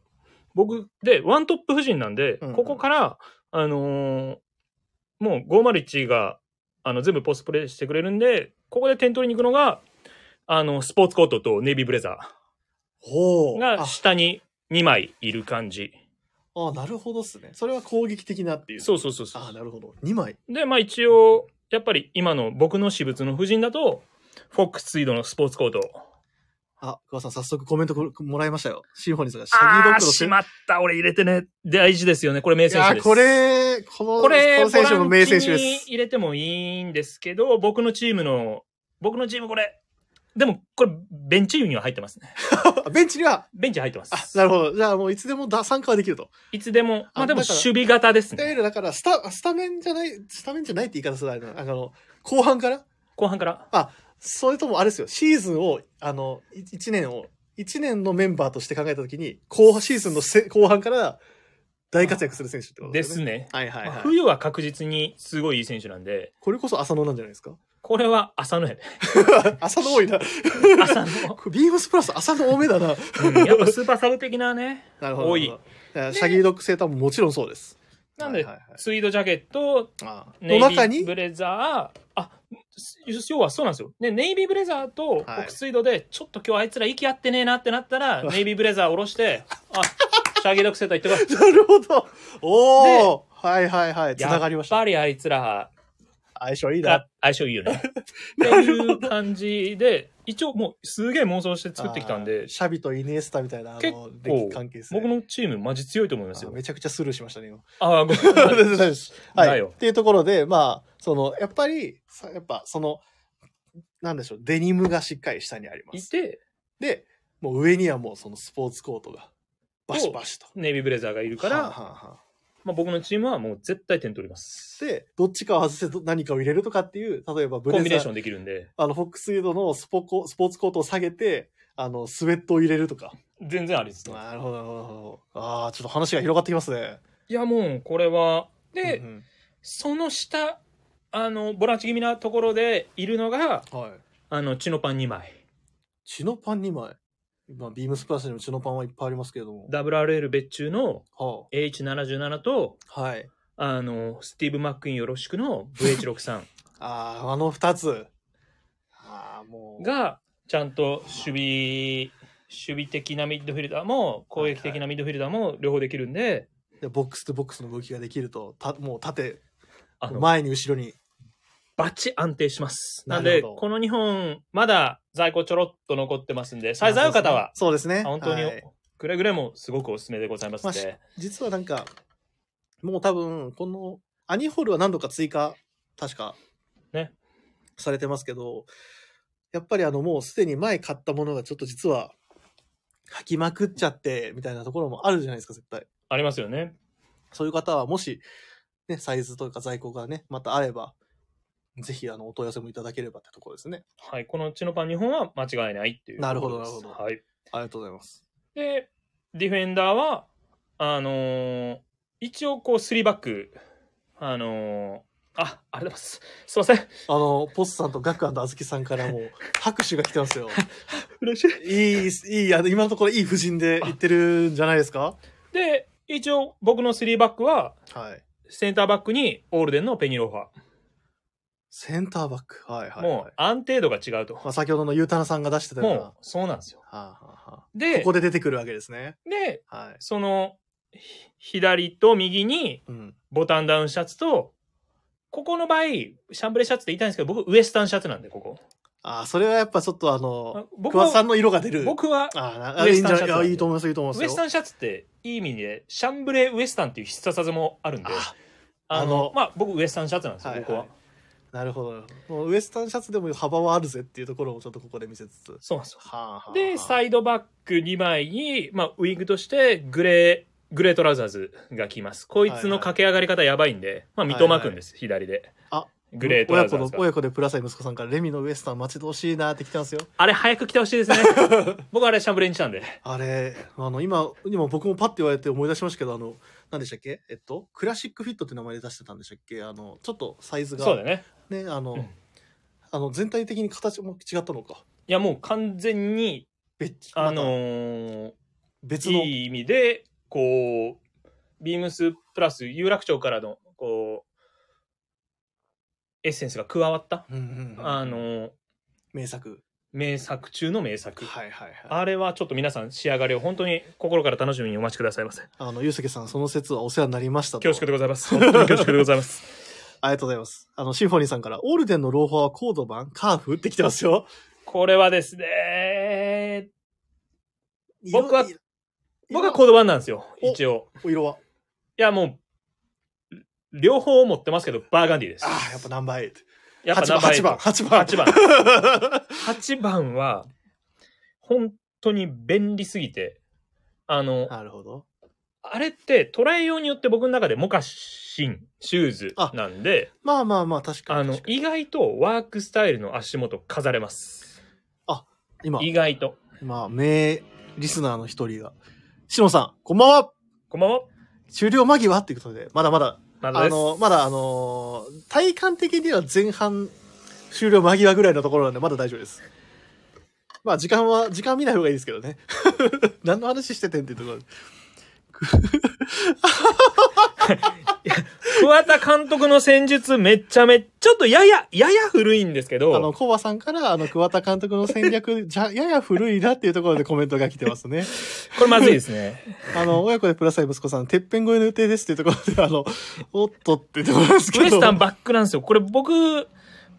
Speaker 2: 僕、で、ワントップ夫人なんで、
Speaker 1: うんうん
Speaker 2: ここから、あのーもう501が、あの、全部ポストプレイしてくれるんで、ここで点取りに行くのが、あの、スポーツコートとネイビーブレザ
Speaker 1: ほ
Speaker 2: ー
Speaker 1: う。
Speaker 2: が
Speaker 1: あ
Speaker 2: 下に2枚いる感じ。
Speaker 1: あ、なるほどっすね。それは攻撃的なっていう。。
Speaker 2: そううそうそうそう。
Speaker 1: あなるほど。2枚。
Speaker 2: で、まあ一応、やっぱり今の僕の私物の夫人だと、フォックスツイードのスポーツコート。
Speaker 1: あ、桑田さん、早速コメントこもらいましたよ。シンフォニーさんが、シャギード
Speaker 2: あ
Speaker 1: ッ
Speaker 2: あー、
Speaker 1: グの
Speaker 2: しまった。俺入れてね。大事ですよね。これ名
Speaker 1: い
Speaker 2: 選手
Speaker 1: や
Speaker 2: です。
Speaker 1: こ、れ、この、
Speaker 2: これ、
Speaker 1: この選手も名選手で
Speaker 2: ボランチに
Speaker 1: す。
Speaker 2: 入れてもいいんですけど、僕のチームの、僕のチームこれ、でもこれ、ベンチには入ってますね。
Speaker 1: ベンチには、
Speaker 2: ベンチ入ってま
Speaker 1: あ、
Speaker 2: す。
Speaker 1: なるほど。じゃあもういつでもだ参加はできると。
Speaker 2: いつでも、まあ
Speaker 1: あ
Speaker 2: でも
Speaker 1: だから
Speaker 2: 守備型です
Speaker 1: いわゆ
Speaker 2: ね。
Speaker 1: るだから、スタ、スタメンじゃない、スタメンじゃないって言い方するあれな。あの、後半から
Speaker 2: 後半から。
Speaker 1: それともあれですよ、シーズンを、あの、1年を、1年のメンバーとして考えたときに、後半、シーズンのせ後半から大活躍する選手ってこと
Speaker 2: で
Speaker 1: です
Speaker 2: す
Speaker 1: ね。
Speaker 2: ね。
Speaker 1: はいはい
Speaker 2: まあ
Speaker 1: はい。
Speaker 2: 冬は確実にすごいいい選手なんで、
Speaker 1: これこそ浅野なんじゃないですか
Speaker 2: これは浅野やね。
Speaker 1: 浅野多いな。
Speaker 2: 浅野。
Speaker 1: これビームスプラス浅野多めだな。
Speaker 2: うんやっぱスーパーサブ的なね。
Speaker 1: なるほど。
Speaker 2: 多い
Speaker 1: なるほど。だからシャギードックセーターももちろんそうです。
Speaker 2: なん
Speaker 1: はい
Speaker 2: で
Speaker 1: はいはい
Speaker 2: ツイードジャケット、
Speaker 1: ああ
Speaker 2: ネイ
Speaker 1: の
Speaker 2: ビ
Speaker 1: 中
Speaker 2: ー
Speaker 1: に
Speaker 2: ブ、レザー、あ、要はそうなんですよ。ね、ネイビーブレザーと
Speaker 1: はい
Speaker 2: 北水道で、ちょっと今日あいつら息合ってねえなってなったら、ネイビーブレザー下ろして、あ、シャーゲードクセーター行ってこい。
Speaker 1: なるほど。おおはいはいはい。つながりまし。
Speaker 2: やったぱりあいつら
Speaker 1: 相性いいな。
Speaker 2: が相性いい よね。っていう感じで、一応もうすげえ妄想して作ってきたん
Speaker 1: あ
Speaker 2: で
Speaker 1: あ、シャビとイニエスタみたいな、あ
Speaker 2: 結
Speaker 1: の
Speaker 2: 構、
Speaker 1: 歴関係ですね。
Speaker 2: 僕のチームマジ強いと思います
Speaker 1: あ
Speaker 2: よ。
Speaker 1: めちゃくちゃスルーしましたね、今。
Speaker 2: あ、ごめん。
Speaker 1: 大丈夫ですは
Speaker 2: だ
Speaker 1: い。
Speaker 2: よ
Speaker 1: っていうところで、まあ、その、やっぱり、さやっぱ、その、なんでしょう、デニムがしっかり下にありま
Speaker 2: い
Speaker 1: す。
Speaker 2: て、
Speaker 1: で、もう上にはもうそのスポーツコートが、バシバシと。
Speaker 2: ネイビーブレザーがいるか
Speaker 1: はあは
Speaker 2: ら、
Speaker 1: あはあ
Speaker 2: まあ僕のチームはもう絶対点取ります。
Speaker 1: で、どっちかを外してど何かを入れるとかっていう、例えばブ
Speaker 2: コ
Speaker 1: レ
Speaker 2: ンビ
Speaker 1: ザ
Speaker 2: ネー
Speaker 1: ー
Speaker 2: ションできるんで。
Speaker 1: あの、フォックスイードのスポコ、スポーツコートを下げて、あの、スウェットを入れるとか。
Speaker 2: 全然ありですね。
Speaker 1: なるほど、なるほど。ああ、ちょっと話が広がってきますね。
Speaker 2: いやもうこれはで、
Speaker 1: うん
Speaker 2: その下あのボランチ気味なところでいるのが
Speaker 1: うんはい。
Speaker 2: あのチノパン2枚
Speaker 1: チノパン2枚。まあ、ビームスプラスにもチノパンはいっぱいありますけれども。
Speaker 2: WRL 別注の
Speaker 1: は
Speaker 2: AH77 と
Speaker 1: あ、はい。
Speaker 2: あのスティーブ・マックインよろしくの VH63
Speaker 1: ああ、あの2つ。ああ、もう。
Speaker 2: がちゃんと守備守備的なミッドフィルダーも攻撃的なミッドフィルダーも両方できるんで、
Speaker 1: でボックスとボックスの動きができると、たもう縦、
Speaker 2: あの
Speaker 1: 前に後ろに。
Speaker 2: バチ安定しますなん
Speaker 1: な
Speaker 2: で
Speaker 1: るほど
Speaker 2: この2本まだ在庫ちょろっと残ってますんでサイズ合う方は
Speaker 1: そうですね。
Speaker 2: 本当に
Speaker 1: はい
Speaker 2: くれぐれもすごくおすすめでございますので、
Speaker 1: 実はなんか、もう多分、この、アニホールは何度か追加、確か、
Speaker 2: ね。
Speaker 1: されてますけど、やっぱりあのもうすでに前買ったものがちょっと実は履きまくっちゃってみたいなところもあるじゃないですか、絶対。
Speaker 2: ありますよね。
Speaker 1: そういう方はもし、ね、サイズというか在庫がね、またあれば、ぜひあのお問い合わせもいただければってところですね。
Speaker 2: はい。このうちのパン2本は間違いないっていうことです。
Speaker 1: なるほどなるほど
Speaker 2: はい。
Speaker 1: ありがとうございます。
Speaker 2: で、ディフェンダーは、あのー一応こう、スリーバック、あのーあ、ありがとうございます。すいません。
Speaker 1: あの、ポスさんとガクアンとあずきさんからもう拍手が来てますよ。
Speaker 2: 嬉しい。
Speaker 1: いい、いい、あの今のところいい布陣で言ってるんじゃないですか
Speaker 2: で、一応僕のスリーバックは、
Speaker 1: はい。
Speaker 2: センターバックにオールデンのペニローファ
Speaker 1: センターバック。はいはい、はい。
Speaker 2: もう安定度が違うと。
Speaker 1: まあ、先ほどのゆうたなさんが出してたような。
Speaker 2: もう、そうなんですよ。
Speaker 1: はあはあはあ
Speaker 2: で、
Speaker 1: ここで出てくるわけですね。
Speaker 2: で、
Speaker 1: はい。
Speaker 2: その、ひ左と右に
Speaker 1: うん。
Speaker 2: ボタンダウンシャツと、ここの場合、シャンブレシャツって言いたいんですけど、僕、ウエスタンシャツなんで、ここ。
Speaker 1: ああ、それはやっぱちょっとあの、
Speaker 2: あ僕
Speaker 1: 桑田さ
Speaker 2: は、
Speaker 1: んの色が出る。
Speaker 2: 僕は、
Speaker 1: ああな、
Speaker 2: ウ
Speaker 1: あ
Speaker 2: エ
Speaker 1: いい
Speaker 2: ス
Speaker 1: んじ
Speaker 2: タン
Speaker 1: ゃ
Speaker 2: シャツなんで
Speaker 1: ないあいいと思います、いいと思い
Speaker 2: ウ
Speaker 1: ま
Speaker 2: エ
Speaker 1: すよ
Speaker 2: スタ。ンシャツっていい意味で、シャンブレウエスタンっていう必殺技もあるんで、
Speaker 1: あ
Speaker 2: あの、
Speaker 1: あの
Speaker 2: まあ、僕ウエスタンシャツなんですよ、
Speaker 1: はいはい
Speaker 2: 僕は。
Speaker 1: なるほどなるほど。もうウエスタンシャツでも幅はあるぜっていうところをちょっとここで見せつつ。は
Speaker 2: そうなんですよ。
Speaker 1: あ、はあ、
Speaker 2: で、
Speaker 1: イ
Speaker 2: サイドバック2枚に、まあ、ウィングとして、グレー、グレートラウザーズが来ます。こいつの駆け上がり方やばいんで、まあ、三笘くんです、左で。
Speaker 1: あ
Speaker 2: グレートラウザー
Speaker 1: 親
Speaker 2: ズ
Speaker 1: 子
Speaker 2: が
Speaker 1: の、親子でプラサイ息子さんからレミのウエスタン待ち遠しいなって来てますよ。
Speaker 2: あれ早く来てほしい ですね。僕あれシャンブレにしたんで。
Speaker 1: あれ、あの、今、今僕もパッて言われて思い出しましたけど、あの、何でしたっけえっと、クラシックフィットって名前で出してたんでしたっけあの、ちょっとサイズが、
Speaker 2: そうだね。
Speaker 1: ね、あの、
Speaker 2: うん
Speaker 1: あの、全体的に形も違ったのか。
Speaker 2: いや、もう完全に、
Speaker 1: 別、
Speaker 2: あの
Speaker 1: また
Speaker 2: ー
Speaker 1: 別の、
Speaker 2: いい意味で、こう、ビームスプラス有楽町からの、こう、エッセンスが加わった、
Speaker 1: うんうんうん
Speaker 2: あのー
Speaker 1: 名作。
Speaker 2: 名作中の名作。
Speaker 1: はいはいはい。
Speaker 2: あれはちょっと皆さん仕上がりを本当に心から楽しみにお待ちくださいませ。
Speaker 1: あの、ゆうすけさん、その説はお世話になりましたと。
Speaker 2: 恐縮でございます。本当に恐縮でございます。
Speaker 1: ありがとうございます。あの、シンフォニーさんから、オールデンのローファーはコード版カーフってきてますよ。
Speaker 2: これはですね、 僕は
Speaker 1: 色、
Speaker 2: 僕はコード版なんですよ、一応。
Speaker 1: 色色は。
Speaker 2: いや、もう、両方持ってますけど、バーガンディです。
Speaker 1: ああ、やっぱ何倍。
Speaker 2: やっぱ名前
Speaker 1: 8番、8番、
Speaker 2: 8番。
Speaker 1: 番。
Speaker 2: 8番は、本当に便利すぎて、あの、
Speaker 1: なるほど。
Speaker 2: あれってトライ用によって僕の中でモカシン、シューズなんで、
Speaker 1: まあまあまあ、確
Speaker 2: あ
Speaker 1: かに
Speaker 2: の
Speaker 1: 確、かに
Speaker 2: 意外とワークスタイルの足元飾れます。
Speaker 1: 今、
Speaker 2: 意外と。
Speaker 1: 今、名リスナーの一人が。しのさん、こんばんは
Speaker 2: こんばんは。
Speaker 1: 終了間際っていうことで、まだまだ、
Speaker 2: まだ
Speaker 1: あ
Speaker 2: です。
Speaker 1: の、まだあのー、体感的には前半終了間際ぐらいのところなんで、まだ大丈夫です。まあ、時間は、時間見ない方がいいですけどね。 何の話しててんっていうところ。
Speaker 2: 桑田監督の戦術めっちゃめっちょっとやや、やや古いんですけど、
Speaker 1: あの、コバさんから、あの、桑田監督の戦略、 じゃ、やや古いなっていうところでコメントが来てますね。
Speaker 2: これまずいです ね。
Speaker 1: あの、親子でプラスアイ息子さん、てっぺん越えの予定ですっていうところで、あの、おっとっていうところですけど。
Speaker 2: ウエスタンバックなんですよ。これ僕、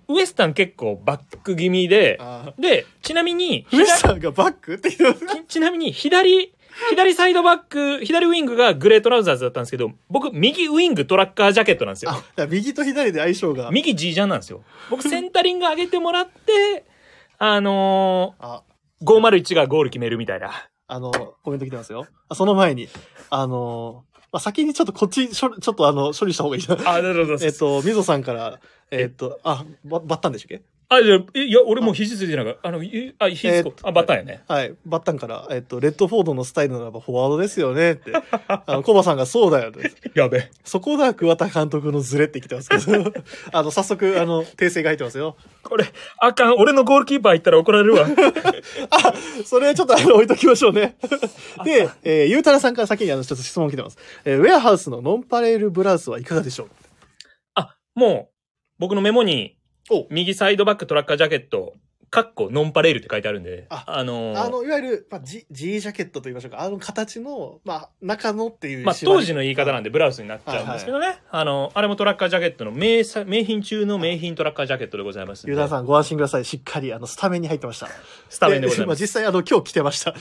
Speaker 2: ウエスタン結構バック気味で、
Speaker 1: あ
Speaker 2: で、ちなみに、
Speaker 1: ーウエ
Speaker 2: 左
Speaker 1: スタンがバックっていう。
Speaker 2: ち ちなみに左、左サイドバック、左ウィングがグレートラウザーズだったんですけど、僕、右ウィングトラッカージャケットなんですよ
Speaker 1: あ。、だから右と左で相性が。
Speaker 2: 右 G ジャンなんですよ。僕、センタリング上げてもらって、あの
Speaker 1: あ、
Speaker 2: ー、501がゴール決めるみたいな。
Speaker 1: あの、コメント来てますよ。あ、その前に、あの、まあ、先にちょっとこっち、処理ちょっとあの、処理した方がいい な。
Speaker 2: あ、なるほど
Speaker 1: えっと、みぞさんから、えっと、あ、ば、ばったんでしたっけ
Speaker 2: あ、じゃあえいや、俺もう肘ついてなかった。あの、ゆあ、肘つこ、あ、バッタンやね。
Speaker 1: はい。バッタンから、えっと、レッドフォードのスタイルならばフォワードですよね って。あの、コバさんがそうだよって。
Speaker 2: やべ。
Speaker 1: そこだ、桑田監督のズレって来てますけ ど。あの、早速、あの、訂正が入ってますよ。
Speaker 2: これ、あかん。俺のゴールキーパー行ったら怒られるわ。
Speaker 1: あ、それちょっとあの、置いときましょう ね。で、えー、ゆうたらさんから先にあの、ちょっと質問来てます。えーウェアハウスのノンパレルブラウスはいかがでしょう
Speaker 2: あ、もう、僕のメモに
Speaker 1: お、
Speaker 2: 右サイドバックトラッカージャケット、カッコノンパレールって書いてあるんで、
Speaker 1: あ
Speaker 2: あのー
Speaker 1: あの、いわゆる、まあ、G, G ジャケットと言いましょうか。あの形の、まあ、中のっていう。
Speaker 2: まあ、当時
Speaker 1: の。
Speaker 2: の言い方なんでブラウスになっちゃうんですけどね。あの、あれもトラッカージャケットの名さ名品中の名品トラッカージャケットでございますんで。
Speaker 1: ゆうたらさんご安心ください。しっかり、あの、スタメンに入ってました。
Speaker 2: スタメンでござい
Speaker 1: ま
Speaker 2: ま
Speaker 1: あ、
Speaker 2: す。
Speaker 1: 実際、あの、今日来てました。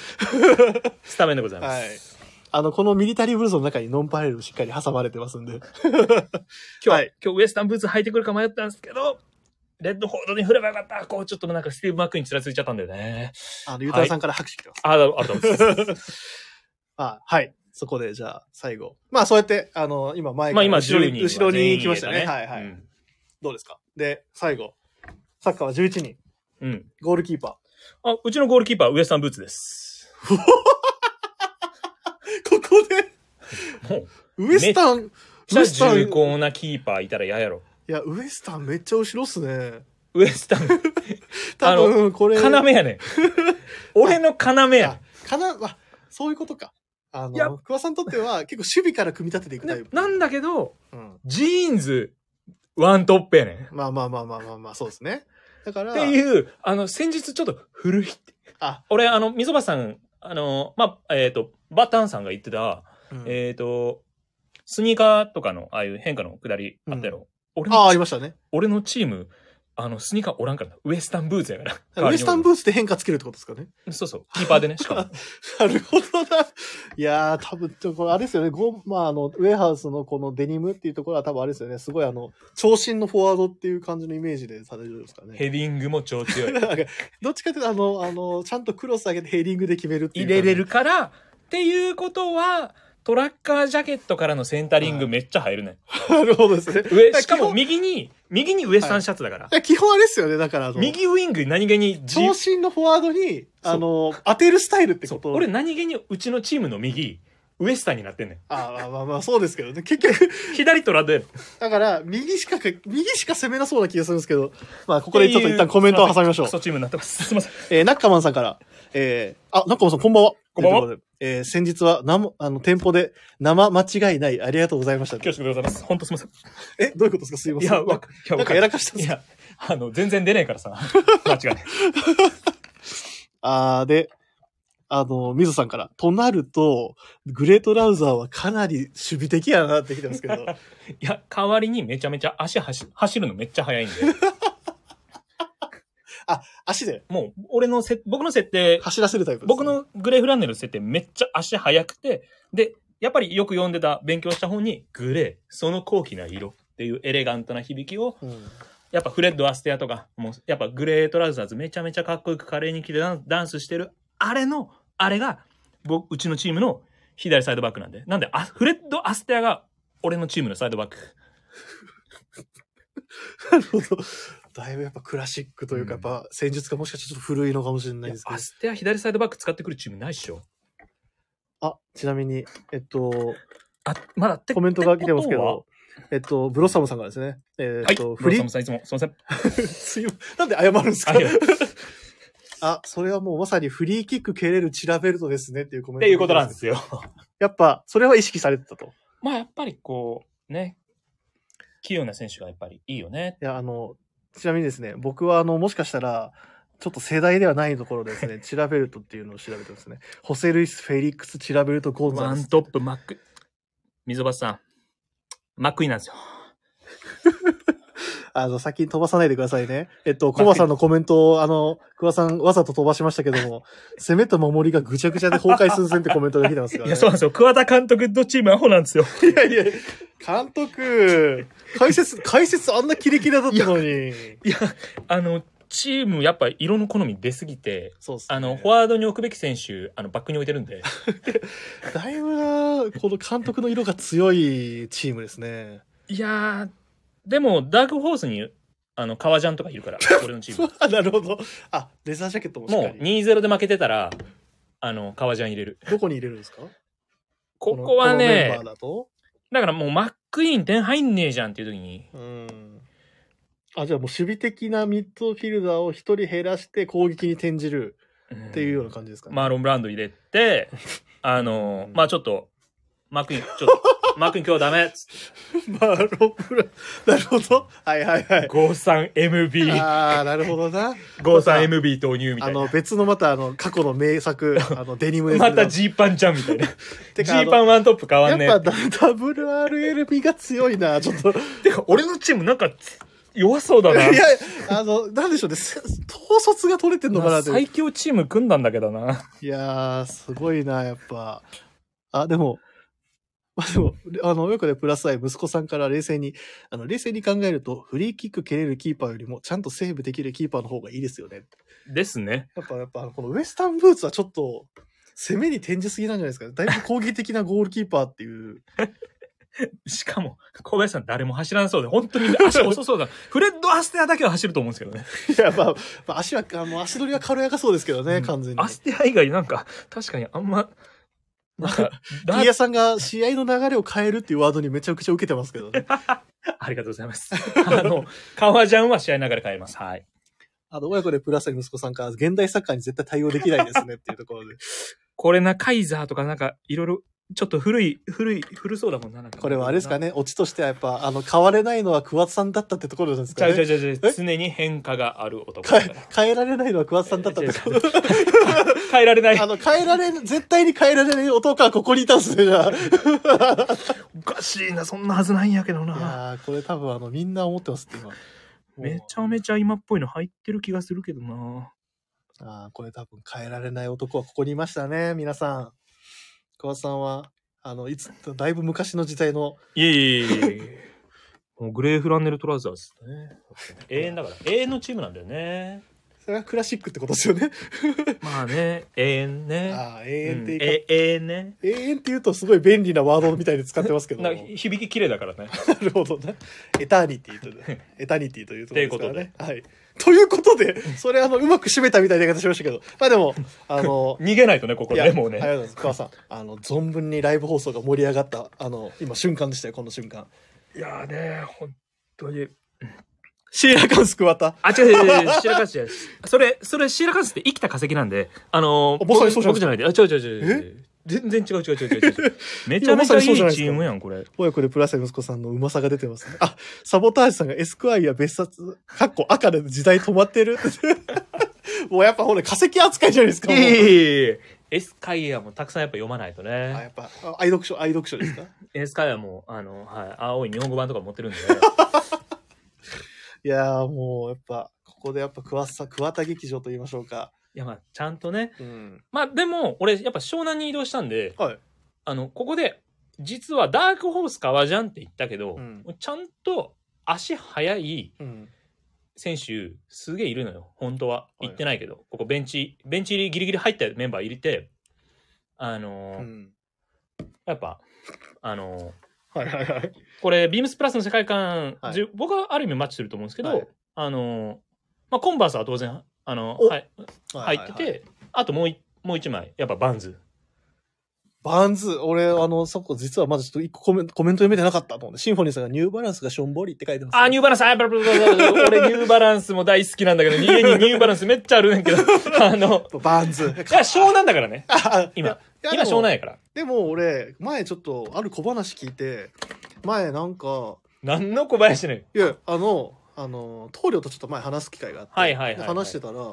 Speaker 2: スタメンでございます。
Speaker 1: はい。あの、このミリタリーブルーズの中にノンパレルしっかり挟まれてますんで。
Speaker 2: 今日、
Speaker 1: はい
Speaker 2: 今日ウエスタンブーツ履いてくるか迷ったんですけど、レッドホールドに振ればよかったこう、ちょっとなんかスティーブ・マックにつらついちゃったんだよね。
Speaker 1: あの、ゆうたろうさんから拍手来てます。
Speaker 2: あ、ありがと うございます。
Speaker 1: あ、はい。そこで、じゃあ、最後。まあ、そうやって、あの、今、前
Speaker 2: まあ今、
Speaker 1: 後ろ
Speaker 2: 10
Speaker 1: に、
Speaker 2: 人。
Speaker 1: 後ろに来ましたね。はいはい、
Speaker 2: うん。
Speaker 1: どうですかで、最後。サッカーは11人。
Speaker 2: うん。
Speaker 1: ゴールキーパ
Speaker 2: あ、うちのゴールキーパー、ウエスタン・ブーツです。
Speaker 1: ー。 ここで、
Speaker 2: もう、
Speaker 1: ウエスタン、ウ
Speaker 2: じゃ
Speaker 1: エスタン、
Speaker 2: 重
Speaker 1: い
Speaker 2: 厚なキーパーいたら嫌やろ。
Speaker 1: や、ウエスタンめっちゃ後ろっすね。
Speaker 2: ウエスタン、
Speaker 1: 多分、これ。
Speaker 2: 要やねん。俺の要や
Speaker 1: あ。かな、あ、そういうことか。あ
Speaker 2: いや
Speaker 1: の、桑さんにとって は結構守備から組み立てていくタイ
Speaker 2: ね
Speaker 1: プ。
Speaker 2: なんだけど、
Speaker 1: うん。
Speaker 2: ジーンズ、ワントップやねん。っ
Speaker 1: まあまあまあまあまあまあ、そうですね。だから、
Speaker 2: ていう、あの、先日ちょっと古いって。
Speaker 1: あ
Speaker 2: 俺、あの、溝端さん、あの、まあ、えっ、と、バタンさんが言ってた、
Speaker 1: うん
Speaker 2: えっ、と、スニーカーとかの、ああいう変化の下りあったやろ。俺
Speaker 1: ああ、あり
Speaker 2: の
Speaker 1: ましたね。
Speaker 2: 俺のチーム、あの、スニーカーおらんからな、ウエスタンブーツやから。
Speaker 1: ウエスタン
Speaker 2: ー
Speaker 1: ブースで変化つけるってことですか ね。
Speaker 2: ツそうそう、キーパーでね、しか も。
Speaker 1: なるほどな。いやー、多分、ちょこれあれですよね。ゴまあ、あの、ウェハースのこのデニムっていうところは多分あれですよね。すごいあの、長身のフォワードっていう感じのイメージでされるんですかね。
Speaker 2: ヘディングも超強い。
Speaker 1: なんかどっちかというと、あの、あの、ちゃんとクロス上げてヘディングで決めるっていう
Speaker 2: 入
Speaker 1: 感じ。
Speaker 2: れれるからっていうことはトラッカージャケットからのセンタリングめっちゃ入るね、
Speaker 1: なるほどですね。
Speaker 2: 上
Speaker 1: だら
Speaker 2: しか
Speaker 1: 基
Speaker 2: も
Speaker 1: 本
Speaker 2: 右に右にウエスタンシャツだから、
Speaker 1: いや基本あれですよね。だからあの、
Speaker 2: 右ウイング何気にじ
Speaker 1: 長身のフォワードに、
Speaker 2: そう
Speaker 1: あの、当てるスタイルって
Speaker 2: そ
Speaker 1: こと。
Speaker 2: う俺何気にうちのチームの右ウエスタンになってんね
Speaker 1: あまあまあまあ、そうですけどね。結局、
Speaker 2: ん左とラドやねん
Speaker 1: だから、右しかか、右しか攻めなそうな気がするんですけど、まあ、ここでちょっと一旦コメントを挟みましょう
Speaker 2: ク。ソチームになってますすいません
Speaker 1: えー、ナッカマンさんから、えー、あ、ナッカマンさん、こんばんは。
Speaker 2: こんばんは
Speaker 1: ということで。えー、先日は、生、あの、店舗で、生間違いない、ありがとうございました。
Speaker 2: 恐縮でございます本当すいません
Speaker 1: え、どういうことですかすいま
Speaker 2: い
Speaker 1: せん。
Speaker 2: やわかい
Speaker 1: な
Speaker 2: やわ
Speaker 1: ん
Speaker 2: か
Speaker 1: かや
Speaker 2: る
Speaker 1: らかしたんで
Speaker 2: い
Speaker 1: すか
Speaker 2: やあの全然出ねえか らさ間違いない
Speaker 1: あーで、あの、ミゾさんから、となると、グレートラウザーはかなり守備的やなってきてますけ ど、
Speaker 2: いや代わりにめちゃめちゃ足走走るのめっちゃ速いんで
Speaker 1: 足で
Speaker 2: もう俺のせ僕の設定
Speaker 1: 走らせるタイプです、
Speaker 2: 僕、のグレーフランネル設定めっちゃ足速くて、で、やっぱりよく読んでた、勉強した本に、グレー、その高貴な色っていうエレガントな響きを、
Speaker 1: うん、
Speaker 2: やっぱフレッド・アステアとか、もうやっぱグレートラウザーズめちゃめちゃかっこよく華麗に着てダンダンスしてる、あれの、あれが、僕、うちのチームの左サイドバックなんで。なんで、あフレッド・アステアが俺のチームのサイドバック。
Speaker 1: なるほど。だいぶやっぱクラシックというか、やっぱ戦術がもしかしたらちょっと古いのかもしれないですけ
Speaker 2: い
Speaker 1: ど
Speaker 2: やア。ステア左サイドバック使ってくるチームないっしょ。
Speaker 1: あ、ちなみに、えっと、
Speaker 2: あ、まだって
Speaker 1: コメントが来てますけ。
Speaker 2: っこ
Speaker 1: ど、えっと、ブロッサムさんからですね。えっ
Speaker 2: と
Speaker 1: と、
Speaker 2: ははい、
Speaker 1: フ
Speaker 2: フリ
Speaker 1: リ
Speaker 2: ーさんいつも、すいません。
Speaker 1: すいまなんで謝るんですか
Speaker 2: あ いや
Speaker 1: あ、それはもうまさにフリーキック蹴れるチラベルトですねっていうコメン
Speaker 2: っ
Speaker 1: ト。
Speaker 2: ていうことなん で。すよ。
Speaker 1: やっぱ、それは意識されてたと。い
Speaker 2: まあやっぱりこうね、器用な選手がやっぱりいいよね。
Speaker 1: や、あの、ちなみにですね、僕はあの、もしかしたら、ちょっと世代ではないところです ね、チラベルトっていうのを調べてますね。ホセ・ルイス・フェリックス・チラベルト・ゴンザ
Speaker 2: ワ
Speaker 1: レ
Speaker 2: ン
Speaker 1: ス。
Speaker 2: トップ、マック、溝端さん、マックイーンなんですよ。
Speaker 1: あの、先に飛ばさないでくださいね。えっと、コバさんのコメントを、あの、クワさんわざと飛ばしましたけど も、攻めと守りがぐちゃぐちゃで崩壊寸前ってコメントが来てますから、ね。
Speaker 2: いや、そうなんですよ。桑田監督とチームアホなんですよ。
Speaker 1: いやいや、監督、解説、解説あんなキレキレだったのに。
Speaker 2: いや、あの、チームやっぱ色の好み出すぎて、
Speaker 1: そうっすね。
Speaker 2: あの、フォワードに置くべき選手、あの、バックに置いてるんで、
Speaker 1: だいぶな、この監督の色が強いチームですね。
Speaker 2: いやー、でも、ダークホースに、あの、革ジャンとかいる から、俺のチーム。
Speaker 1: あなるほど。あ、レザージャケットもしっか
Speaker 2: もう
Speaker 1: り。
Speaker 2: 2-0で負けてたら、あの、革ジャン入れる。
Speaker 1: どこに入れるんですか
Speaker 2: ここは
Speaker 1: のメン
Speaker 2: ね
Speaker 1: バー、だと。
Speaker 2: だからもうマックイーン点入んねえじゃんっていう時に、
Speaker 1: うん。あ、じゃあもう守備的なミッドフィルダーを一人減らして攻撃に転じるっていうような感じですかね。
Speaker 2: マーロン・ブランド入 れて、あの
Speaker 1: うん
Speaker 2: まあちょっと、マークイン、ちょっと、マークイン今日ダメっつっ
Speaker 1: マーロンブラン なるほど。はいはいは
Speaker 2: て。
Speaker 1: い。
Speaker 2: 53MB、
Speaker 1: ああ、なるほどな。
Speaker 2: 53MB 投入みた
Speaker 1: あ
Speaker 2: いな。
Speaker 1: の、別のまた、あの、過去の名 作、あの、デニムです
Speaker 2: またジーパンじゃんみたいな。
Speaker 1: て
Speaker 2: ジ
Speaker 1: かあの
Speaker 2: ーパンワントップ変わんね
Speaker 1: や
Speaker 2: え
Speaker 1: っ。ぱ WRLB が強いな、ちょっと。
Speaker 2: てか、俺のチームなんか弱そうだ
Speaker 1: い
Speaker 2: な。
Speaker 1: や、あの、なんでしょうね、せ統率が取れてんのかなって。
Speaker 2: 最強チーム組んだんだけどな。
Speaker 1: いやー、すごいな、やっぱ。あ、でも、まあでも、あの、よくね、プラスアイ、息子さんから冷静に、あの、冷静に考えると、フリーキック蹴れるキーパーよりも、ちゃんとセーブできるキーパーの方がいいですよね。
Speaker 2: ですね。
Speaker 1: やっぱ、やっぱ、このウエスタンブーツはちょっと、攻めに転じすぎなんじゃないですか、ね、だいぶ攻撃的なゴールキーパーっていう。
Speaker 2: しかも、小林さん誰も走らなそうで、本当に足遅そうだ。フレッド・アステアだけは走ると思うんですけどね。
Speaker 1: いや、まあ、まあ、足は、あもう足取りは軽やかそうですけどね、
Speaker 2: うん
Speaker 1: 完全に
Speaker 2: ア。ステア以外なんか、確かにあんま、なんか、ダー
Speaker 1: ピアさんが試合の流れを変えるっていうワードにめちゃくちゃ受けてますけどね。
Speaker 2: ありがとうございます。あの、革ジャンは試合の中で変えます。はい。
Speaker 1: あと、親子でプラスアイ息子さんから、現代サッカーに絶対対応できないですねっていうところで。
Speaker 2: これな、カイザーとかなんか、いろいろ、ちょっと古い、古い、古そうだもんな。なんか
Speaker 1: これはあれですかね、オチとしてはやっぱ、あの、変われないのは桑田さんだったってところなんです
Speaker 2: ち
Speaker 1: か
Speaker 2: ゃうちゃう
Speaker 1: ね。
Speaker 2: ちゃうちゃ
Speaker 1: え
Speaker 2: う。常に変化がある男
Speaker 1: 変
Speaker 2: だ
Speaker 1: え
Speaker 2: から。
Speaker 1: 変えられないのは桑田さんだったってこと
Speaker 2: 変えられない
Speaker 1: あ。の、変えられ、絶対に変えられない男はここにいたんですね、じゃあ。い
Speaker 2: おかしいな、そんなはずないんやけどな。
Speaker 1: やーこれ多分あの、みんな思ってますって今。
Speaker 2: めちゃめちゃ今っぽいの入ってる気がするけどな。
Speaker 1: あーこれ多分変えられない男はここにいましたね、皆さん。桑田さんは、あの、いつ、だいぶ昔の時代の、
Speaker 2: いえいえいえいえ。もうグレーフランネルトラウザーズ。 永遠だから。永遠のチームなんだよね。
Speaker 1: それがクラシックってことですよね。
Speaker 2: まあね、永遠ね。
Speaker 1: ああ、永遠っていいか、
Speaker 2: え永遠ね。
Speaker 1: 永遠って言うとすごい便利なワードみたいで使ってますけども。
Speaker 2: なんか響き綺麗だからね。
Speaker 1: なるほどね。エターニティと ね、エターニティというところですからね
Speaker 2: という。、
Speaker 1: はい。ということで、それあの、うまく締めたみたいな言い方しましたけど、まあでも、あの
Speaker 2: 逃げないとね、 ここ
Speaker 1: い
Speaker 2: ね、もうね。
Speaker 1: ありがとうございます。桑さん、あの、存分にライブ放送が盛り上がった、あの、今瞬間でしたよ、この瞬間。
Speaker 2: いやーね、本当に。
Speaker 1: シーラカンス桑田。
Speaker 2: あ、違う違う違う違う、シーラカンスじゃないです。それ、それ、シーラカンスって生きた化石なんで、あのー、
Speaker 1: あまさにそうじゃない
Speaker 2: 僕じゃないで、あ、違う違う違う違う。全然違う違う違う違う違う。めちゃめちゃいいチームやん、これ。
Speaker 1: 親子でプラス息子さんのうまさが出てますね。あ、サボタージュさんがエスクワイア別冊、かっこ赤で時代止まってる。 もうやっぱほら、化石扱いじゃないですか。
Speaker 2: い
Speaker 1: も
Speaker 2: え
Speaker 1: う
Speaker 2: いえいえエスカイアもたくさんやっぱ読まないと
Speaker 1: あや
Speaker 2: ね。
Speaker 1: っぱ、あ愛読書、愛読書です か
Speaker 2: エスカイアも、あの、はい、青い日本語版とか持って るんで。
Speaker 1: いやーもうやっぱ、ここでやっぱ桑田、桑田劇場と言いましょうか。
Speaker 2: いや、まあ、ちゃんとね。
Speaker 1: うん。
Speaker 2: まあ、でも、俺、やっぱ湘南に移動したんで、
Speaker 1: はい。
Speaker 2: あの、ここで、実はダークホース革ジャンって言ったけど、
Speaker 1: うん
Speaker 2: ちゃんと足速い
Speaker 1: うん。
Speaker 2: 選手、すげえいるのよ。本当は。
Speaker 1: い
Speaker 2: 言ってないけど、ここベンチ、ベンチ入りギリギリ入ったメンバー入れて、あのー
Speaker 1: うん。
Speaker 2: やっぱ、あのー
Speaker 1: はいはいはい。
Speaker 2: これ、ビームスプラスの世界観、
Speaker 1: はい
Speaker 2: じゅ僕はある意味マッチすると思うんですけど、
Speaker 1: はい
Speaker 2: あのーまあ、コンバースは当然、あの
Speaker 1: お
Speaker 2: はい、入って
Speaker 1: はいは
Speaker 2: て、
Speaker 1: いはい。
Speaker 2: あともういもう一枚、やっぱバンズ。
Speaker 1: バンズ、俺、あの、そこ実はまだちょっと一個コメントコメント読めてなかったと思うんで、シンフォニーさんがニューバランスがしょんぼりって書いてます、
Speaker 2: あ、ニューバランス、あ、ブラブラブラブラ俺ニューバランスも大好きなんだけ ど、家にニューバランスめっちゃあるねんけど、あの、
Speaker 1: バンズ。 い
Speaker 2: いや、湘南だからね。
Speaker 1: や、
Speaker 2: 今、
Speaker 1: い
Speaker 2: 今
Speaker 1: や
Speaker 2: 湘南やから。
Speaker 1: でも俺、前ちょっとある小話聞いて、前なんか、
Speaker 2: 何の小林ねん。
Speaker 1: いや、あの、あの、棟梁とちょっと前話す機会があって、
Speaker 2: はいはいはいはい
Speaker 1: で話してたら、い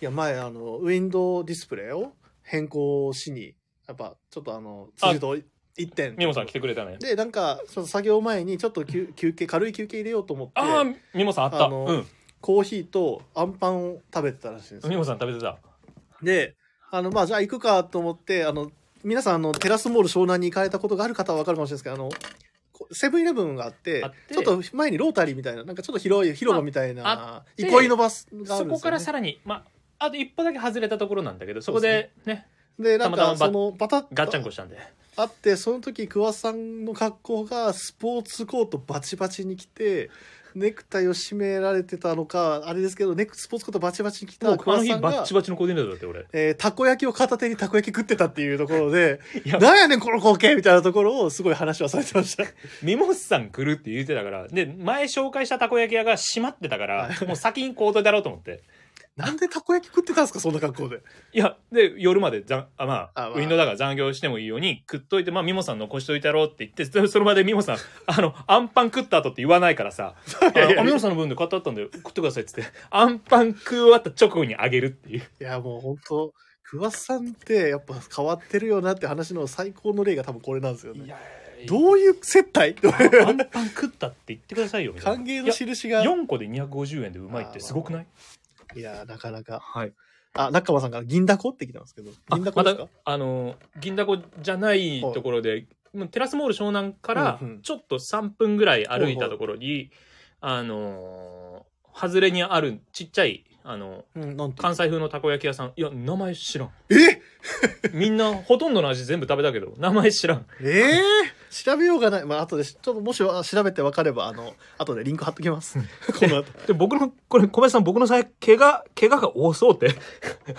Speaker 1: や、前、あの、ウィンドウディスプレイを変更しに、やっぱ、ちょっとあの、
Speaker 2: あ
Speaker 1: 辻と一点。
Speaker 2: ミモさん来てくれたね。
Speaker 1: で、なんか、その作業前に、ちょっと休休憩、軽い休憩入れようと思って、
Speaker 2: あー、ミモさんあった。
Speaker 1: あの
Speaker 2: うん。
Speaker 1: コーヒーとアンパンを食べてたらしいんです
Speaker 2: ミ
Speaker 1: よ。
Speaker 2: モさん食べてた。
Speaker 1: で、あの、まあ、じゃあ行くかと思って、あの、皆さん、あの、テラスモール湘南に行かれたことがある方はわかるかもしれないですけど、あの、こセブンイレブンがあって
Speaker 2: あって
Speaker 1: ちょっと前にロータリーみたいな、なんかちょっと広い広場みたいな、
Speaker 2: て
Speaker 1: 憩いのバスがあるんですよ、
Speaker 2: そ
Speaker 1: ね。
Speaker 2: こからさらに、まあ、あと一歩だけ外れたところなんだけど、そこでね、
Speaker 1: で、なん
Speaker 2: たまたま
Speaker 1: か、
Speaker 2: バ
Speaker 1: その、バタッ
Speaker 2: ガッチャンコしたんで。
Speaker 1: あって、その時、桑さんの格好が、スポーツコートバチバチに着て、ネクタイを締められてたのか、あれですけど、ネクスポーツコートバチバチに着
Speaker 2: も
Speaker 1: た
Speaker 2: うあ
Speaker 1: 桑
Speaker 2: の日
Speaker 1: さん
Speaker 2: バッ
Speaker 1: が
Speaker 2: チ、バチのコーディネートだって俺。
Speaker 1: えーたこ焼きを片手にたこ焼き食ってたっていうところで、
Speaker 2: いや、
Speaker 1: なんやねん、この光景みたいなところを、すごい話はされてました。
Speaker 2: ミモスさん来るって言ってたから、で、前紹介したたこ焼き屋が閉まってたから、もう先に行動だろうと思って。
Speaker 1: なんでたこ焼き食ってたんですか、そんな格好で。
Speaker 2: いや、で、夜までざん、あ、まあ、
Speaker 1: あまあ
Speaker 2: ウィンドウだから残業してもいいように、食っといて、まあ、ミモさん残しといたろうって言って、そその場でミモさん、あの、アンパン食った後って言わ ないからさ、あのあミモさんの分で買ってあったんで、食ってくださいって言って、アンパン食い終わった直後にあげるっていう。
Speaker 1: いや、もう本当桑さんって、やっぱ変わってるよなって話の最高の例が多分これなんですよね。
Speaker 2: や、
Speaker 1: どういう接待
Speaker 2: アンパン食ったって言ってくださいよ、みたいな。
Speaker 1: 歓迎の印が。
Speaker 2: 4個で250円でうまいってすごくない
Speaker 1: いやー、なかなか。
Speaker 2: はい。
Speaker 1: あ、中間さんから銀だこって来たんですけど。
Speaker 2: あ
Speaker 1: 銀だこですか、
Speaker 2: またあの、銀だこじゃないところで、もうテラスモール湘南から
Speaker 1: うんうん
Speaker 2: ちょっと3分ぐらい歩いたところに、あのー外れにあるちっちゃい、あの
Speaker 1: うん、なんて。
Speaker 2: 関西風のたこ焼き屋さん。いや、名前知らん。
Speaker 1: え
Speaker 2: みんな、ほとんどの味全部食べたけど、名前知らん。
Speaker 1: ええ調べようがない。まあ、後で、ちょっともしわ調べて分かれば、あの、後でリンク貼っときます。この後。
Speaker 2: で、僕の、これ、小林さん、僕の際、怪我、怪我が多そうって。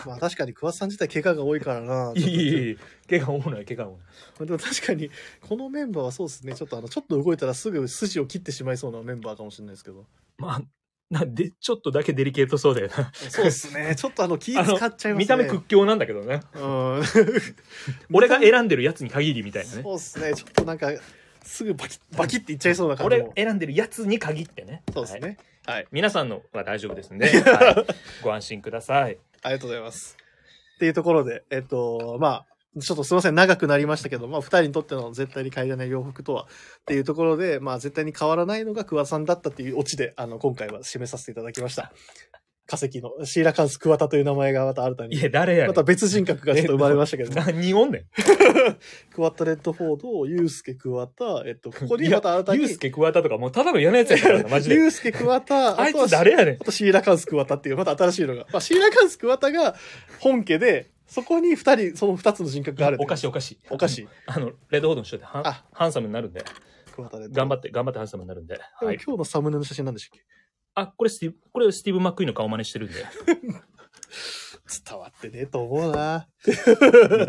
Speaker 1: まあ、確かに桑田さん自体怪我が多いからな。
Speaker 2: いい、い
Speaker 1: い。
Speaker 2: いいい、怪我多ない、怪我多ない。
Speaker 1: でも確かに、このメンバーはそうですね。ちょっとあの、ちょっと動いたらすぐ筋を切ってしまいそうなメンバーかもしれないですけど。
Speaker 2: まあ、なんで、ちょっとだけデリケートそうだよな。
Speaker 1: そうですね。 ちょっとあの、気使っちゃいますね。
Speaker 2: 見た目屈強なんだけどね。
Speaker 1: うん。
Speaker 2: 俺が選んでるやつに限りみたいなね。
Speaker 1: そうですね。ちょっとなんか、すぐバキッ、バキッっていっちゃいそうな感じ
Speaker 2: 俺
Speaker 1: も。
Speaker 2: 選んでるやつに限ってね。
Speaker 1: そうです
Speaker 2: はい
Speaker 1: ね。はい。
Speaker 2: 皆さんのは大丈夫です んで、はいご安心ください。
Speaker 1: ありがとうございます。っていうところで、えっと、まあ、ちょっとすいません、長くなりましたけど、まあ、二人にとっての絶対に変えられない洋服とは、っていうところで、まあ、絶対に変わらないのが桑田さんだったっていうオチで、あの、今回は締めさせていただきました。化石のシーラカンス桑田という名前がまた新た
Speaker 2: い
Speaker 1: に、
Speaker 2: や、誰やねん
Speaker 1: また別人格がちょっと生まれましたけど、
Speaker 2: 何おんねん。
Speaker 1: クワッタレッドフォード、ユースケ桑田、えっと、ここにまた新た
Speaker 2: いやユ
Speaker 1: に
Speaker 2: ー、スケ桑田とか、もうただの嫌なやつやからな、マジで。
Speaker 1: ユースケ桑田、
Speaker 2: あい
Speaker 1: とは
Speaker 2: つ誰やねん
Speaker 1: あ。とシーラカンスクワタっていう、また新しいのが。まあ、シーラカンスクワタが本家で、そこに二人、その二つの人格がある。
Speaker 2: おかしいおかしい。
Speaker 1: おかしい。
Speaker 2: あの、レッドホードの人でハン
Speaker 1: あ
Speaker 2: ハンサムになるんで、
Speaker 1: クワタで。
Speaker 2: 頑張
Speaker 1: って。
Speaker 2: って、頑張ってハンサムになるんで。
Speaker 1: で
Speaker 2: は
Speaker 1: も
Speaker 2: い
Speaker 1: 今。日のサムネの写真なんでしたっけ
Speaker 2: あ、これスティーブ、これスティーブ・マックイーンの顔真似してるんで。
Speaker 1: 伝わってねえと思うな。
Speaker 2: めっ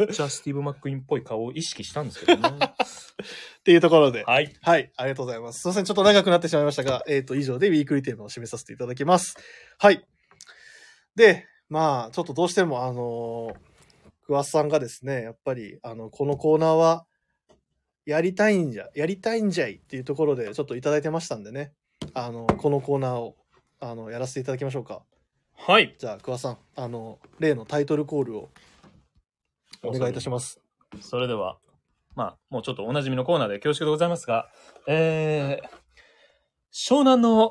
Speaker 2: ちゃスティーブ・マックイーンっぽい顔を意識したんですけどね。
Speaker 1: っていうところで。
Speaker 2: はい。
Speaker 1: はい、ありがとうございます。すいません、ちょっと長くなってしまいましたが、えっ、と、以上でウィークリーテーマを締めさせていただきます。はい。で、まあ、ちょっとどうしても、あのー、桑田さんがですね、やっぱり、あの、このコーナーは、やりたいんじゃ、やりたいんじゃいっていうところで、ちょっといただいてましたんでね、あの、このコーナーを、あの、やらせていただきましょうか。
Speaker 2: はい。
Speaker 1: じゃあ、桑田さん、あの、例のタイトルコールをお願いいたします。
Speaker 2: それでは、まあ、もうちょっとおなじみのコーナーで恐縮でございますが、えー、湘南の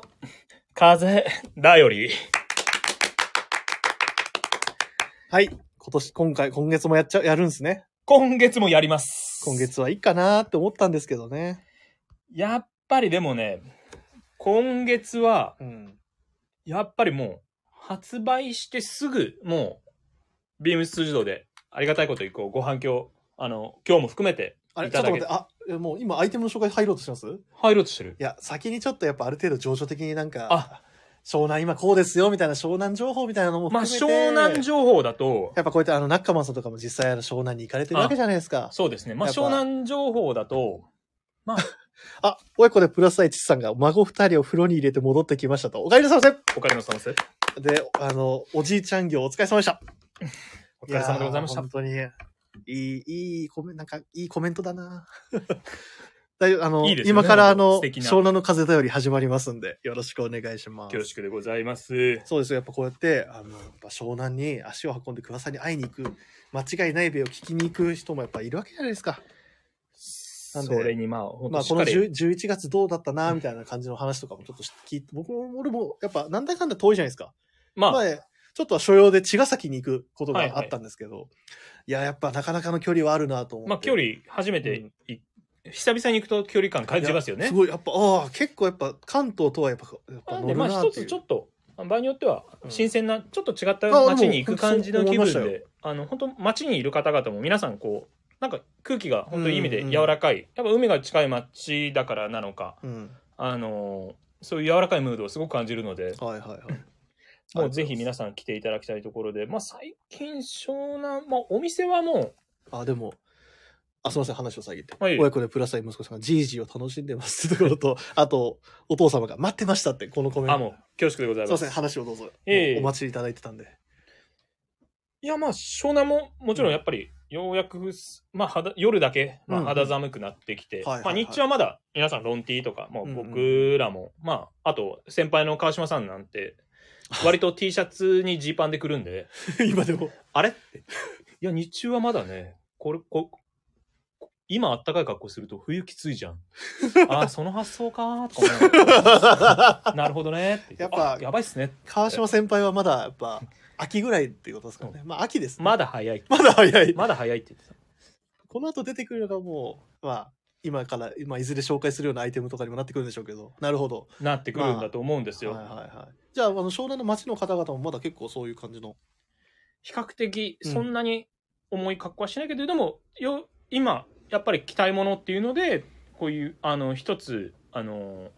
Speaker 2: 風だより。
Speaker 1: はい。今年、今回、今月もやっちゃ、やるんですね。
Speaker 2: 今月もやります。
Speaker 1: 今。月はいいかなーって思ったんですけどね。
Speaker 2: やっぱりでもね、今月は、
Speaker 1: うん。
Speaker 2: やっぱりもう、発売してすぐ、もう、ビームス通自動で、ありがたいことにこう、ご反響、あの、今日も含めて、
Speaker 1: あれ
Speaker 2: い
Speaker 1: ちょっ
Speaker 2: た
Speaker 1: と
Speaker 2: だ
Speaker 1: 待っ
Speaker 2: け
Speaker 1: て、あ、えもう今アイテムの紹介入ろうとしますい
Speaker 2: 入ろうとしてる。
Speaker 1: や、先にちょっとやっぱある程度情緒的になんか、
Speaker 2: あ
Speaker 1: 湘南今こうですよみたいな湘南情報みたいなのも
Speaker 2: まあ、
Speaker 1: 含めて、
Speaker 2: 湘南情報だと、
Speaker 1: やっぱこうやってあの、ナッカマンさんとかも実際あの湘南に行かれてるわけじゃないですか。
Speaker 2: そうですね。まあ、
Speaker 1: やっぱ
Speaker 2: 湘南情報だと、
Speaker 1: あ、親子でプラス愛知さんが孫二人を風呂に入れて戻ってきましたと。お帰りなさいませ
Speaker 2: おかげのさまです。
Speaker 1: で、あの、おじいちゃん業お疲れ様でした。
Speaker 2: お疲れ様でございました
Speaker 1: やー。本当に、いい、いいコメント、なんか、いいコメントだな 大丈夫、あの、
Speaker 2: いいですよね
Speaker 1: 今からあの、
Speaker 2: 素敵な
Speaker 1: 湘南の風だより始まりますんで、よろしくお願いします。
Speaker 2: 恐縮でございます。
Speaker 1: そうですよ。やっぱこうやって、あの、やっぱ湘南に足を運んで桑田さんに会いに行く、間違いないべを聞きに行く人もやっぱいるわけじゃないですか。なん
Speaker 2: そ
Speaker 1: で
Speaker 2: れにまあ、本
Speaker 1: ま
Speaker 2: 当
Speaker 1: あ
Speaker 2: し
Speaker 1: こ
Speaker 2: っ
Speaker 1: の
Speaker 2: かり、
Speaker 1: 10 11月どうだったな、みたいな感じの話とかもちょっと聞いて、僕も、俺も、やっぱなんだかんだ遠いじゃないですか。
Speaker 2: まあ、
Speaker 1: 前、ちょっとは所用で茅ヶ崎に行くこと
Speaker 2: はいは
Speaker 1: が
Speaker 2: い
Speaker 1: あったんですけど、いや、やっぱなかなかの距離はあるなと思って。
Speaker 2: まあ、距離初めてい、久々に行くと距離感感じますよ
Speaker 1: いや
Speaker 2: ね
Speaker 1: す。ごい、やっぱ、ああ、結構やっぱ関東とはやっぱ、やっぱ
Speaker 2: なん
Speaker 1: 乗
Speaker 2: で、
Speaker 1: る
Speaker 2: まあ、
Speaker 1: な
Speaker 2: 一
Speaker 1: ってい
Speaker 2: つ
Speaker 1: う。
Speaker 2: ちょっと、場合によっては、
Speaker 1: うん
Speaker 2: 新鮮な、ちょっと違った
Speaker 1: あ
Speaker 2: 街
Speaker 1: で
Speaker 2: に行
Speaker 1: も
Speaker 2: く感じの気
Speaker 1: そう
Speaker 2: 分
Speaker 1: 思いま
Speaker 2: で、あの、本当街にいる方々も皆さんこう、なんか空気が本当にいい意味
Speaker 1: う
Speaker 2: で
Speaker 1: んうん
Speaker 2: 柔らかい、やっぱ海が近い街だからなのか、
Speaker 1: うん。
Speaker 2: あのーそういう柔らかいムードをすごく感じるの
Speaker 1: は
Speaker 2: で、
Speaker 1: いはいはい。
Speaker 2: もうぜひ皆
Speaker 1: さ
Speaker 2: さん来ていただきたいところで、まあ最近湘南、まあお店はもう
Speaker 1: ん。あ、でも、あ、すみません、話を遮って。
Speaker 2: はい
Speaker 1: 親子でプラスアイ息子さんがジージーを楽しんでますってところ と、あと、お父様が待ってましたって、このコメント。
Speaker 2: あ、もう、恐縮でござい
Speaker 1: すいま
Speaker 2: ます。
Speaker 1: せん、話をどうぞ。
Speaker 2: いえいえ
Speaker 1: お待ちいただいてたん で。
Speaker 2: いや、まあ、湘南も、もちろんやっぱり、ようやくす、まあ、肌夜だけ、ま
Speaker 1: う
Speaker 2: あ、
Speaker 1: ん
Speaker 2: 肌寒くなってきて、
Speaker 1: はいはい
Speaker 2: まあ、
Speaker 1: はい
Speaker 2: 日中はまだ、皆さん、ロンティーとか、も
Speaker 1: う
Speaker 2: うん
Speaker 1: うん
Speaker 2: 僕らも、まあ、あと、先輩の川島さんなんて、割と T シャツにジーパンで来るんで、
Speaker 1: 今で も。
Speaker 2: あれって。いや、日中はまだね、これ、こ、こ今あったかい格好すると冬きつい じゃん。ああ、その発想かーとか思うなるほどねって。
Speaker 1: やっぱ
Speaker 2: あやばいっすね。
Speaker 1: 川島先輩はまだ、やっぱ、秋ぐらいっていうことですかね。まあ、秋ですね。
Speaker 2: まだ早い。
Speaker 1: まだ早い。
Speaker 2: まだ早いって言ってた。
Speaker 1: この後出てくるのがもう、まあ、今から、まあ、いずれ紹介するようなアイテムとかにもなってくるんでしょうけど。なるほど。
Speaker 2: なってくるんだと思うんですよ。
Speaker 1: はいはいはい。じゃあ、あの、湘南の町の方々もまだ結構そういう感じの。
Speaker 2: 比較的
Speaker 1: うん
Speaker 2: そんなに重い格好はしないけど、でもよ今やっぱり着たいものっていうのでこういうあの一つあの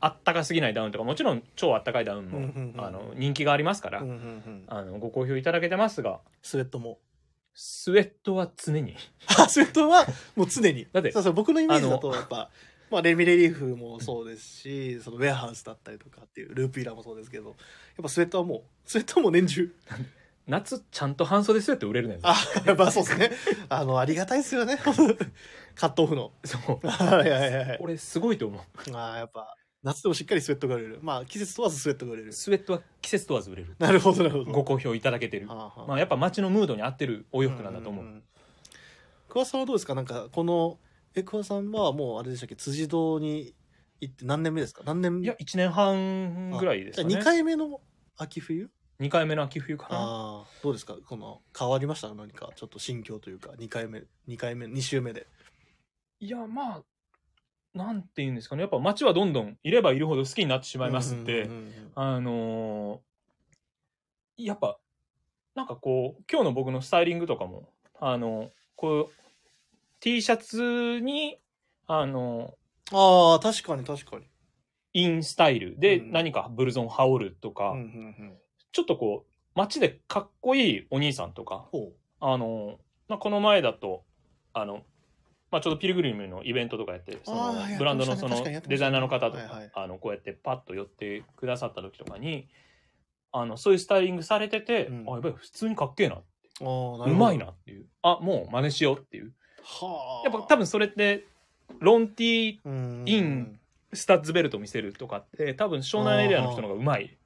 Speaker 2: あったかすぎないダウンとかもちろん超あったかいダウンも、
Speaker 1: うんうんうん
Speaker 2: あの人気がありますから、
Speaker 1: うんうんうん
Speaker 2: あのご好評いただけてますが
Speaker 1: スウェットも。
Speaker 2: スウェットは常に
Speaker 1: あスウェットはもう常に。
Speaker 2: だって
Speaker 1: そうそう僕のイメージだとやっぱ、まあ、レミレリーフもそうですし、そのウェアハウスだったりとかっていう、ループイラーもそうですけど、やっぱスウェットはもう、スウェットはもう年中。
Speaker 2: 夏ちゃんと半袖スウェット売れるのよ
Speaker 1: あ、やっぱそうです ね。あの、ありがたいですよね。 カットオフの。
Speaker 2: そう
Speaker 1: はいはいはいはい。
Speaker 2: 俺すごいと思う
Speaker 1: まあやっぱ、夏でもしっかりスウェットが売れる。まあ季節問わずスウェットが売れる。
Speaker 2: スウェットは季節問わず売れる
Speaker 1: なるほどなるほど。
Speaker 2: ご好評いただけてる、
Speaker 1: はあはあ
Speaker 2: まあ、やっぱ街のムードに合ってるお洋服なんだと思う、
Speaker 1: んんん桑田さんはどうですかなんかこのえ桑田さんはもうあれでしたっけ辻堂に行って何年目ですか何年
Speaker 2: いや1年半ぐらいですかね
Speaker 1: じゃあ2回目の秋冬
Speaker 2: 2回目の秋冬かな
Speaker 1: ああどうですかこの変わりました何かちょっと心境というか2回目2回目2週目で
Speaker 2: いやまあなんて言うんですかねやっぱ街はどんどんいればいるほど好きになってしまいますって、
Speaker 1: うんうんうん
Speaker 2: あのーやっぱなんかこう今日の僕のスタイリングとかもあのこう T シャツにあの
Speaker 1: ああ確かに確かに
Speaker 2: インスタイルで
Speaker 1: うん
Speaker 2: 何かブルゾン羽織るとか、
Speaker 1: うんうんうん
Speaker 2: ちょっとこう街でかっこいいお兄さんとか
Speaker 1: ほ
Speaker 2: あの、まあ、この前だと、あの、まあ、ちょうどピルグリムのイベントとかやって、そ
Speaker 1: あー
Speaker 2: の
Speaker 1: やってましたね
Speaker 2: ブランドのそ
Speaker 1: 確
Speaker 2: の
Speaker 1: かにやってましたね
Speaker 2: デザイナーの方とか、
Speaker 1: はいはい
Speaker 2: あの、こうやってパッと寄ってくださった時とかに、あの、そういうスタイリングされてて、
Speaker 1: うん
Speaker 2: あ、やっぱり普通にかっけえな、
Speaker 1: うああな
Speaker 2: う
Speaker 1: るほど
Speaker 2: まいなっていう、あ、もう真似しようっていう。
Speaker 1: はあ
Speaker 2: やっぱ多分それって、ロンティー、
Speaker 1: 分
Speaker 2: インスタッズベルト見せるとかって、多分湘南エリアの人の方がうまい。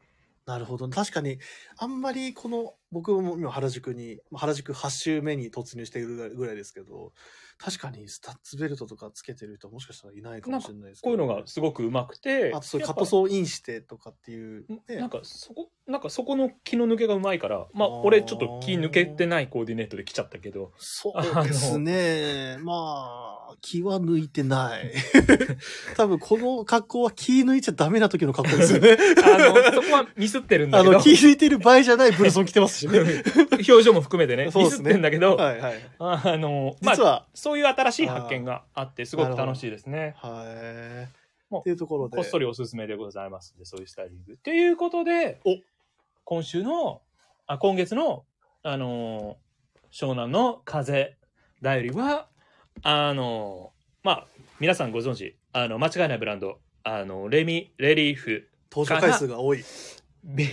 Speaker 1: なるほど、確かに、あんまりこの、僕も今原宿に、まあ原宿8周目に突入しているぐらいですけど、確かにスタッツベルトとかつけてる人もしかしたらいないかもしれないです
Speaker 2: こう
Speaker 1: け
Speaker 2: い
Speaker 1: ど
Speaker 2: うのがすごくうまくて。
Speaker 1: あとそういうカ
Speaker 2: やっ
Speaker 1: ッ
Speaker 2: ぱ
Speaker 1: トソーインしてとかっていう、ね
Speaker 2: なんかそこなんかそこの気の抜けがうまいからまあ
Speaker 1: あー
Speaker 2: 俺ちょっと気抜けてないコーディネートで来ちゃった けど
Speaker 1: そうですね。まあ、気は抜いてない。 多分この格好は気抜いちゃダメな時の格好ですよね。
Speaker 2: あのそこはミスってるんだ
Speaker 1: あ
Speaker 2: けど
Speaker 1: の、気抜いてる場合じゃないブルソン着てますしね。
Speaker 2: 表情も含めてね
Speaker 1: そう
Speaker 2: ミ
Speaker 1: で
Speaker 2: ス
Speaker 1: す
Speaker 2: っ
Speaker 1: ね
Speaker 2: てんだけど、
Speaker 1: はいはい。
Speaker 2: あのま
Speaker 1: 実
Speaker 2: あ
Speaker 1: は、
Speaker 2: そういう新しい発見があってすごく楽しいですね
Speaker 1: はい。
Speaker 2: もう
Speaker 1: っていうところで。
Speaker 2: こっそりおすすめでございますんでそういうスタイリングっていうことで
Speaker 1: お
Speaker 2: 今週のあ今月のあの湘南の風だよりはあのまあ皆さんご存知あの間違いないブランドあのレミレリーフ
Speaker 1: 登場回数が多い。
Speaker 2: べ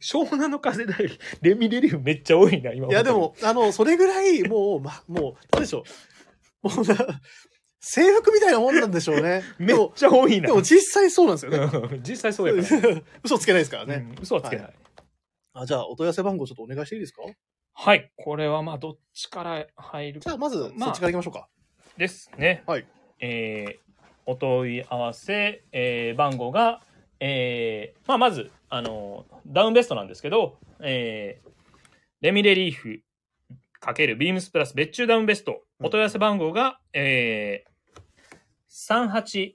Speaker 2: 湘南の風だよりレミレリーフめっちゃ多いな今
Speaker 1: いやでも、あの、それぐらい、もう、ま、もう、なんでしょう。もうな、制服みたいなもんなんでしょう ね。
Speaker 2: め
Speaker 1: で
Speaker 2: っ
Speaker 1: も、
Speaker 2: ちゃ多いな
Speaker 1: でも実際そうなんですよね。
Speaker 2: うん実際そうやから、
Speaker 1: 嘘つけないですからね。
Speaker 2: うん嘘はつけない、
Speaker 1: はあじゃあ、お問い合わせ番号ちょっとお願いしていいですか
Speaker 2: はい、これはまあどっちから入るか
Speaker 1: じゃあ、まず、そっち
Speaker 2: まあ
Speaker 1: から行きましょうか。
Speaker 2: ですね。
Speaker 1: はい。
Speaker 2: えーお問い合わせ、えー番号が、えーまあ、まず、あの、ダウンベストなんですけど、えーレミレリーフ×ビームスプラス別注ダウンベスト、お問い合わせ番号が、えー、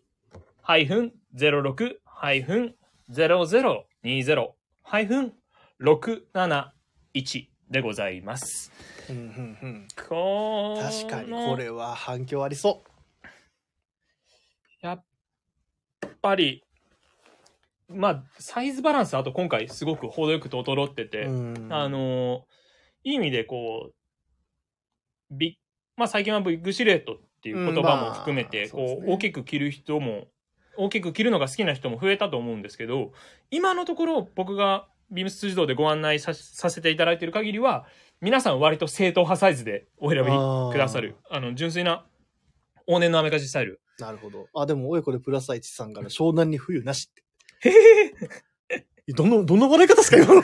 Speaker 2: 38-06-0020-671でございます。
Speaker 1: うんうん
Speaker 2: こ
Speaker 1: うん、
Speaker 2: の
Speaker 1: 確かに、これは反響ありそ
Speaker 2: やっぱり、まあ、サイズバランス、あと今回すごく程よく整って
Speaker 1: う。
Speaker 2: て、
Speaker 1: うん
Speaker 2: あ、のーいい意味でこう、ビッまあ最近はビッグシルエットっていう言葉も含め
Speaker 1: う
Speaker 2: て、
Speaker 1: んまあそう
Speaker 2: こ
Speaker 1: です
Speaker 2: う、
Speaker 1: ね
Speaker 2: 大きく着る人も、大きく着るのが好きな人も増えたと思うんですけど、今のところ僕がビームス通動でご案内ささせていただいている限りは、皆さん割と正統派サイズでお選びくださる、あの、純粋な往年のアメカジスタイル。
Speaker 1: なるほど。あ、でも、親子でプラス1さんから湘南に冬なしって。えどの、どの笑い方ですか、今の。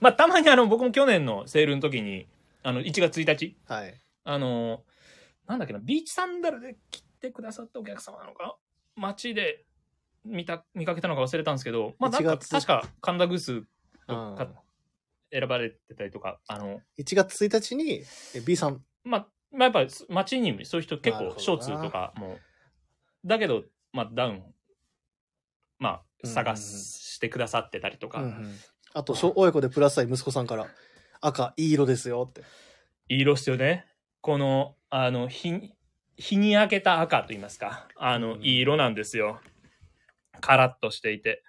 Speaker 2: まあ、たまにあの、僕も去年のセールの時に、あの、1月1日、
Speaker 1: はい。
Speaker 2: あの、なんだっけな、ビーチサンダルで来てくださったお客様なのかな街で見た、見かけたのか忘れたんですけど、まあ、なん
Speaker 1: 1
Speaker 2: か、
Speaker 1: 月
Speaker 2: 確か、神田グース
Speaker 1: う
Speaker 2: と
Speaker 1: ん
Speaker 2: か、選ばれてたりとか、あの、
Speaker 1: 1月1日に、え B さん。
Speaker 2: まあ、まあ、やっぱり街にそういう人結
Speaker 1: なるほ
Speaker 2: 構
Speaker 1: どな
Speaker 2: ショーツとかもだけど、まあ、ダウン、まあ、
Speaker 1: うん
Speaker 2: 探してくださってたりとか、
Speaker 1: うんうんあと、小親子でプラス愛息子さんから、赤、いい色ですよって。
Speaker 2: いい色っすよねこのあの日に日に焼けた赤と言いますかあ
Speaker 1: う
Speaker 2: の、
Speaker 1: ん
Speaker 2: いい色なんですよカラッとしていて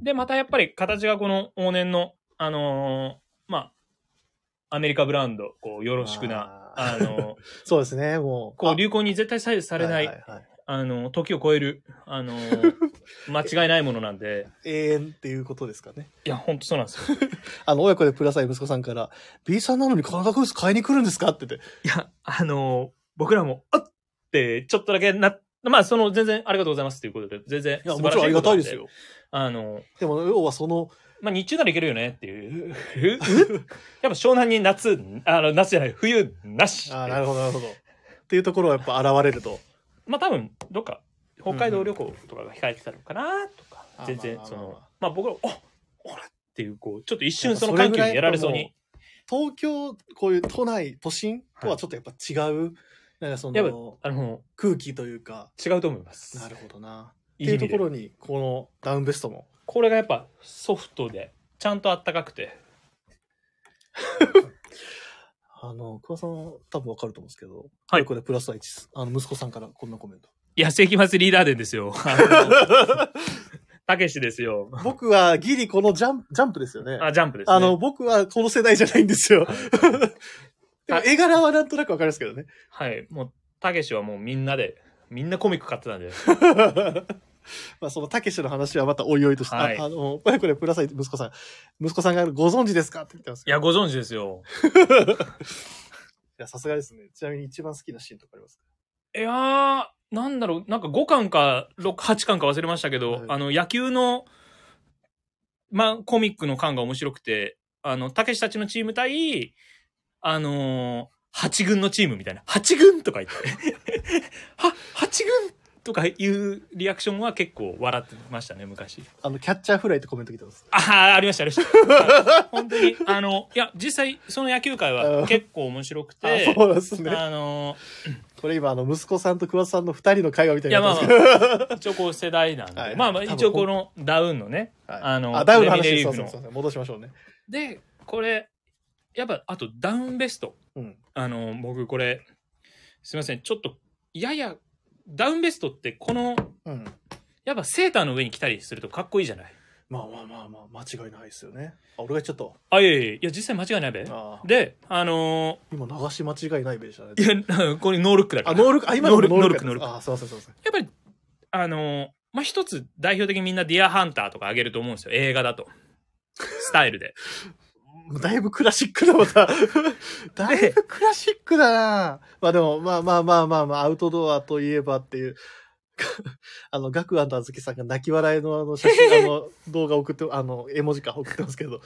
Speaker 2: でまたやっぱり形がこの往年のあのーまあアメリカブランドこうよろしくな
Speaker 1: あー
Speaker 2: あのー
Speaker 1: そうですね、もう。
Speaker 2: こ
Speaker 1: あ
Speaker 2: う流行に絶対左右されない、
Speaker 1: ははは
Speaker 2: あの、時を超える、あの、 間違いないものなんで、
Speaker 1: 永遠っていうことですかね。
Speaker 2: いや、ほんとそうなんですよ。
Speaker 1: あの、親子でプラス愛息子さんから、B さんなのに化学物買いに来るんですかって言って。
Speaker 2: いや、あの、僕らも、あっって、ちょっとだけな、まあ、その、全然ありがとうございますということで、全然
Speaker 1: いや、
Speaker 2: 素晴
Speaker 1: も
Speaker 2: らし
Speaker 1: ちろんありがたいです
Speaker 2: ことなんで。
Speaker 1: よ。
Speaker 2: あの、
Speaker 1: でも、要はその、
Speaker 2: まあ、日中ならいけるよねっていう。 やっぱ湘南に夏、あの、夏じゃない、冬なし。
Speaker 1: ああ、なるほど、なるほど。っていうところはやっぱ現れると。
Speaker 2: まあ、多分、どっか、北海道旅行とかが控えてたのかなとか、
Speaker 1: うん
Speaker 2: 全
Speaker 1: あ
Speaker 2: 然
Speaker 1: ま、あ
Speaker 2: そ
Speaker 1: まあまあま
Speaker 2: の
Speaker 1: あ、
Speaker 2: まあ、僕ら、ああれっていう、こう、ちょっと一瞬その緩急にやられそうに。
Speaker 1: 東京、こういう都内、都心とはちょっとやっぱ違う、なんかそ
Speaker 2: やっ
Speaker 1: の、
Speaker 2: ぱ、あの、
Speaker 1: 空気というか、
Speaker 2: 違うと思います。
Speaker 1: なるほどな。って
Speaker 2: いい
Speaker 1: い
Speaker 2: 意
Speaker 1: うと
Speaker 2: 味で
Speaker 1: ころに、このダウンベストも。
Speaker 2: これがやっぱソフトでちゃんとあったかくて
Speaker 1: あの、桑さんは多分わかると思うんですけど、
Speaker 2: はい
Speaker 1: これプラスは1です。あの、息子さんからこんなコメント。
Speaker 2: 野生期末リーダーデンです よあのたけしですよ
Speaker 1: 僕はギリこのジャンプ、ジャンプですよね。
Speaker 2: あジャンプですね
Speaker 1: あの、僕はこの世代じゃないんですよ。でも絵柄はなんとなくわかるんですけどね。
Speaker 2: はいもうたけしはもうみんなでみんなコミック買ってたんで
Speaker 1: まあそのたけしの話はまたおいおいとして、
Speaker 2: はい
Speaker 1: ああの、親子でプラス愛息子さん、息子さんがご存知ですかって言ってます
Speaker 2: い
Speaker 1: けど
Speaker 2: やご存知ですよ
Speaker 1: いや、さすがですね。ちなみに一番好きなシーンとかありますか
Speaker 2: いやーなんだろうなんか5巻か6 8巻か忘れましたけど、
Speaker 1: はい
Speaker 2: あの野球のまあコミックの巻が面白くてあのたけしたちのチーム対あのー、8軍のチームみたいな8軍とか言って は8軍とかいうリアクションは結構笑ってましたね昔
Speaker 1: あの、キャッチャーフライってコメント来てます。
Speaker 2: ああありましたありました本当にあのいや実際その野球界は結構面白くて
Speaker 1: あ、そうなんですね。
Speaker 2: あのー
Speaker 1: これ今、あの、息子さんと桑田さんの二人の会話みたいに
Speaker 2: いや
Speaker 1: な
Speaker 2: ま
Speaker 1: っ
Speaker 2: あ
Speaker 1: てますけど。
Speaker 2: まあ一応こう世代なんで、
Speaker 1: はい
Speaker 2: まあまあ
Speaker 1: 多分
Speaker 2: 一応このダウンのね
Speaker 1: はい
Speaker 2: あの
Speaker 1: あ、ダウンの話
Speaker 2: レミ
Speaker 1: で
Speaker 2: レリ
Speaker 1: す。
Speaker 2: ー
Speaker 1: そう
Speaker 2: フ
Speaker 1: そうそ
Speaker 2: の
Speaker 1: うそう。戻しましょうね。
Speaker 2: でこれやっぱあとダウンベスト
Speaker 1: うん。
Speaker 2: あの僕これすいませんちょっとややダウンベストってこの
Speaker 1: うん。
Speaker 2: やっぱセーターの上に着たりするとかっこいいじゃない
Speaker 1: まあまあまあまあ、間違いないですよね。あ、俺が言っちゃっ
Speaker 2: あいやいやいや実際間違いないべ
Speaker 1: た。ああ
Speaker 2: であの
Speaker 1: 今、流し間違いないべでしたね
Speaker 2: ー。いやこれノールックだか
Speaker 1: あ、
Speaker 2: らや
Speaker 1: ノールック、あ、今の
Speaker 2: ノールック
Speaker 1: ノールック
Speaker 2: ノールック
Speaker 1: あ、すいません、すいません。
Speaker 2: っぱりあのーまあ一つ代表的にみんな「ディアハンター」とかあげると思うんですよ映画だとスタイル で
Speaker 1: だいぶクラシックだ、ま た。だいぶクラシックだなまあでも、まあまあまあまあまあ、アウトドアといえばっていう。 あの、ガクアンとあずきさんが泣き笑いのあの写真、あの動画送って、あの、絵文字か送ってますけど、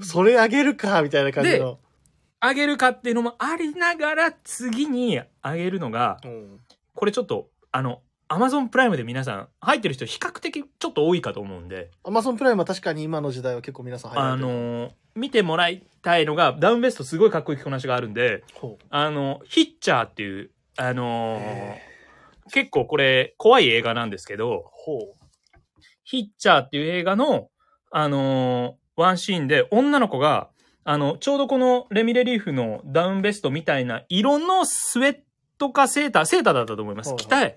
Speaker 1: それあげるか、みたいな感じの。
Speaker 2: あげるかっていうのもありながら次にあげるのが
Speaker 1: うん
Speaker 2: これちょっとあのアマゾンプライムで皆さん入ってる人比較的ちょっと多いかと思うんで、
Speaker 1: アマゾンプライムは確かに今の時代は結構皆さん入ら
Speaker 2: あ
Speaker 1: れてる。
Speaker 2: の見てもらいたいのがダウンベストすごいかっこいい着こなしがあるんで
Speaker 1: ほう
Speaker 2: あのヒッチャーっていうあの
Speaker 1: へ
Speaker 2: 結構これ怖い映画なんですけど
Speaker 1: ほう。
Speaker 2: ヒッチャーっていう映画の、あのーワンシーンで女の子が、あの、ちょうどこのレミレリーフのダウンベストみたいな色のスウェットかセーター、セーターだったと思います。
Speaker 1: はいはい
Speaker 2: 着たい。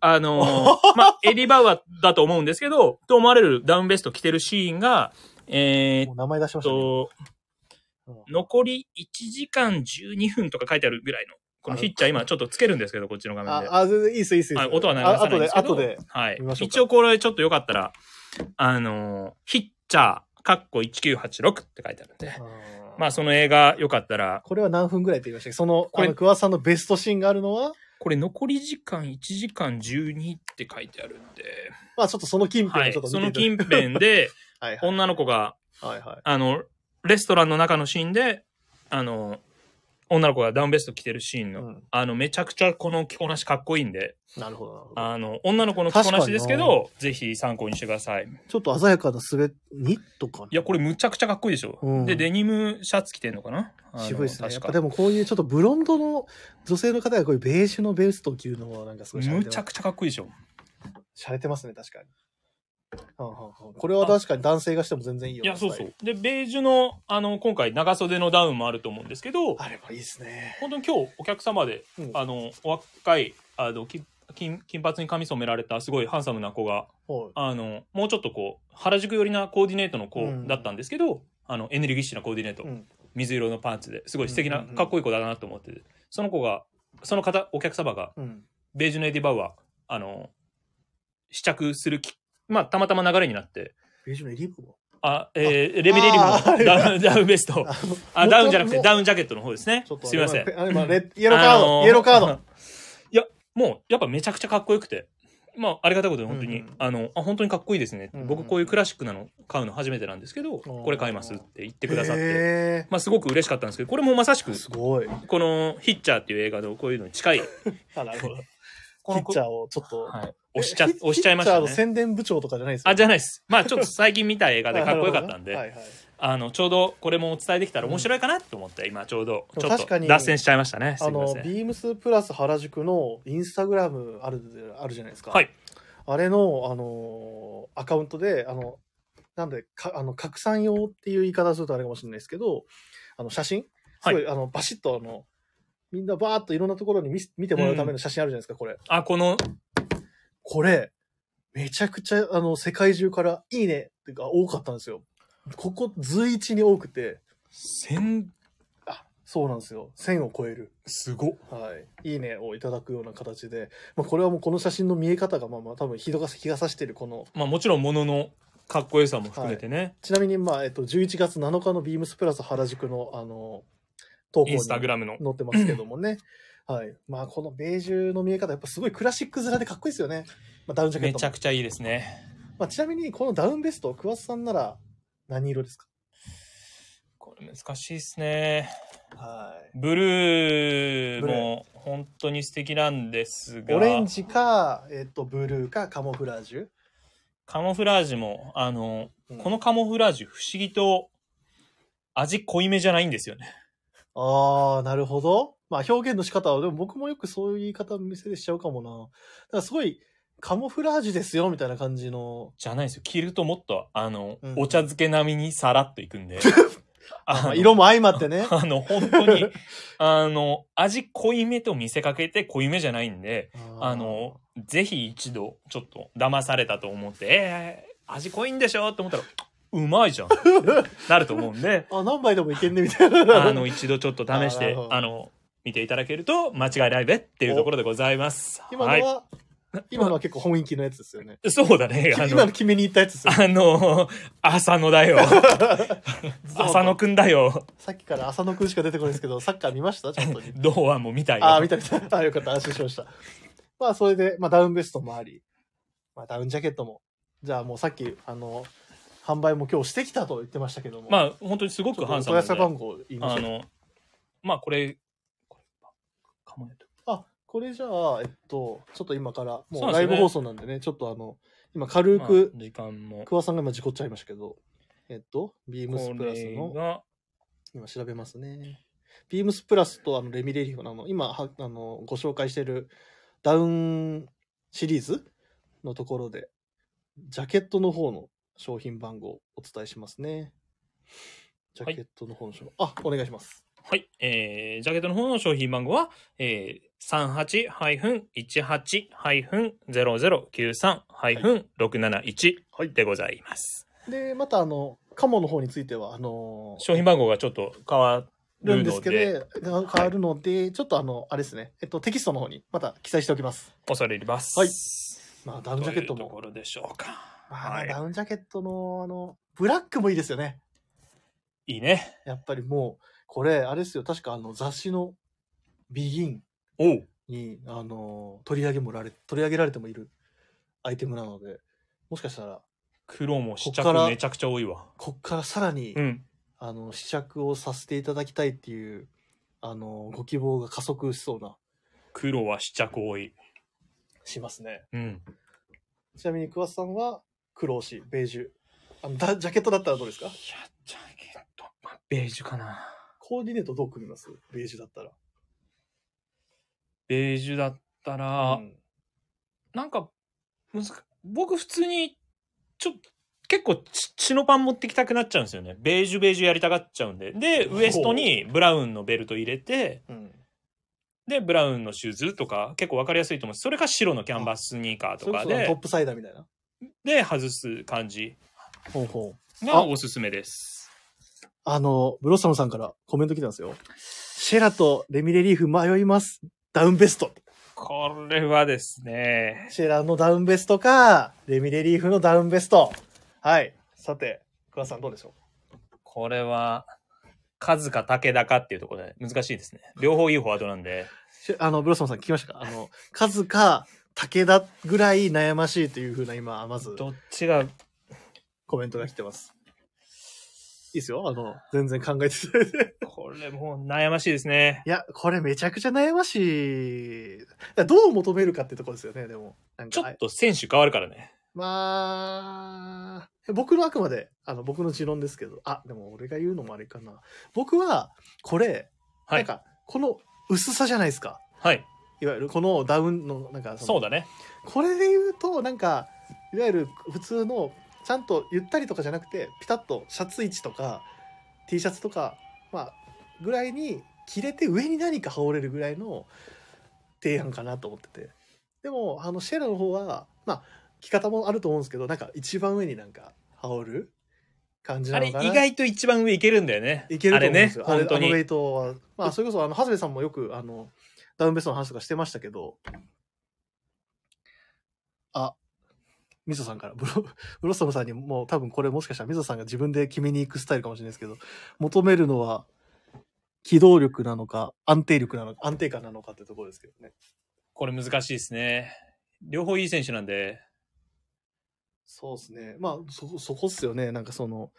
Speaker 2: あのーまあ、エディ・バウアーだと思うんですけど、と思われるダウンベスト着てるシーンが、えー
Speaker 1: も
Speaker 2: っ
Speaker 1: う名前出しましたね。
Speaker 2: と、残り1時間12分とか書いてあるぐらいの、このヒッチャー今ちょっとつけるんですけど、こっちの画面
Speaker 1: あ
Speaker 2: で、。
Speaker 1: あ、全然いいです、いいです。いい
Speaker 2: は
Speaker 1: っ
Speaker 2: い、
Speaker 1: す
Speaker 2: 音は流さないんですけ
Speaker 1: あ
Speaker 2: ど。
Speaker 1: 後で、後で。
Speaker 2: はい
Speaker 1: 見まし。ょうか
Speaker 2: 一応これちょっとよかったら、あのーヒッチャー、カッコ1986って書いてあるんで、
Speaker 1: あー
Speaker 2: まあその映画よかったら、
Speaker 1: これは何分ぐらいって言いましたっけその、
Speaker 2: こ
Speaker 1: こ
Speaker 2: れ
Speaker 1: れ、桑さんのベストシーンがあるのは、
Speaker 2: これ残り時間1時間12って書いてあるんで、
Speaker 1: まあちょっとその近
Speaker 2: は
Speaker 1: 辺
Speaker 2: い
Speaker 1: をちょっ、と
Speaker 2: そ
Speaker 1: 見
Speaker 2: の
Speaker 1: てい
Speaker 2: 近 辺で、
Speaker 1: ただいて。
Speaker 2: 女の子が、
Speaker 1: はいはい。はいはい。
Speaker 2: あの、レストランの中のシーンで、あの、女の子がダウンベスト着てるシーンの、
Speaker 1: うん
Speaker 2: あの、めちゃくちゃこの着こなしかっこいいんで、
Speaker 1: なるほど、なるほど。
Speaker 2: あの、女の子の着こなしですけ
Speaker 1: 確
Speaker 2: ど、ぜひ参考にしてください。
Speaker 1: ちょっと鮮やかな滑り、ニットかな。
Speaker 2: いや、これむちゃくちゃかっこいいでしょ。
Speaker 1: うん
Speaker 2: で、デニムシャツ着てんのかなあの
Speaker 1: 渋いですね。やっ
Speaker 2: 確
Speaker 1: ぱ
Speaker 2: か
Speaker 1: でもこういうちょっとブロンドの女性の方がこういうベージュのベーストを着るのもなんかすごい洒落
Speaker 2: む
Speaker 1: て
Speaker 2: ち
Speaker 1: ま
Speaker 2: ゃ
Speaker 1: す
Speaker 2: くちゃかっこいいでしょ。
Speaker 1: 洒落てますね、確かに。はんはんはんこれは確かに男性がしても全然いいよ
Speaker 2: い
Speaker 1: ね
Speaker 2: や、そうそ
Speaker 1: ス
Speaker 2: う。で、ベージュの、あの、今回、長袖のダウンもあると思うんですけど、
Speaker 1: タイルあればいいですね。
Speaker 2: 本当に今日お客様で、
Speaker 1: うん
Speaker 2: あの、お若い、あの、き金金髪に髪染められたすごいハンサムな子が、
Speaker 1: はい
Speaker 2: あの、もうちょっとこう、原宿寄りなコーディネートの子
Speaker 1: うん
Speaker 2: だったんですけど、あの、エネルギッシュなコーディネート、
Speaker 1: うん
Speaker 2: 水色のパンツですごい素敵
Speaker 1: うん
Speaker 2: な
Speaker 1: うんうん、
Speaker 2: かっこいい子だなと思ってて、その子が、その方、お客様が、
Speaker 1: うん。
Speaker 2: ベージュのエディ・バウは、あの、試着するき、まあ、たまたま流れになって、
Speaker 1: ベージュのエリーブも
Speaker 2: あ、えーレミレリム
Speaker 1: あー
Speaker 2: のダウン、ダウンベスト。 あ、ダウンじゃなくて、ダ
Speaker 1: ウン。
Speaker 2: ウンジャケットの方ですね
Speaker 1: ちょっ。と
Speaker 2: すいません。
Speaker 1: あれ、まあ、レイエローカー
Speaker 2: あの
Speaker 1: ド、イエローカード。。
Speaker 2: いや、もう、やっぱめちゃくちゃかっこよくて。まあ、ありがたいことで本当に、
Speaker 1: うんうん
Speaker 2: あの、あ、本当にかっこいいですねって。
Speaker 1: うんうん
Speaker 2: 僕こういうクラシックなの買うの初めてなんですけど、これ買いますって言ってくださって。
Speaker 1: へ
Speaker 2: まあ、すごく嬉しかったんですけど、これもまさしく
Speaker 1: ー、すごい。
Speaker 2: このヒッチャーっていう映画のこういうのに近い、
Speaker 1: あ、なるほ ど。
Speaker 2: こ
Speaker 1: ピ
Speaker 2: の
Speaker 1: ッチャーをちょっと。
Speaker 2: はい、押しちゃ、
Speaker 1: え
Speaker 2: 押しちゃいました
Speaker 1: ピッチャーの宣
Speaker 2: ね。
Speaker 1: 伝部長とかじゃないですよ
Speaker 2: あ、じゃないです。まあ、ちょっと最近見た映 画でかっこよかったんで、
Speaker 1: はいはい。
Speaker 2: あの、ちょうどこれもお伝えできたら面白いかなと思って、今ちょうど、ちょっ
Speaker 1: 確か
Speaker 2: と
Speaker 1: に
Speaker 2: 脱線しちゃいましたね。す
Speaker 1: あ
Speaker 2: みま
Speaker 1: の
Speaker 2: せん。
Speaker 1: ビームスプラス原宿のインスタグラムあるあるじゃないですか、
Speaker 2: はい
Speaker 1: あれの、あのアカウントであのなんでかあの拡散用っていう言い方するとあれかもしれないですけどあの写真すごい、あのバシッとあのみんなバーっといろんなところに見せ見てもらうための写真あるじゃないですか、これ
Speaker 2: あ、この、
Speaker 1: これめちゃくちゃあの世界中から「いいね」っていうか多かったんですよここ随一に多くて
Speaker 2: 千、
Speaker 1: あそうなんですよ1000を超える
Speaker 2: すごっ。
Speaker 1: はい、いいねをいただくような形で、まあ、これはもうこの写真の見え方がまあまあ多分日が日が差してるこの
Speaker 2: まあもちろんもののかっこよさも含めてね、
Speaker 1: ちなみにまあ、えっと、11月7日のビームスプラス原宿のあの投稿
Speaker 2: イ
Speaker 1: に
Speaker 2: ンスタグ
Speaker 1: 載
Speaker 2: ラムの。
Speaker 1: ってますけどもね、 はいまあ、このベージュの見え方やっぱすごいクラシック面でかっこいいですよね、まあ、ダウンジャケ
Speaker 2: め
Speaker 1: ッ
Speaker 2: ち
Speaker 1: ト
Speaker 2: ゃ
Speaker 1: も
Speaker 2: くちゃいいですね。
Speaker 1: まあ、ちなみにこのダウンベスト桑田さんなら何色ですか
Speaker 2: これ難しいですね。
Speaker 1: はい
Speaker 2: ブルーも本当に素敵なんですが、
Speaker 1: オレンジか、えっと、ブルーかカモフラージュ、
Speaker 2: カモフラージュも、あの、
Speaker 1: うん
Speaker 2: このカモフラージュ不思議と味濃いめじゃないんですよね。
Speaker 1: ああ、なるほど。まあ表現の仕方は、でも僕もよくそういう言い方店でしちゃうかもな。だからすごい、カモフラージュですよ、みたいな感じの。
Speaker 2: じゃないですよ。着るともっと、あの、
Speaker 1: うん
Speaker 2: お茶漬け並みにさらっといくんで。
Speaker 1: ま あ
Speaker 2: の
Speaker 1: 色も相まってね。、
Speaker 2: あの、本当に、あの、味濃いめと見せかけて濃いめじゃないんで、あの、ぜひ一度、ちょっと騙されたと思って、えー、味濃いんでしょって思ったら、うまいじゃんってなると思うんで
Speaker 1: あ、何杯でもいけんね、みたいな。
Speaker 2: あの、一度ちょっと試し
Speaker 1: あーなる
Speaker 2: て
Speaker 1: ほ、ど
Speaker 2: あの、見ていただけると間違いないべっていうところでございます。
Speaker 1: 今
Speaker 2: は
Speaker 1: の
Speaker 2: い。
Speaker 1: は、今のは結構本意気のやつですよ ね。
Speaker 2: そうだね。あ
Speaker 1: 今
Speaker 2: の
Speaker 1: の、決めに行ったやつですよね。
Speaker 2: あの、浅野 だよ。浅野くんだよ。
Speaker 1: さっきから浅野くんしか出てこないですけど、サッカー見ましたちゃんと。
Speaker 2: 堂安も見たよ。
Speaker 1: ああ、見た見た。ああ、よかった。安心しました。まあ、それで、まあ、ダウンベストもあり、まあ、ダウンジャケットも。じゃあ、もうさっき、あの、販売も今日してきたと言ってましたけども。
Speaker 2: まあ、本当にすご
Speaker 1: ちょ
Speaker 2: く
Speaker 1: っとお
Speaker 2: ハンサ
Speaker 1: 問い合わ
Speaker 2: ムで
Speaker 1: せ番号言いま
Speaker 2: あ
Speaker 1: しょう。
Speaker 2: の、まあこれ、これかもねと
Speaker 1: あ、これじゃあ、えっと、ちょっと今から、も
Speaker 2: そう
Speaker 1: う
Speaker 2: です
Speaker 1: ラ
Speaker 2: ね
Speaker 1: イブ放送なんでね、ちょっとあの、今軽
Speaker 2: まあ
Speaker 1: く、
Speaker 2: 時間も。
Speaker 1: 桑さんが今事故っちゃいましたけど、えっと、ビームス
Speaker 2: こ
Speaker 1: プラス
Speaker 2: れ
Speaker 1: の、
Speaker 2: が、
Speaker 1: 今調べますね。ビームスプラスとあのレミレリフのあの、今はあのご紹介しているダウンシリーズのところで、ジャケットの方の商品番号をお伝えしますね。ジャケットの方の商品、あ、お願いします。
Speaker 2: はい、えー、ジャケットの方の商品番号は、えー、38-18-0093-671でございます。
Speaker 1: で、またあの、カモの方については、あの
Speaker 2: 商品番号がちょっと変わ
Speaker 1: る
Speaker 2: る
Speaker 1: んです
Speaker 2: の
Speaker 1: け
Speaker 2: で、
Speaker 1: ど、が変わるので、ちょっとあの、あれですね、えっと、テキストの方にまた記載しておきます。
Speaker 2: 恐れ入ります。
Speaker 1: はいまあ、ダ
Speaker 2: ダ
Speaker 1: ウンジャケット
Speaker 2: というとこ
Speaker 1: も。
Speaker 2: ろでしょうか。
Speaker 1: まあ
Speaker 2: はい
Speaker 1: ダウンジャケットの、あの、ブラックもいいですよね。
Speaker 2: いいね。
Speaker 1: やっぱりもう、これ、あれですよ、確かあの、雑誌のビギン
Speaker 2: おう。
Speaker 1: に、あの、取り上げもられ、取り上げられてもいるアイテムなので、もしかしたら、
Speaker 2: 黒も試
Speaker 1: こっから
Speaker 2: 着めちゃくちゃ多いわ。
Speaker 1: こっからさらに、
Speaker 2: うん。
Speaker 1: あの、試着をさせていただきたいっていう、あの、ご希望が加速しそうな、
Speaker 2: 黒は試着多い。
Speaker 1: しますね。
Speaker 2: うん。
Speaker 1: ちなみに、桑田さんは、黒押し、ベージュ。あのだジャケットだったらどうですか
Speaker 2: いや、ジャケット、まあベージュかな。
Speaker 1: コーディネートどう組みますベージュだったら。
Speaker 2: ベージュだったら、
Speaker 1: うん
Speaker 2: なんか、むずか僕普通に、ちょっと、結構ち、チノパン持ってきたくなっちゃうんですよね。ベージュ、ベージュやりたがっちゃうんで。で、ウエストにブラウンのベルト入れて、
Speaker 1: うん。
Speaker 2: で、ブラウンのシューズとか、結構わかりやすいと思うしそれか白のキャンバススニーカー
Speaker 1: そ
Speaker 2: と
Speaker 1: れ
Speaker 2: か
Speaker 1: こそトッ
Speaker 2: で、
Speaker 1: プサイダーみたいな。
Speaker 2: で、外す感じ
Speaker 3: ほうほう。
Speaker 2: がおすすめです。
Speaker 1: あの、ブロッサムさんからコメント来たんですよ。シェラとレミレリーフ迷います。ダウンベスト。
Speaker 2: これはですね、
Speaker 1: シェラのダウンベストか、レミレリーフのダウンベスト。はい。さて、桑田さんどうでしょ
Speaker 2: これは、数か武田かっていうところで難しいですね。両方いいフォワードなんで。
Speaker 1: うしあの、ブロッサムさん聞きましたかあの、カズか武田ぐらい悩ましいというふうな今、まず
Speaker 2: どっちが、
Speaker 1: コメントが来てます。いいですよ。あの、全然考えていただいて。
Speaker 2: これもう悩ましいですね。
Speaker 1: いや、これめちゃくちゃ悩ましい。だからどう求めるかってところですよね、でも。なんか
Speaker 2: ちょっと選手変わるからね。
Speaker 1: まあ、僕のあくまで、あの、僕の持論ですけど、あ、でも俺が言うのもあれかな。僕は、これ、
Speaker 2: は
Speaker 1: なん
Speaker 2: い。
Speaker 1: か、この薄さじゃないですか。
Speaker 2: はい。
Speaker 1: いわゆるこのダウンの、なんかの
Speaker 2: そうだね。
Speaker 1: これで言うと、なんか、いわゆる普通の、ちゃんとゆったりとかじゃなくて、ピタッとシャツ位置とか、T シャツとか、まあ、ぐらいに着れて上に何か羽織れるぐらいの提案かなと思ってて。でも、あの、シェラの方は、まあ、着方もあると思うんですけど、なんか一番上になんか羽織る感じな
Speaker 2: あれ、
Speaker 1: の
Speaker 2: 意
Speaker 1: かな。
Speaker 2: 外と一番上いけるんだよね。
Speaker 1: いけると思うんですよ。
Speaker 2: あ
Speaker 1: あ
Speaker 2: れ
Speaker 1: れ
Speaker 2: ね、本
Speaker 1: あの
Speaker 2: 当
Speaker 1: ウェ
Speaker 2: に。
Speaker 1: イトは。まあ、それこそ、あの、長谷部さんもよく、あの、ダウンベストの話とかしてましたけど、あ、みそさんから、ブロ、 ブロッサムさんにもう多分これもしかしたらみそさんが自分で決めに行くスタイルかもしれないですけど、求めるのは、機動力なのか、安定力なのか、安定感なのかってところですけどね。
Speaker 2: これ難しいですね。両方いい選手なんで。
Speaker 1: そうですね。まあ、そこ、そこっすよね。なんかその、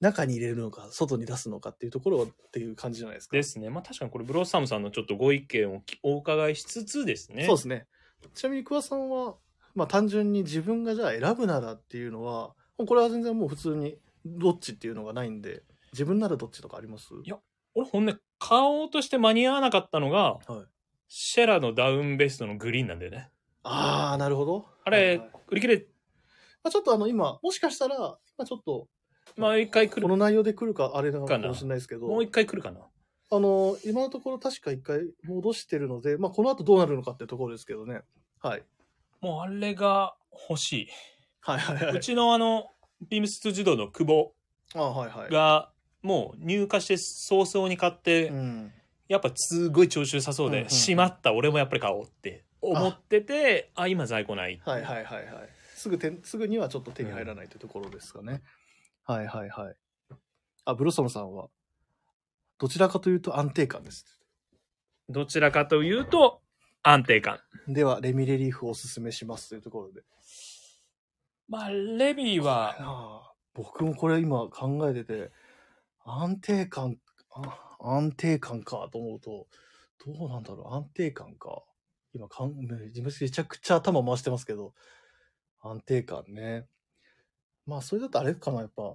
Speaker 1: 中に入れるのか、外に出すのかっていうところはっていう感じじゃないですか。
Speaker 2: ですね。まあ確かにこれ、ブロッサムさんのちょっとご意見をきお伺いしつつですね。
Speaker 1: そうですね。ちなみに桑さんは、まあ単純に自分がじゃあ選ぶならっていうのは、もうこれは全然もう普通にどっちっていうのがないんで、自分ならどっちとかあります
Speaker 2: や俺、ほんね、買おうとして間に合わなかったのが、
Speaker 1: はい
Speaker 2: シェラのダウンベストのグリーンなんだよね。
Speaker 1: ああ、なるほど。
Speaker 2: あ
Speaker 1: はい
Speaker 2: れ、
Speaker 1: はいま
Speaker 2: 売り切れ、
Speaker 1: あ、ちょっとあの今、もしかしたら、今ちょっと、
Speaker 2: まあ一回来
Speaker 1: こ
Speaker 2: る、
Speaker 1: の内容で来るかあれなのか
Speaker 2: かな
Speaker 1: もしれないですけど、
Speaker 2: もう一回来るかな。
Speaker 1: あの、今のところ確か一回戻してるので、まあこの後どうなるのかっていうところですけどね。はい。
Speaker 2: もうあれが欲しい。。
Speaker 1: はいはいう
Speaker 2: ちのあの、ビームス2児童の久保
Speaker 1: ああはいはい。
Speaker 2: が、もう入荷して早々に買って、
Speaker 1: うん。
Speaker 2: やっぱすごい調子良さそう
Speaker 1: うんうん
Speaker 2: で、
Speaker 1: うん
Speaker 2: しまった、俺もやっぱり買おうって思ってて、あ、今在庫ない。
Speaker 1: はいはいはいはい。すぐてすぐにはちょっと手に入らないというところですかね。はいはいはい。あ、ブロッサムさんは、どちらかというと安定感です。
Speaker 2: どちらかというと、安定感。
Speaker 1: では、レミレリーフをおすすめしますというところで。
Speaker 2: まあ、レビーは、
Speaker 1: あ僕もこれ今考えてて、安定感、あ安定感かと思うと、どうなんだろう、安定感か。今かん、めちゃくちゃ頭回してますけど、安定感ね。まあ、それだとあれかな、やっぱ、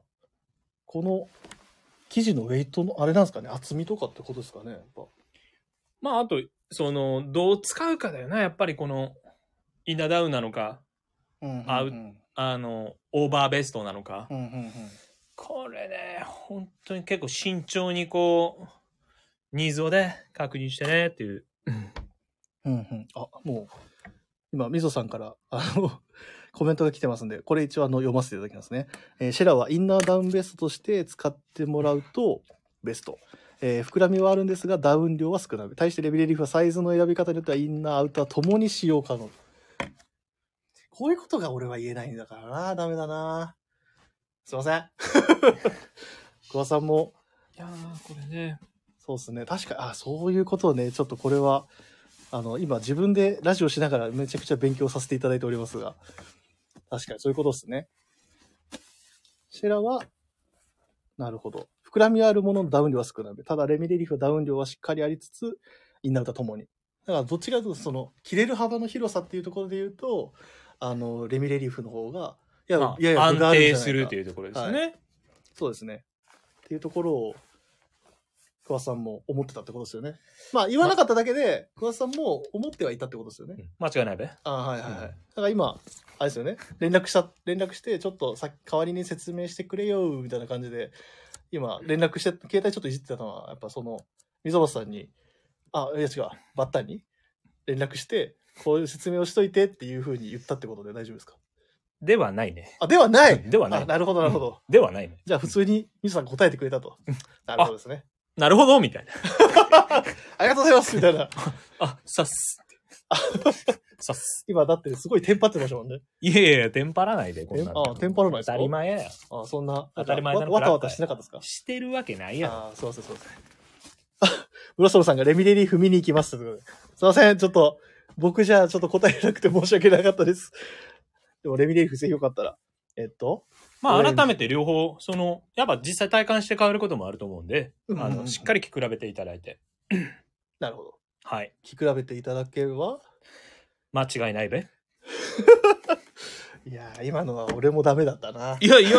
Speaker 1: この生地のウェイトの、あれなんですかね、厚みとかってことですかね、やっぱ。
Speaker 2: まあ、あと、その、どう使うかだよな、やっぱりこの、イナダウンなのか、
Speaker 1: うんうんうん
Speaker 2: あう
Speaker 1: うん
Speaker 2: あの、オーバーベストなのか。
Speaker 1: うんうん
Speaker 2: これね、本当に結構慎重にこう、ニーズをね、確認してねっていう。
Speaker 1: うんうん、あ、もう、今、みぞさんから、あの、 コメントが来てますんで、これ一応あの読ませていただきますね。えーシェラはインナーダウンベストとして使ってもらうとベスト。えー膨らみはあるんですが、ダウン量は少なめ。対してレビレリーフはサイズの選び方によってはインナー、アウターともに使用可能。こういうことが俺は言えないんだからな。ダメだな。すいません。 桑さんも
Speaker 2: いやー、これね。
Speaker 1: そうですね。確か、あ、そういうことをね、ちょっとこれは、あの、今自分でラジオしながらめちゃくちゃ勉強させていただいておりますが、確かにそういうことですね。シェラは、なるほど。膨らみはあるもののダウン量は少なめ。ただ、レミレリーフはダウン量はしっかりありつつ、インナー歌ともに。だから、どっちかというと、その、切れる幅の広さっていうところで言うと、あの、レミレリーフの方が、いや、
Speaker 2: ま
Speaker 1: いやい
Speaker 2: あ、
Speaker 1: や、
Speaker 2: 安
Speaker 1: 分があるんじゃな
Speaker 2: 定
Speaker 1: いか
Speaker 2: するというところですね。
Speaker 1: そうですね。っていうところを、桑田さんも思ってたってことですよね。まあ、言わなかっただけで、桑田さんも思ってはいたってことですよね。
Speaker 2: うん間違いないべ。
Speaker 1: ああ、はいはいはい。
Speaker 2: うん
Speaker 1: だから今、あれですよね。連絡した、連絡して、ちょっとさ代わりに説明してくれよ、みたいな感じで、今、連絡して、携帯ちょっといじってたのは、やっぱその、溝端さんに、あ、いや違う、バッタンに連絡して、こういう説明をしといてっていうふうに言ったってことで大丈夫ですか
Speaker 2: ではないね。
Speaker 1: あ、ではない
Speaker 2: ではない
Speaker 1: あなるほど、なるほど。
Speaker 2: ではないね。
Speaker 1: じゃあ普通にミスさん答えてくれ たと。なるほどですね。
Speaker 2: なるほど、みたいな。
Speaker 1: ありがとうございますみたいな。
Speaker 2: あ、さっす。さっす。
Speaker 1: 今だってすごいテンパってましたもんね。
Speaker 2: いやいや、テンパらないで、こんなの
Speaker 1: あテンパらないです
Speaker 2: 当
Speaker 1: か
Speaker 2: たり前やよ。
Speaker 1: あそんな。
Speaker 2: 当たり前
Speaker 1: な
Speaker 2: なんの
Speaker 1: かわわたわたしてなかったですか
Speaker 2: してるわけないやん。
Speaker 1: ああ、そうそうそう そう。ブロソロさんがレミレリーフ見に行きますということで。すいません、ちょっと、僕じゃちょっと答えなくて申し訳なかったです。でもレミレリーフぜひよかったら。えっと、
Speaker 2: ま
Speaker 1: 俺
Speaker 2: あ、改めて両方、その、やっぱ実際体感して変わることもあると思うんで、
Speaker 1: うんうんう
Speaker 2: あ
Speaker 1: ん
Speaker 2: の、しっかり聞き比べていただいて。
Speaker 1: なるほど。
Speaker 2: はい。
Speaker 1: 聞き比べていただければ。
Speaker 2: 間違いないべ。
Speaker 1: いやー、今のは俺もダメだったな。い
Speaker 2: いやいや、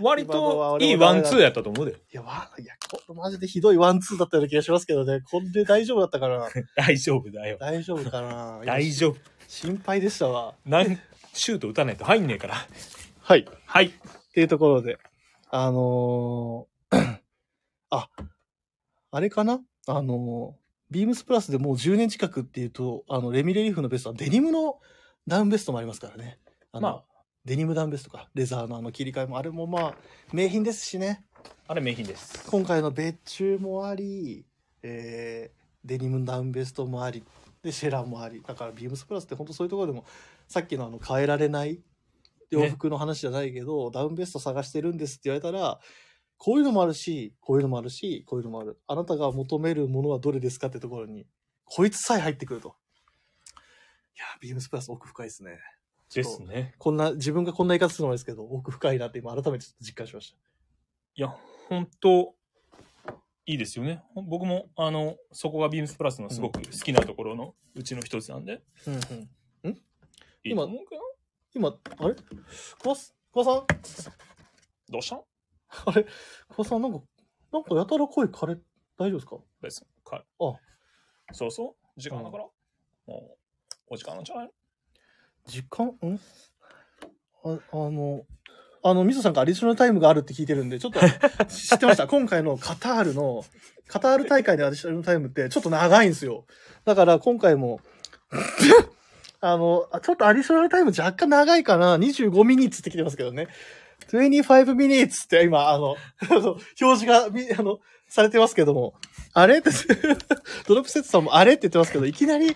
Speaker 2: 割 と、割
Speaker 1: 今のは
Speaker 2: と
Speaker 1: 俺も
Speaker 2: いいワンツーやったと思うで。
Speaker 1: や、わいや、こマジでひどいワンツーだったような気がしますけどね。こんで大丈夫だったかな。
Speaker 2: 大丈夫だよ。
Speaker 1: 大丈夫か な
Speaker 2: 大丈夫。
Speaker 1: 心配でしたわ。
Speaker 2: なん、シュート打たないと入んねえから。
Speaker 1: はい。っ
Speaker 2: はい。
Speaker 1: ていうところで。あのー あ、あれかなあのービームスプラスでもう10年近くっていうと、あの、レミレリーフのベストはデニムのダウンベストもありますからね。あの
Speaker 2: まあ
Speaker 1: デニムダウンベストか、レザーのあの切り替えも、あれもまあ、名品ですしね。
Speaker 2: あれ名品です。
Speaker 1: 今回の別注もあり、えーデニムダウンベストもありでシェラもありだからビームスプラスって本当そういうところでもさっきのあの変えられない洋服の話じゃないけど、ダウンベスト探してるんですって言われたらこういうのもあるしこういうのもあるしこういうのもあるあなたが求めるものはどれですかってところにこいつさえ入ってくるといやビームスプラス奥深いですね
Speaker 2: ですね。
Speaker 1: こんな自分がこんな言い方するのもあれですけど奥深いなって今改めてちょっと実感しました
Speaker 2: いや、本当いいですよね。ほん僕も、あの、そこがビームスプラスのすごく好きなところのうちの一つなんで、
Speaker 1: うんうん
Speaker 2: いいと思うけど、
Speaker 1: 今、あれ小さ小さん
Speaker 2: どうしたん
Speaker 1: あれ小さん、なんか、なんかやたら声枯れ、大丈夫ですか
Speaker 2: 別に、か
Speaker 1: あ
Speaker 2: そうそう、時間だから、もう、お時間なんじゃない
Speaker 1: 時間、んああの、あの、みそさんがアディショナルタイムがあるって聞いてるんで、ちょっと 知ってました。今回のカタールの、カタール大会でアディショナルタイムってちょっと長いんですよ。だから今回も、 あの、あちょっとアディショナルタイム若干長いかな。25ミニッツって来てますけどね。25ミニッツって今、あの、 あの表示がみ、あの、されてますけども、あれって、 ドロップセットさんもあれって言ってますけど、いきなり、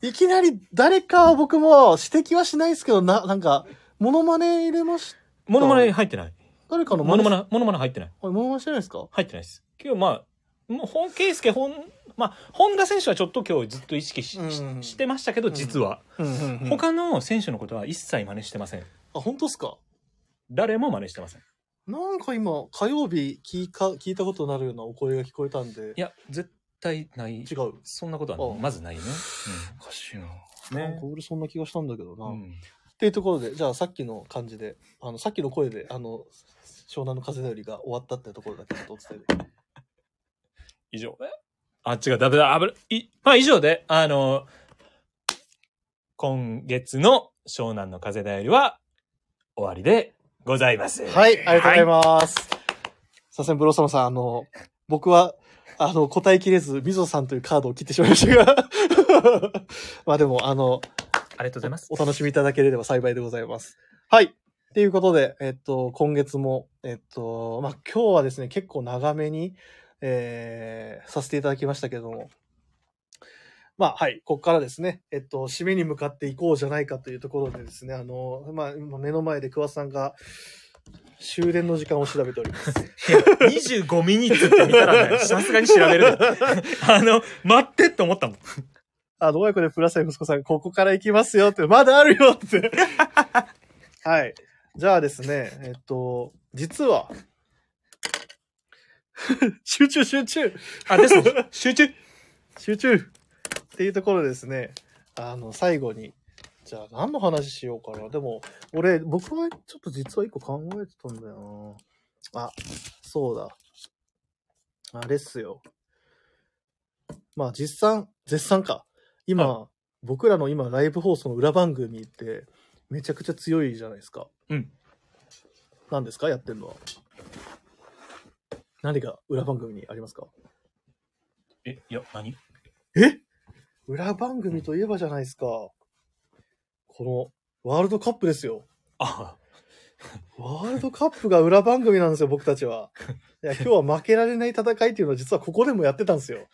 Speaker 1: いきなり誰かは僕も指摘はしないですけど、な、なんか、モノマネ入れまし、
Speaker 2: モノマネ入ってない。
Speaker 1: 誰かの
Speaker 2: モノマ
Speaker 1: ネ。
Speaker 2: ネ、モノマネ入ってない。
Speaker 1: あれモノマネしてないですか
Speaker 2: 入ってないです。今日、まあ、もう、本、圭介、本、まあ、本田選手はちょっと今日ずっと意識し,し、
Speaker 1: うん
Speaker 2: してましたけど、実は、
Speaker 1: うんうん、他、
Speaker 2: 他の選手のことは一切真似してません。
Speaker 1: あ、本当ですか
Speaker 2: 誰も真似してません。い
Speaker 1: なんか今、火曜日聞いか、聞いたことになるようなお声が聞こえたんで、
Speaker 2: や、絶対ない
Speaker 1: 違。う。
Speaker 2: そんなこと
Speaker 1: あ
Speaker 2: は
Speaker 1: あ
Speaker 2: まずないね。
Speaker 1: おかしいな。
Speaker 2: うん
Speaker 1: なん
Speaker 2: ね
Speaker 1: か。俺そんな気がしたんだけどな。
Speaker 2: う
Speaker 1: っ
Speaker 2: ん
Speaker 1: ていうところで、じゃあさっきの感じで、あの、さっきの声で、あの、湘南の風よりが終わったってところだけちょっとお伝えで。
Speaker 2: 以上。あ、違う、ダメだ、あぶい、まあ以上で、あの、今月の湘南の風だよりは終わりでございます。
Speaker 1: はい、ありがとうございます。させんブロッサムさん、あの、僕は、あの、答えきれず、みぞさんというカードを切ってしまいましたが、 まあでも、あの、
Speaker 2: ありがとうございます。
Speaker 1: お楽しみいただければ幸いでございます。はい。ということで、えっと、今月も、えっと、まあ、今日はですね、結構長めに、えー、させていただきましたけども。まあ、はい。ここからですね、えっと、締めに向かっていこうじゃないかというところでですね、あの、まあ、今目の前で桑田さんが終電の時間を調べております。
Speaker 2: いや25ミニッツって見たら ね、さすがに調べるね。 あの、待ってって思ったもん。
Speaker 1: あの、親子でプラス息子さん、ここから行きますよって、まだあるよって。はい。じゃあですね、えっと、実は、 集中集中
Speaker 2: あ、ですね。集中
Speaker 1: 集中っていうところですね。あの、最後に。じゃあ何の話しようかな。でも、俺、僕はちょっと実は一個考えてたんだよな。あ、そうだ。あれっすよ。まあ、実際、絶賛か。今、僕らの今、ライブ放送の裏番組って、めちゃくちゃ強いじゃないですか。
Speaker 2: うん。
Speaker 1: 何ですかやってんのは。何が裏番組にありますか
Speaker 2: え、いや、何
Speaker 1: え裏番組といえばじゃないですか。この、ワールドカップですよ。
Speaker 2: あ、
Speaker 1: ワールドカップが裏番組なんですよ、僕たちは。いや、今日は負けられない戦いっていうのは実はここでもやってたんですよ。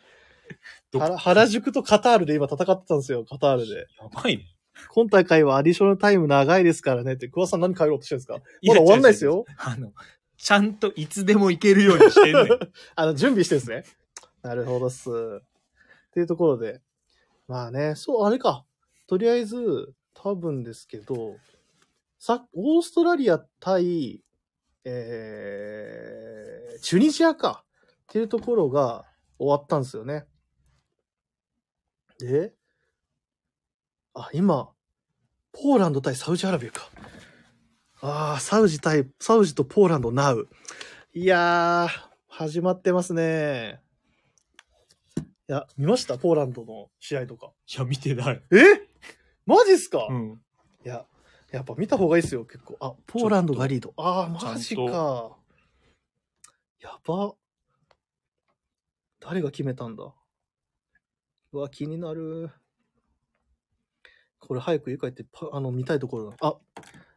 Speaker 2: ど
Speaker 1: 原原宿とカタールで今戦ってたんですよ、カタールで。
Speaker 2: やばいね。
Speaker 1: 今大会はアディショナルタイム長いですからねって、桑田さん何帰ろうとしてるんですかまだ終わんないですよ。
Speaker 2: あの、ちゃんといつでも行けるようにしてん ねん
Speaker 1: あの、準備してるんですね。なるほどっす。っていうところで。まあね、そう、あれか。とりあえず、多分ですけど、さ、オーストラリア対、えー、チュニジアか。っていうところが終わったんですよね。で、あ、今、ポーランド対サウジアラビアか。ああ、サウジ対、サウジとポーランドナウ。いやー、始まってますね。いや、見ましたポーランドの試合とか。
Speaker 2: いや、見てない。
Speaker 1: えマジっすか、
Speaker 2: う
Speaker 1: い
Speaker 2: ん。
Speaker 1: や、やっぱ見た方がいいっすよ、結構。あ、ポーランドがリード。あー、マジ
Speaker 2: ちゃん
Speaker 1: か。やば。誰が決めたんだうわ、気になる。これ早く家帰ってパ、あの、見たいところだ。あ、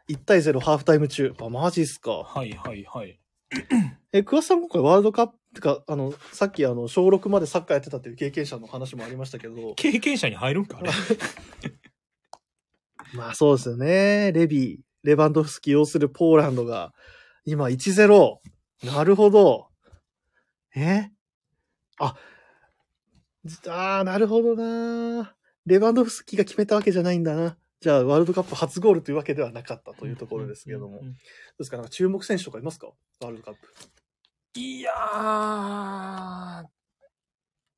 Speaker 1: 1対0ハーフタイム中。あ、マジっすか。
Speaker 2: はいはいはい。
Speaker 1: え、桑田さん今回ワールドカップってか、あの、さっきあの、小6までサッカーやってたっていう経験者の話もありましたけど、
Speaker 2: 経験者に入るんかあれ
Speaker 1: まあそうですよね。レビー、レバンドフスキ擁するポーランドが、今1-0。なるほど。えあ、ずあーなるほどなレバンドフスキが決めたわけじゃないんだな。じゃあ、ワールドカップ初ゴールというわけではなかったというところですけれども。
Speaker 2: う
Speaker 1: どう
Speaker 2: んうん
Speaker 1: ですかなんか注目選手とかいますかワールドカップ。
Speaker 2: いやー、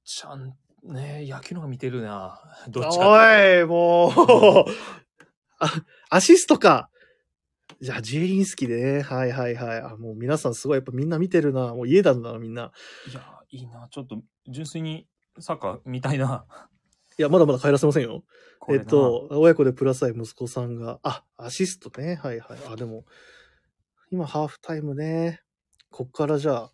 Speaker 2: ちゃん、ね野球の方が見て るな。どっちかっていう
Speaker 1: おい、もう。あ、アシストか。じゃあ、ジエリンスキでね。はいはいはい。あ、もう皆さんすごい、やっぱみんな見てるな。もう家なんだな、みんな。
Speaker 2: と。いやー、いいな。ちょっと、純粋にサッカー見たいな。
Speaker 1: いや、まだまだ帰らせませんよ。
Speaker 2: こ
Speaker 1: え
Speaker 2: れ
Speaker 1: っ
Speaker 2: な、
Speaker 1: と、親子でプラス愛息子さんが、あ、アシストね。はいはい。あ、でも、今ハーフタイムね。こっからじゃあ、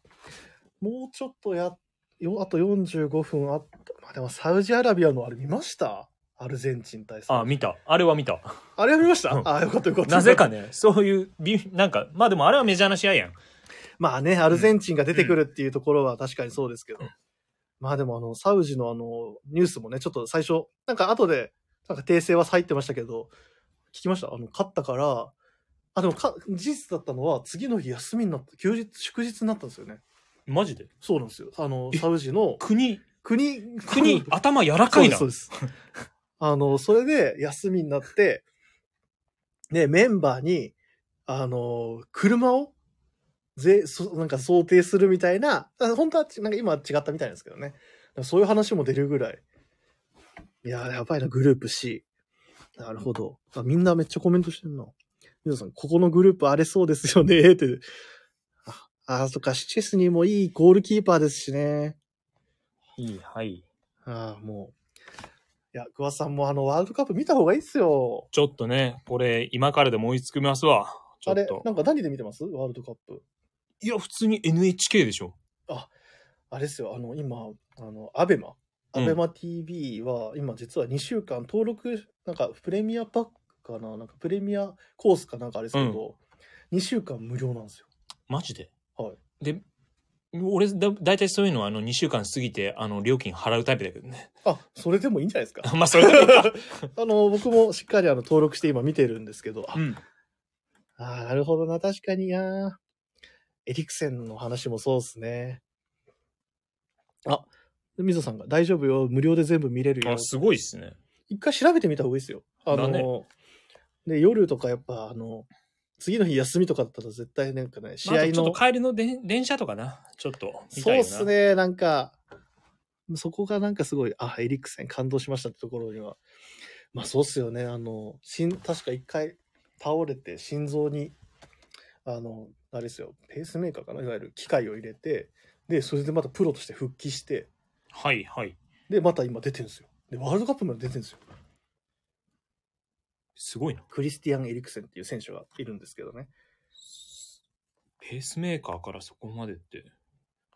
Speaker 1: もうちょっとや、よあと45分あった。まあでも、サウジアラビアのあれ見ましたアルゼンチン対戦。
Speaker 2: あ、見た。あれは 見た。
Speaker 1: あれは見ました、
Speaker 2: うん
Speaker 1: あ、よかったよかった。
Speaker 2: なぜかね、そういう、びなんか、まあでもあれはメジャーな試合やん。
Speaker 1: まあね、アルゼンチンが出てくるっていうところは確かにそうですけど。まあでもあの、サウジのあの、ニュースもね、ちょっと最初、なんか後で、なんか訂正は入ってましたけど、聞きましたあの、勝ったから、あ、でもか、事実だったのは、次の日休みになった、休日、祝日になったんですよね。
Speaker 2: マジで
Speaker 1: そうなんですよ。あの、
Speaker 2: え
Speaker 1: サウジの
Speaker 2: 国、
Speaker 1: 国、
Speaker 2: 国、頭柔ら
Speaker 1: そ
Speaker 2: か
Speaker 1: う
Speaker 2: い
Speaker 1: で
Speaker 2: な。
Speaker 1: す、そうです。あの、それで休みになって、ね、メンバーに、あの、車を、ぜ、そ、なんか想定するみたいな、あ本当は、なんか今は違ったみたいなんですけどね。そういう話も出るぐらい。いやー、やばいな、グループ C。なるほど。あみんなめっちゃコメントしてんな。皆さん、ここのグループ荒れそうですよね、って。あ、あそっか、シチェスニーもいいゴールキーパーですしね。
Speaker 2: いい、はい。
Speaker 1: ああ、もう。いや、桑田さんもあの、ワールドカップ見た方がいいっすよ。
Speaker 2: ちょっとね、これ、今からでも追いつきますわ。ちょ
Speaker 1: あ
Speaker 2: っ
Speaker 1: れ
Speaker 2: と、。
Speaker 1: なんか何で見てますワールドカップ。
Speaker 2: いや、普通に NHK でしょ。
Speaker 1: あれっすよ、あの、今、あの、アベマ。
Speaker 2: う
Speaker 1: ア
Speaker 2: ん
Speaker 1: ベマ TV は、今実は2週間登録、なんかプレミアパックかな、なんかプレミアコースかなんかあれですけど、2週間無料なんですよ。
Speaker 2: マジで
Speaker 1: はい。
Speaker 2: で、俺だ、大体そういうのは、あの、2週間過ぎて、あの、料金払うタイプだけどね。
Speaker 1: あ、それでもいいんじゃないですか。
Speaker 2: まあ、それだけ か。
Speaker 1: あの、僕もしっかりあの、登録して今見てるんですけど、あ
Speaker 2: うん。
Speaker 1: ああ、なるほどな。確かにな。エリクセンの話もそうですね。あ、みぞさんが大丈夫よ。無料で全部見れるよ
Speaker 2: あ、。すごいっすね。
Speaker 1: 一回調べてみた方がいいですよ。あの、
Speaker 2: だね
Speaker 1: で、夜とかやっぱ、あの、次の日休みとかだったら絶対なんかね、試
Speaker 2: まああ
Speaker 1: 合
Speaker 2: とちょっ
Speaker 1: の
Speaker 2: と、帰りのでん電車とかな、ちょっと見
Speaker 1: そ
Speaker 2: た
Speaker 1: うで
Speaker 2: いよな。
Speaker 1: すね、なんか、そこがなんかすごい、あ、エリクセン感動しましたってところには。まあそうっすよね、あの、心、確か一回倒れて心臓に、あの、あれですよ、ペースメーカーかな、いわゆる機械を入れて、で、それでまたプロとして復帰して、
Speaker 2: はいはい。
Speaker 1: で、また今出てるんですよ。で、ワールドカップまで出てるんですよ。
Speaker 2: すごいな。
Speaker 1: クリスティアン・エリクセンっていう選手がいるんですけどね。
Speaker 2: ペースメーカーからそこまでって。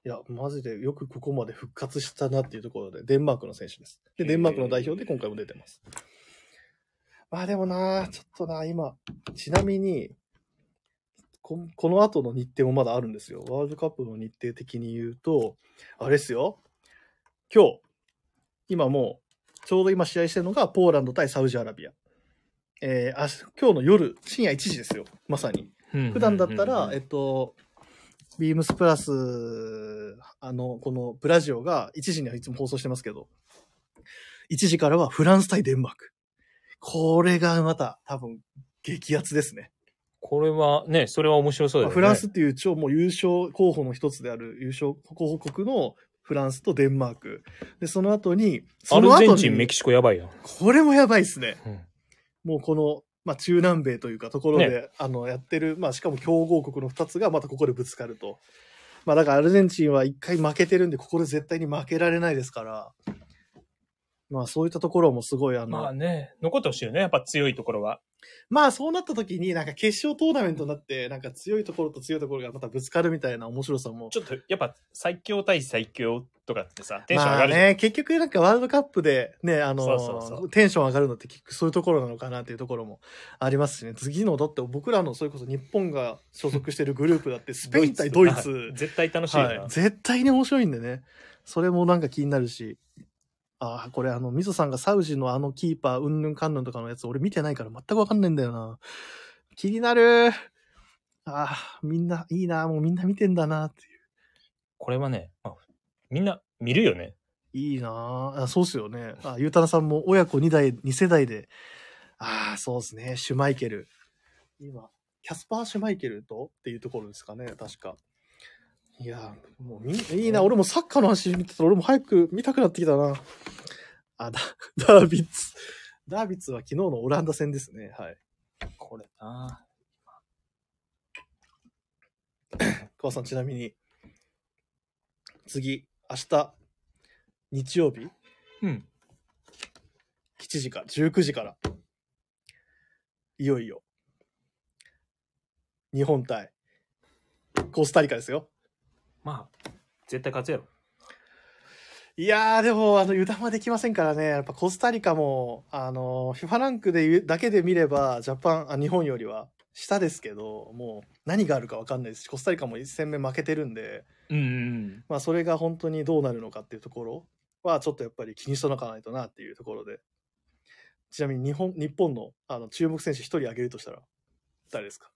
Speaker 1: いや、マジでよくここまで復活したなっていうところで、デンマークの選手です。で、
Speaker 2: へー
Speaker 1: デンマークの代表で今回も出てます。まあでもな、ちょっとな、今、ちなみに、ここの後の日程もまだあるんですよ。ワールドカップの日程的に言うと、あれですよ。今日、今もう、ちょうど今試合してるのがポーランド対サウジアラビア。えー、あし今日の夜、深夜1時ですよ。まさに。普
Speaker 2: 普
Speaker 1: 段だったら、えっと、ビームスプラス、あの、このブラジオが1時にはいつも放送してますけど、1時からはフランス対デンマーク。これがまた多分激アツですね。
Speaker 2: これはね、それは面白そうだ
Speaker 1: まあ
Speaker 2: よね。
Speaker 1: フランスっていう超もう優勝候補の一つである優勝候補国のフランスとデンマーク。で、その後に、
Speaker 2: ア
Speaker 1: そ
Speaker 2: ル
Speaker 1: の
Speaker 2: ゼ
Speaker 1: 後
Speaker 2: ンチン、メ
Speaker 1: に、
Speaker 2: キシコやばいよ。
Speaker 1: これもやばいですね。
Speaker 2: うん
Speaker 1: もうこの、まあ、中南米というかところで、
Speaker 2: ね
Speaker 1: あのやってる、まあ、しかも強豪国の2つがまたここでぶつかると。まあ、だからアルゼンチンは1回負けてるんで、ここで絶対に負けられないですから、まあそういったところもすごい、あの、
Speaker 2: まあね、残ってほしいよね。やっぱ強いところは。
Speaker 1: まあそうなった時に、なんか決勝トーナメントになって、なんか強いところと強いところがまたぶつかるみたいな面白さも。
Speaker 2: ちょっと、やっぱ最強対最強とかってさ、テンション上
Speaker 1: ま
Speaker 2: が
Speaker 1: あ
Speaker 2: るじゃん。
Speaker 1: ね、結局なんかワールドカップでね、あの
Speaker 2: そうそうそう
Speaker 1: テンション上がるのって結局そういうところなのかなっていうところもありますしね。次の、だって僕らのそれこそ日本が所属してるグループだってスペイン対ドイツ
Speaker 2: はい、絶対楽しいよな。
Speaker 1: はい、絶対に面白いんでね。それもなんか気になるし。ああ、これあの、みぞさんがサウジのあのキーパー、うんぬんかんぬんとかのやつ俺見てないから全くわかんないんだよな。気になる。ああ、みんな、いいな、もうみんな見てんだなっていう。
Speaker 2: これはね、まあみんな見るよね。
Speaker 1: いいなああそうっすよね。あゆうたなさんも親子2代、2世代で。ああ、そうですね。シュマイケル。今、キャスパー・シュマイケルとっていうところですかね、確か。いやー、もうみいいな。俺もサッカーの話見てたら、俺も早く見たくなってきたな。あ、ダ ダービッツ。ダービッツは昨日のオランダ戦ですね。はい。
Speaker 2: これな。
Speaker 1: 川さん、ちなみに、次、明日、日曜日、
Speaker 2: うん。
Speaker 1: 7時から、19時から、いよいよ、日本対コスタリカですよ。
Speaker 2: まあ、絶対勝つやろ。
Speaker 1: いやー、でも、あの、油断はできませんからね。やっぱコスタリカも、あの、FIFA ランクで言うだけで見れば、ジャパン、あ、日本よりは下ですけど、もう何があるかわかんないですし、コスタリカも1戦目負けてるんで、
Speaker 2: うんうん。
Speaker 1: まあ、それが本当にどうなるのかっていうところは、ちょっとやっぱり気にしとかないとなっていうところで。ちなみに日本、日本の、あの、注目選手一人挙げるとしたら、誰ですか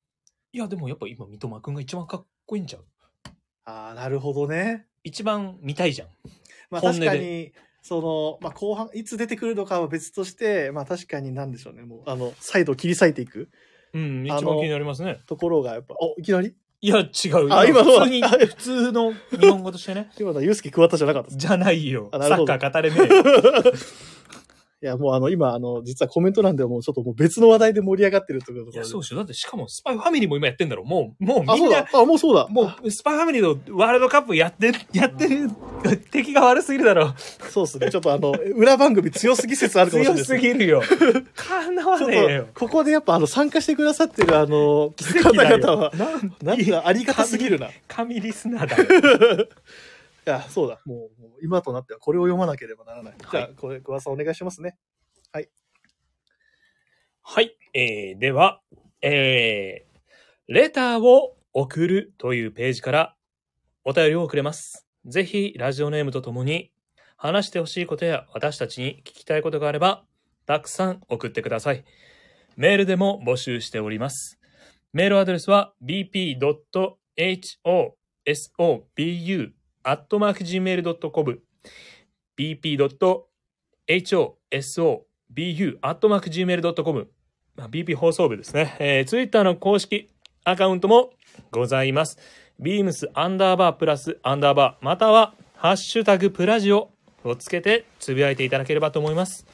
Speaker 2: いや、でもやっぱ今、三笘くんが一番かっこいいんちゃう
Speaker 1: ああ、なるほどね。
Speaker 2: 一番見たいじゃん。
Speaker 1: まあ
Speaker 2: 本音
Speaker 1: 確
Speaker 2: で
Speaker 1: かに、その、まあ後半、いつ出てくるのかは別として、まあ確かになんでしょうね。もう、あの、サイドを切り裂いていく
Speaker 2: うん、一
Speaker 1: あ
Speaker 2: 番
Speaker 1: の
Speaker 2: 気になりますね。
Speaker 1: ところが、やっぱ、お、いきなり
Speaker 2: いや、違う。
Speaker 1: あ今の
Speaker 2: 普
Speaker 1: は。
Speaker 2: 通に、 普通の日本語として ね
Speaker 1: 今のはユースケ桑田じゃなかったです。
Speaker 2: じゃないよ。
Speaker 1: あ
Speaker 2: サ
Speaker 1: なるほど
Speaker 2: ッカー語れ ねえよ。
Speaker 1: いや、もうあの、今、あの、実はコメント欄でもうちょっともう別の話題で盛り上がってるということ
Speaker 2: い
Speaker 1: で
Speaker 2: や、そうでしょ。だってしかも、スパイファミリーも今やってんだろ。もう、もう
Speaker 1: あ、
Speaker 2: み
Speaker 1: そ
Speaker 2: ん
Speaker 1: うだ
Speaker 2: な、。
Speaker 1: あ、もうそうだ。
Speaker 2: もう、スパイファミリーのワールドカップやって、やってる、敵が悪すぎるだろ。
Speaker 1: そうですね。ちょっとあの、裏番組強すぎ説あるかもしれな
Speaker 2: 強
Speaker 1: いです
Speaker 2: す
Speaker 1: ね。
Speaker 2: ぎる よ。かなわねえ
Speaker 1: ちょっ
Speaker 2: よ
Speaker 1: と。、ここでやっぱあの、参加してくださってるあの、
Speaker 2: 奇
Speaker 1: 方
Speaker 2: 跡だよ
Speaker 1: 々は、
Speaker 2: なん
Speaker 1: なんかありがたすぎる な。い
Speaker 2: 神リスナーだよ。
Speaker 1: や、そうだ。もう、もう今となってはこれを読まなければならない。じゃあ
Speaker 2: は、
Speaker 1: これ、桑さんお願いしますね。
Speaker 2: はい。えー、では、えー、レターを送るというページからお便りをくれます。ぜひ、ラジオネームとともに、話してほしいことや私たちに聞きたいことがあれば、たくさん送ってください。メールでも募集しております。メールアドレスは bp.hosobu.gmail.com bp.hosobu.gmail.com まあ BP 放送部ですね。えー、ツイッターの公式アカウントもございます。ビームスアンダーバープラスアンダーバーまたはハッシュタグプラジオをつけてつぶやいていただければと思います。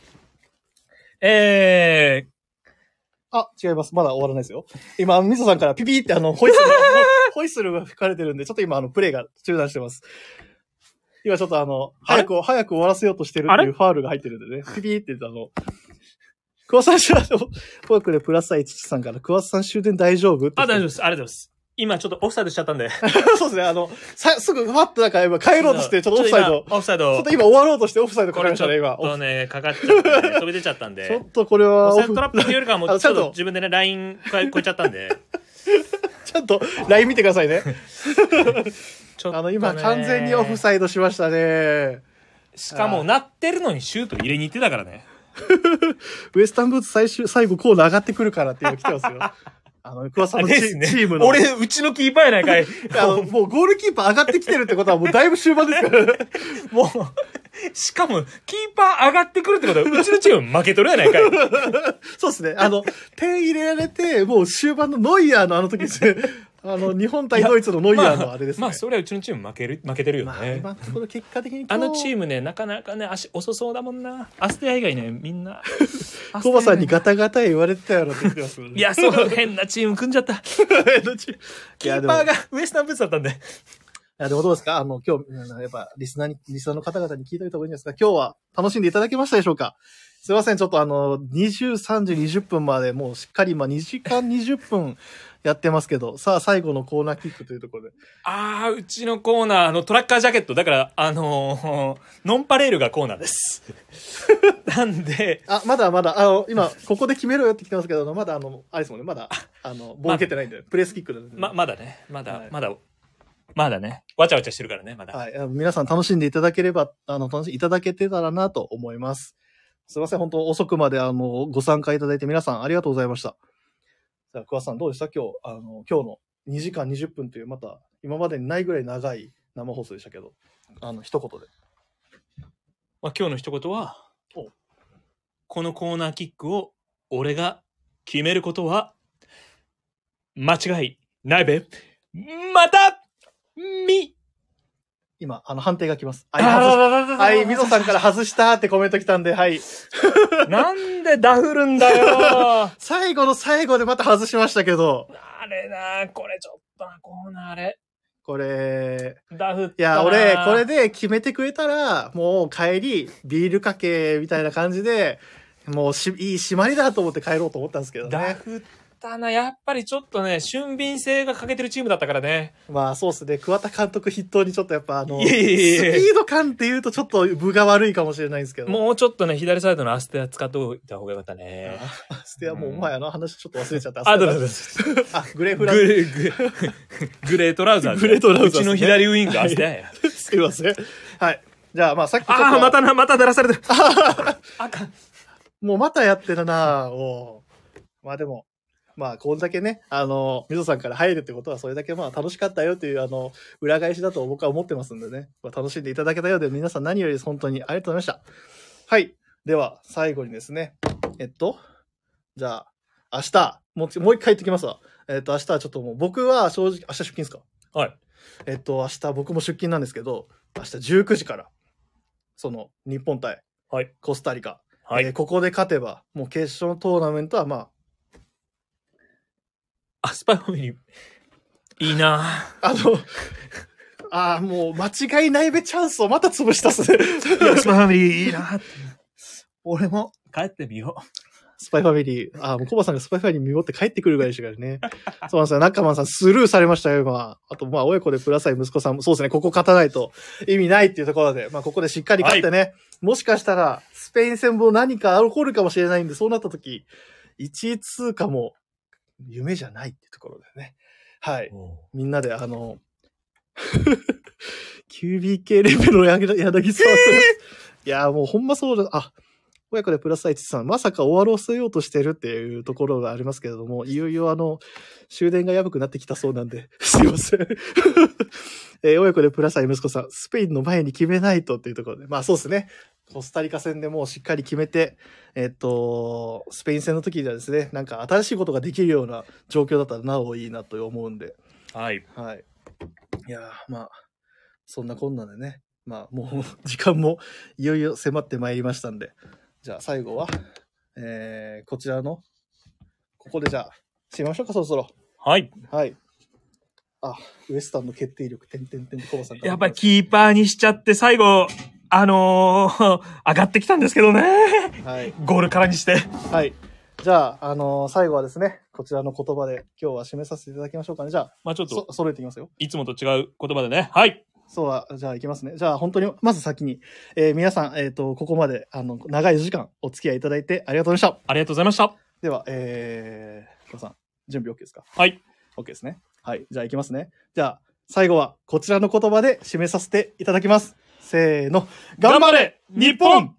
Speaker 2: え
Speaker 1: あ、違います。まだ終わらないですよ。今、あのミソさんからピピーってあの、ホイッスルが、 ホイッスルが吹かれてるんで、ちょっと今、あの、プレイが中断してます。今ちょっとあの、
Speaker 2: あれ
Speaker 1: 早く、早く終わらせようとしてるっ
Speaker 2: あ
Speaker 1: てい
Speaker 2: れ
Speaker 1: うファウルが入ってるんでね。ピピーって言ってあの、クワさん終電、フォークでプラスさん、チチさんから、クワさん終電大丈夫って
Speaker 2: ー、あ、大丈夫です。ありがとうございます。今ちょっとオフサイドしちゃったん で。
Speaker 1: そうですね、あの、さ、すぐ、ファッとなんか今帰ろうとして、ちょっとオフサイド。ちょ
Speaker 2: 今。オフサイド
Speaker 1: っ。と今終わろうとしてオフサイドか
Speaker 2: こ
Speaker 1: かりま
Speaker 2: れ
Speaker 1: し
Speaker 2: ちょ
Speaker 1: たね、今
Speaker 2: っ。とね、かかっちゃったんで、飛び出ちゃったん
Speaker 1: ちょ
Speaker 2: で
Speaker 1: っ。とこれ
Speaker 2: オ
Speaker 1: は、
Speaker 2: フ
Speaker 1: オフ
Speaker 2: サイドト、ラップというよりかはも
Speaker 1: あ
Speaker 2: うちょっ
Speaker 1: ちゃん
Speaker 2: と
Speaker 1: と
Speaker 2: 自分でね、ライン超え超えちゃったんで。
Speaker 1: ちゃんと LINE 見てください ね。
Speaker 2: ちょっと
Speaker 1: あの、今完全にオフ
Speaker 2: イ
Speaker 1: サイドしましたね。
Speaker 2: ド。しか
Speaker 1: あー
Speaker 2: も、なってるのにシュート入れに行ってたからね。
Speaker 1: ウエスタンブーツ最終、最後コーナー上がってくるからっていうの来てますよ。 あの、桑さんのチ,、
Speaker 2: ですね
Speaker 1: チームの。
Speaker 2: 俺、うちのキーパーやない かい。
Speaker 1: あの、もうゴールキーパー上がってきてるってことはもうだいぶ終盤です から、ね、
Speaker 2: もう、しかも、キーパー上がってくるってことは、うちのチーム負けとるやないかい。
Speaker 1: そうですね。あの、点入れられて、もう終盤のノイヤーのあの時ですね。あの、日本対ドイツのノイヤーのあれですね。
Speaker 2: まあ、それはうちのチーム負ける、負けてるよ
Speaker 1: まあ
Speaker 2: ね。
Speaker 1: 今のところ結果的に
Speaker 2: あのチ
Speaker 1: ム。
Speaker 2: ームね、なかなかね、足遅そうだもんな。アステア以外ね、みんな。
Speaker 1: コバさんにガタガタ言われてたやろって言ってますよね。
Speaker 2: い、や、そう、変なチーム組んじ ゃった。キーパー
Speaker 1: いやでも
Speaker 2: がウエスタンブーツだったんで。
Speaker 1: いや、でもどうですかあの、今日、あのやっぱ、リスナーに、リスナーの方々に聞いといた方がいいんじゃないですか今日は楽しんでいただけましたでしょうかすいません、ちょっとあの、23時20分まで、もうしっかり今2時間20分やってますけど、さあ、最後のコーナーキックというところで。
Speaker 2: ああ、うちのコーナー、あの、トラッカージャケット。だから、あのー ノンパレールがコーナーです。 なんで、
Speaker 1: あ、まだまだ、あの、今、ここで決めろよって来てますけど、まだあの、あれですもんね、まだ、あの、ボール蹴ってないんで、プレースキックなんで、
Speaker 2: ま、まだね、まだ、
Speaker 1: はい
Speaker 2: まだ、まだね、わちゃわちゃしてるからね、まだ。
Speaker 1: はい。あの皆さん楽しんでいただければ、あの、楽しんでいただけてたらなと思います。すいません、本当遅くまで、あの、ご参加いただいて皆さんありがとうございました。さあ、桑田さんどうでした今日、あの、今日の2時間20分という、また、今までにないぐらい長い生放送でしたけど、あの、一言で。
Speaker 2: まあ、今日の一言は
Speaker 1: お、
Speaker 2: このコーナーキックを俺が決めることは間違いないべ。またみ
Speaker 1: 今、あの、判定が来ます。は
Speaker 2: あ
Speaker 1: い、外し
Speaker 2: は
Speaker 1: はい、みぞさんから外したってコメント来たんで、はい。
Speaker 2: なんでダフるんだよ
Speaker 1: 最後の最後でまた外しましたけど、
Speaker 2: あれな、これちょっとな、コーナーあれ。
Speaker 1: これ、
Speaker 2: ダフっ
Speaker 1: い
Speaker 2: たな。
Speaker 1: や、俺、これで決めてくれたら、もう帰り、ビールかけ、みたいな感じで、もうし、いい締まりだと思って帰ろうと思ったんですけど
Speaker 2: ダ
Speaker 1: ね。
Speaker 2: フったな。やっぱりちょっとね、俊敏性が欠けてるチームだったからね。
Speaker 1: まあ、そうですね。桑田監督筆頭にちょっとやっぱ、あの、
Speaker 2: いえいえいえ
Speaker 1: スピード感っていうとちょっと分が悪いかもしれないんですけど。
Speaker 2: もうちょっとね、左サイドのアステア使っておいた方がよかったね。
Speaker 1: あステアもう、お前あの話ちょっと忘れちゃった。
Speaker 2: あ、どうぞどう
Speaker 1: う
Speaker 2: ぞ。
Speaker 1: あ、グレーフ
Speaker 2: グ
Speaker 1: ラン
Speaker 2: レー、グレー、グレートラウザーズ。
Speaker 1: グレートラウザーズね
Speaker 2: うちの左ウィンガーですね。
Speaker 1: ス。すいません。はい。じゃあ、まあ、さっきちょっと
Speaker 2: ああ、 またな、また鳴らされた。あかん。
Speaker 1: もうまたやってるなぁおうまあでも、まあこんだけね、あの、みぞさんから入るってことはそれだけまあ楽しかったよというあの、裏返しだと僕は思ってますんでね。まあ、楽しんでいただけたようで皆さん何より本当にありがとうございました。はい。では、最後にですね。えっと、じゃあ、明日、もうもう一回言ってきますわ。えっと、明日はちょっともう僕は正直、明日出勤ですか
Speaker 2: はい。
Speaker 1: えっと、明日僕も出勤なんですけど、明日19時から、その、日本対
Speaker 2: はい。
Speaker 1: コスタリカ、
Speaker 2: は
Speaker 1: えー
Speaker 2: い。
Speaker 1: ここで勝てば、もう決勝トーナメントは、まあ、
Speaker 2: アスパイファミリー。いいな
Speaker 1: あ の、ああ、もう間違いないべチャンスをまた潰したっすね。
Speaker 2: ぁ。アスパイファミリーいいなぁ。
Speaker 1: 俺も、
Speaker 2: 帰ってみよ。。
Speaker 1: スパイファミリー、ああ、もうコバさんがスパイファミリー見守って帰ってくるぐらいでしたからね。そうなんですよ。中間さんスルーされましたよ、今。あと、まあ、親子でプラスイ息子さんも、そうですね、ここ勝たないと意味ないっていうところで、まあ、ここでしっかり勝ってね、もしかしたら、スペイン戦も何か起こるかもしれないんで、そうなった時、1位通過も夢じゃないっていうところだよね。はいうみんなで、あの、QBK レベルの柳柳沢君いやー、もうほんまそうだ。あ、親子でプラス1さん、まさか終わらせようとしてるっていうところがありますけれ ども、いよいよあの、終電がやばくなってきたそうなんで、すいません。えー親子でプラスは息子さん、スペインの前に決めないとっていうところで、まあそうですね。コスタリカ戦でもうしっかり決めて、えっと、スペイン戦の時にはですね、なんか新しいことができるような状況だったらなおいいなと思うんで、
Speaker 2: はい。
Speaker 1: はい。いやーまあ、そんなこんなでね。まあ、もう、時間もいよいよ迫ってまいりましたんで。じゃあ、最後は、えー、こちらの、ここでじゃあ、しましょうか、そろそろ。
Speaker 2: はい。
Speaker 1: はい。あ、ウエスタンの決定力、てんてんてんコバさんから
Speaker 2: やっぱりキーパーにしちゃって、最後、あのー 上がってきたんですけどね。
Speaker 1: はい。
Speaker 2: ゴールからにして。
Speaker 1: はい。じゃあ、あのー最後はですね、こちらの言葉で今日は締めさせていただきましょうかね。じゃあ、
Speaker 2: まあちょっと
Speaker 1: そ、揃えていきますよ。
Speaker 2: いつもと違う言葉でね。はい。
Speaker 1: そうは、じゃあ行きますね。じゃあ本当に、まず先に、えー皆さん、えっ、と、ここまで、あの、長いお時間お付き合いいただいてありがとうございました。
Speaker 2: ありがとうございました。
Speaker 1: では、えー、皆さん、準備 OK ですか
Speaker 2: はい。
Speaker 1: ?OK ですね。はい。じゃあ行きますね。じゃあ、最後はこちらの言葉で締めさせていただきます。せーの。
Speaker 2: 頑張れ日本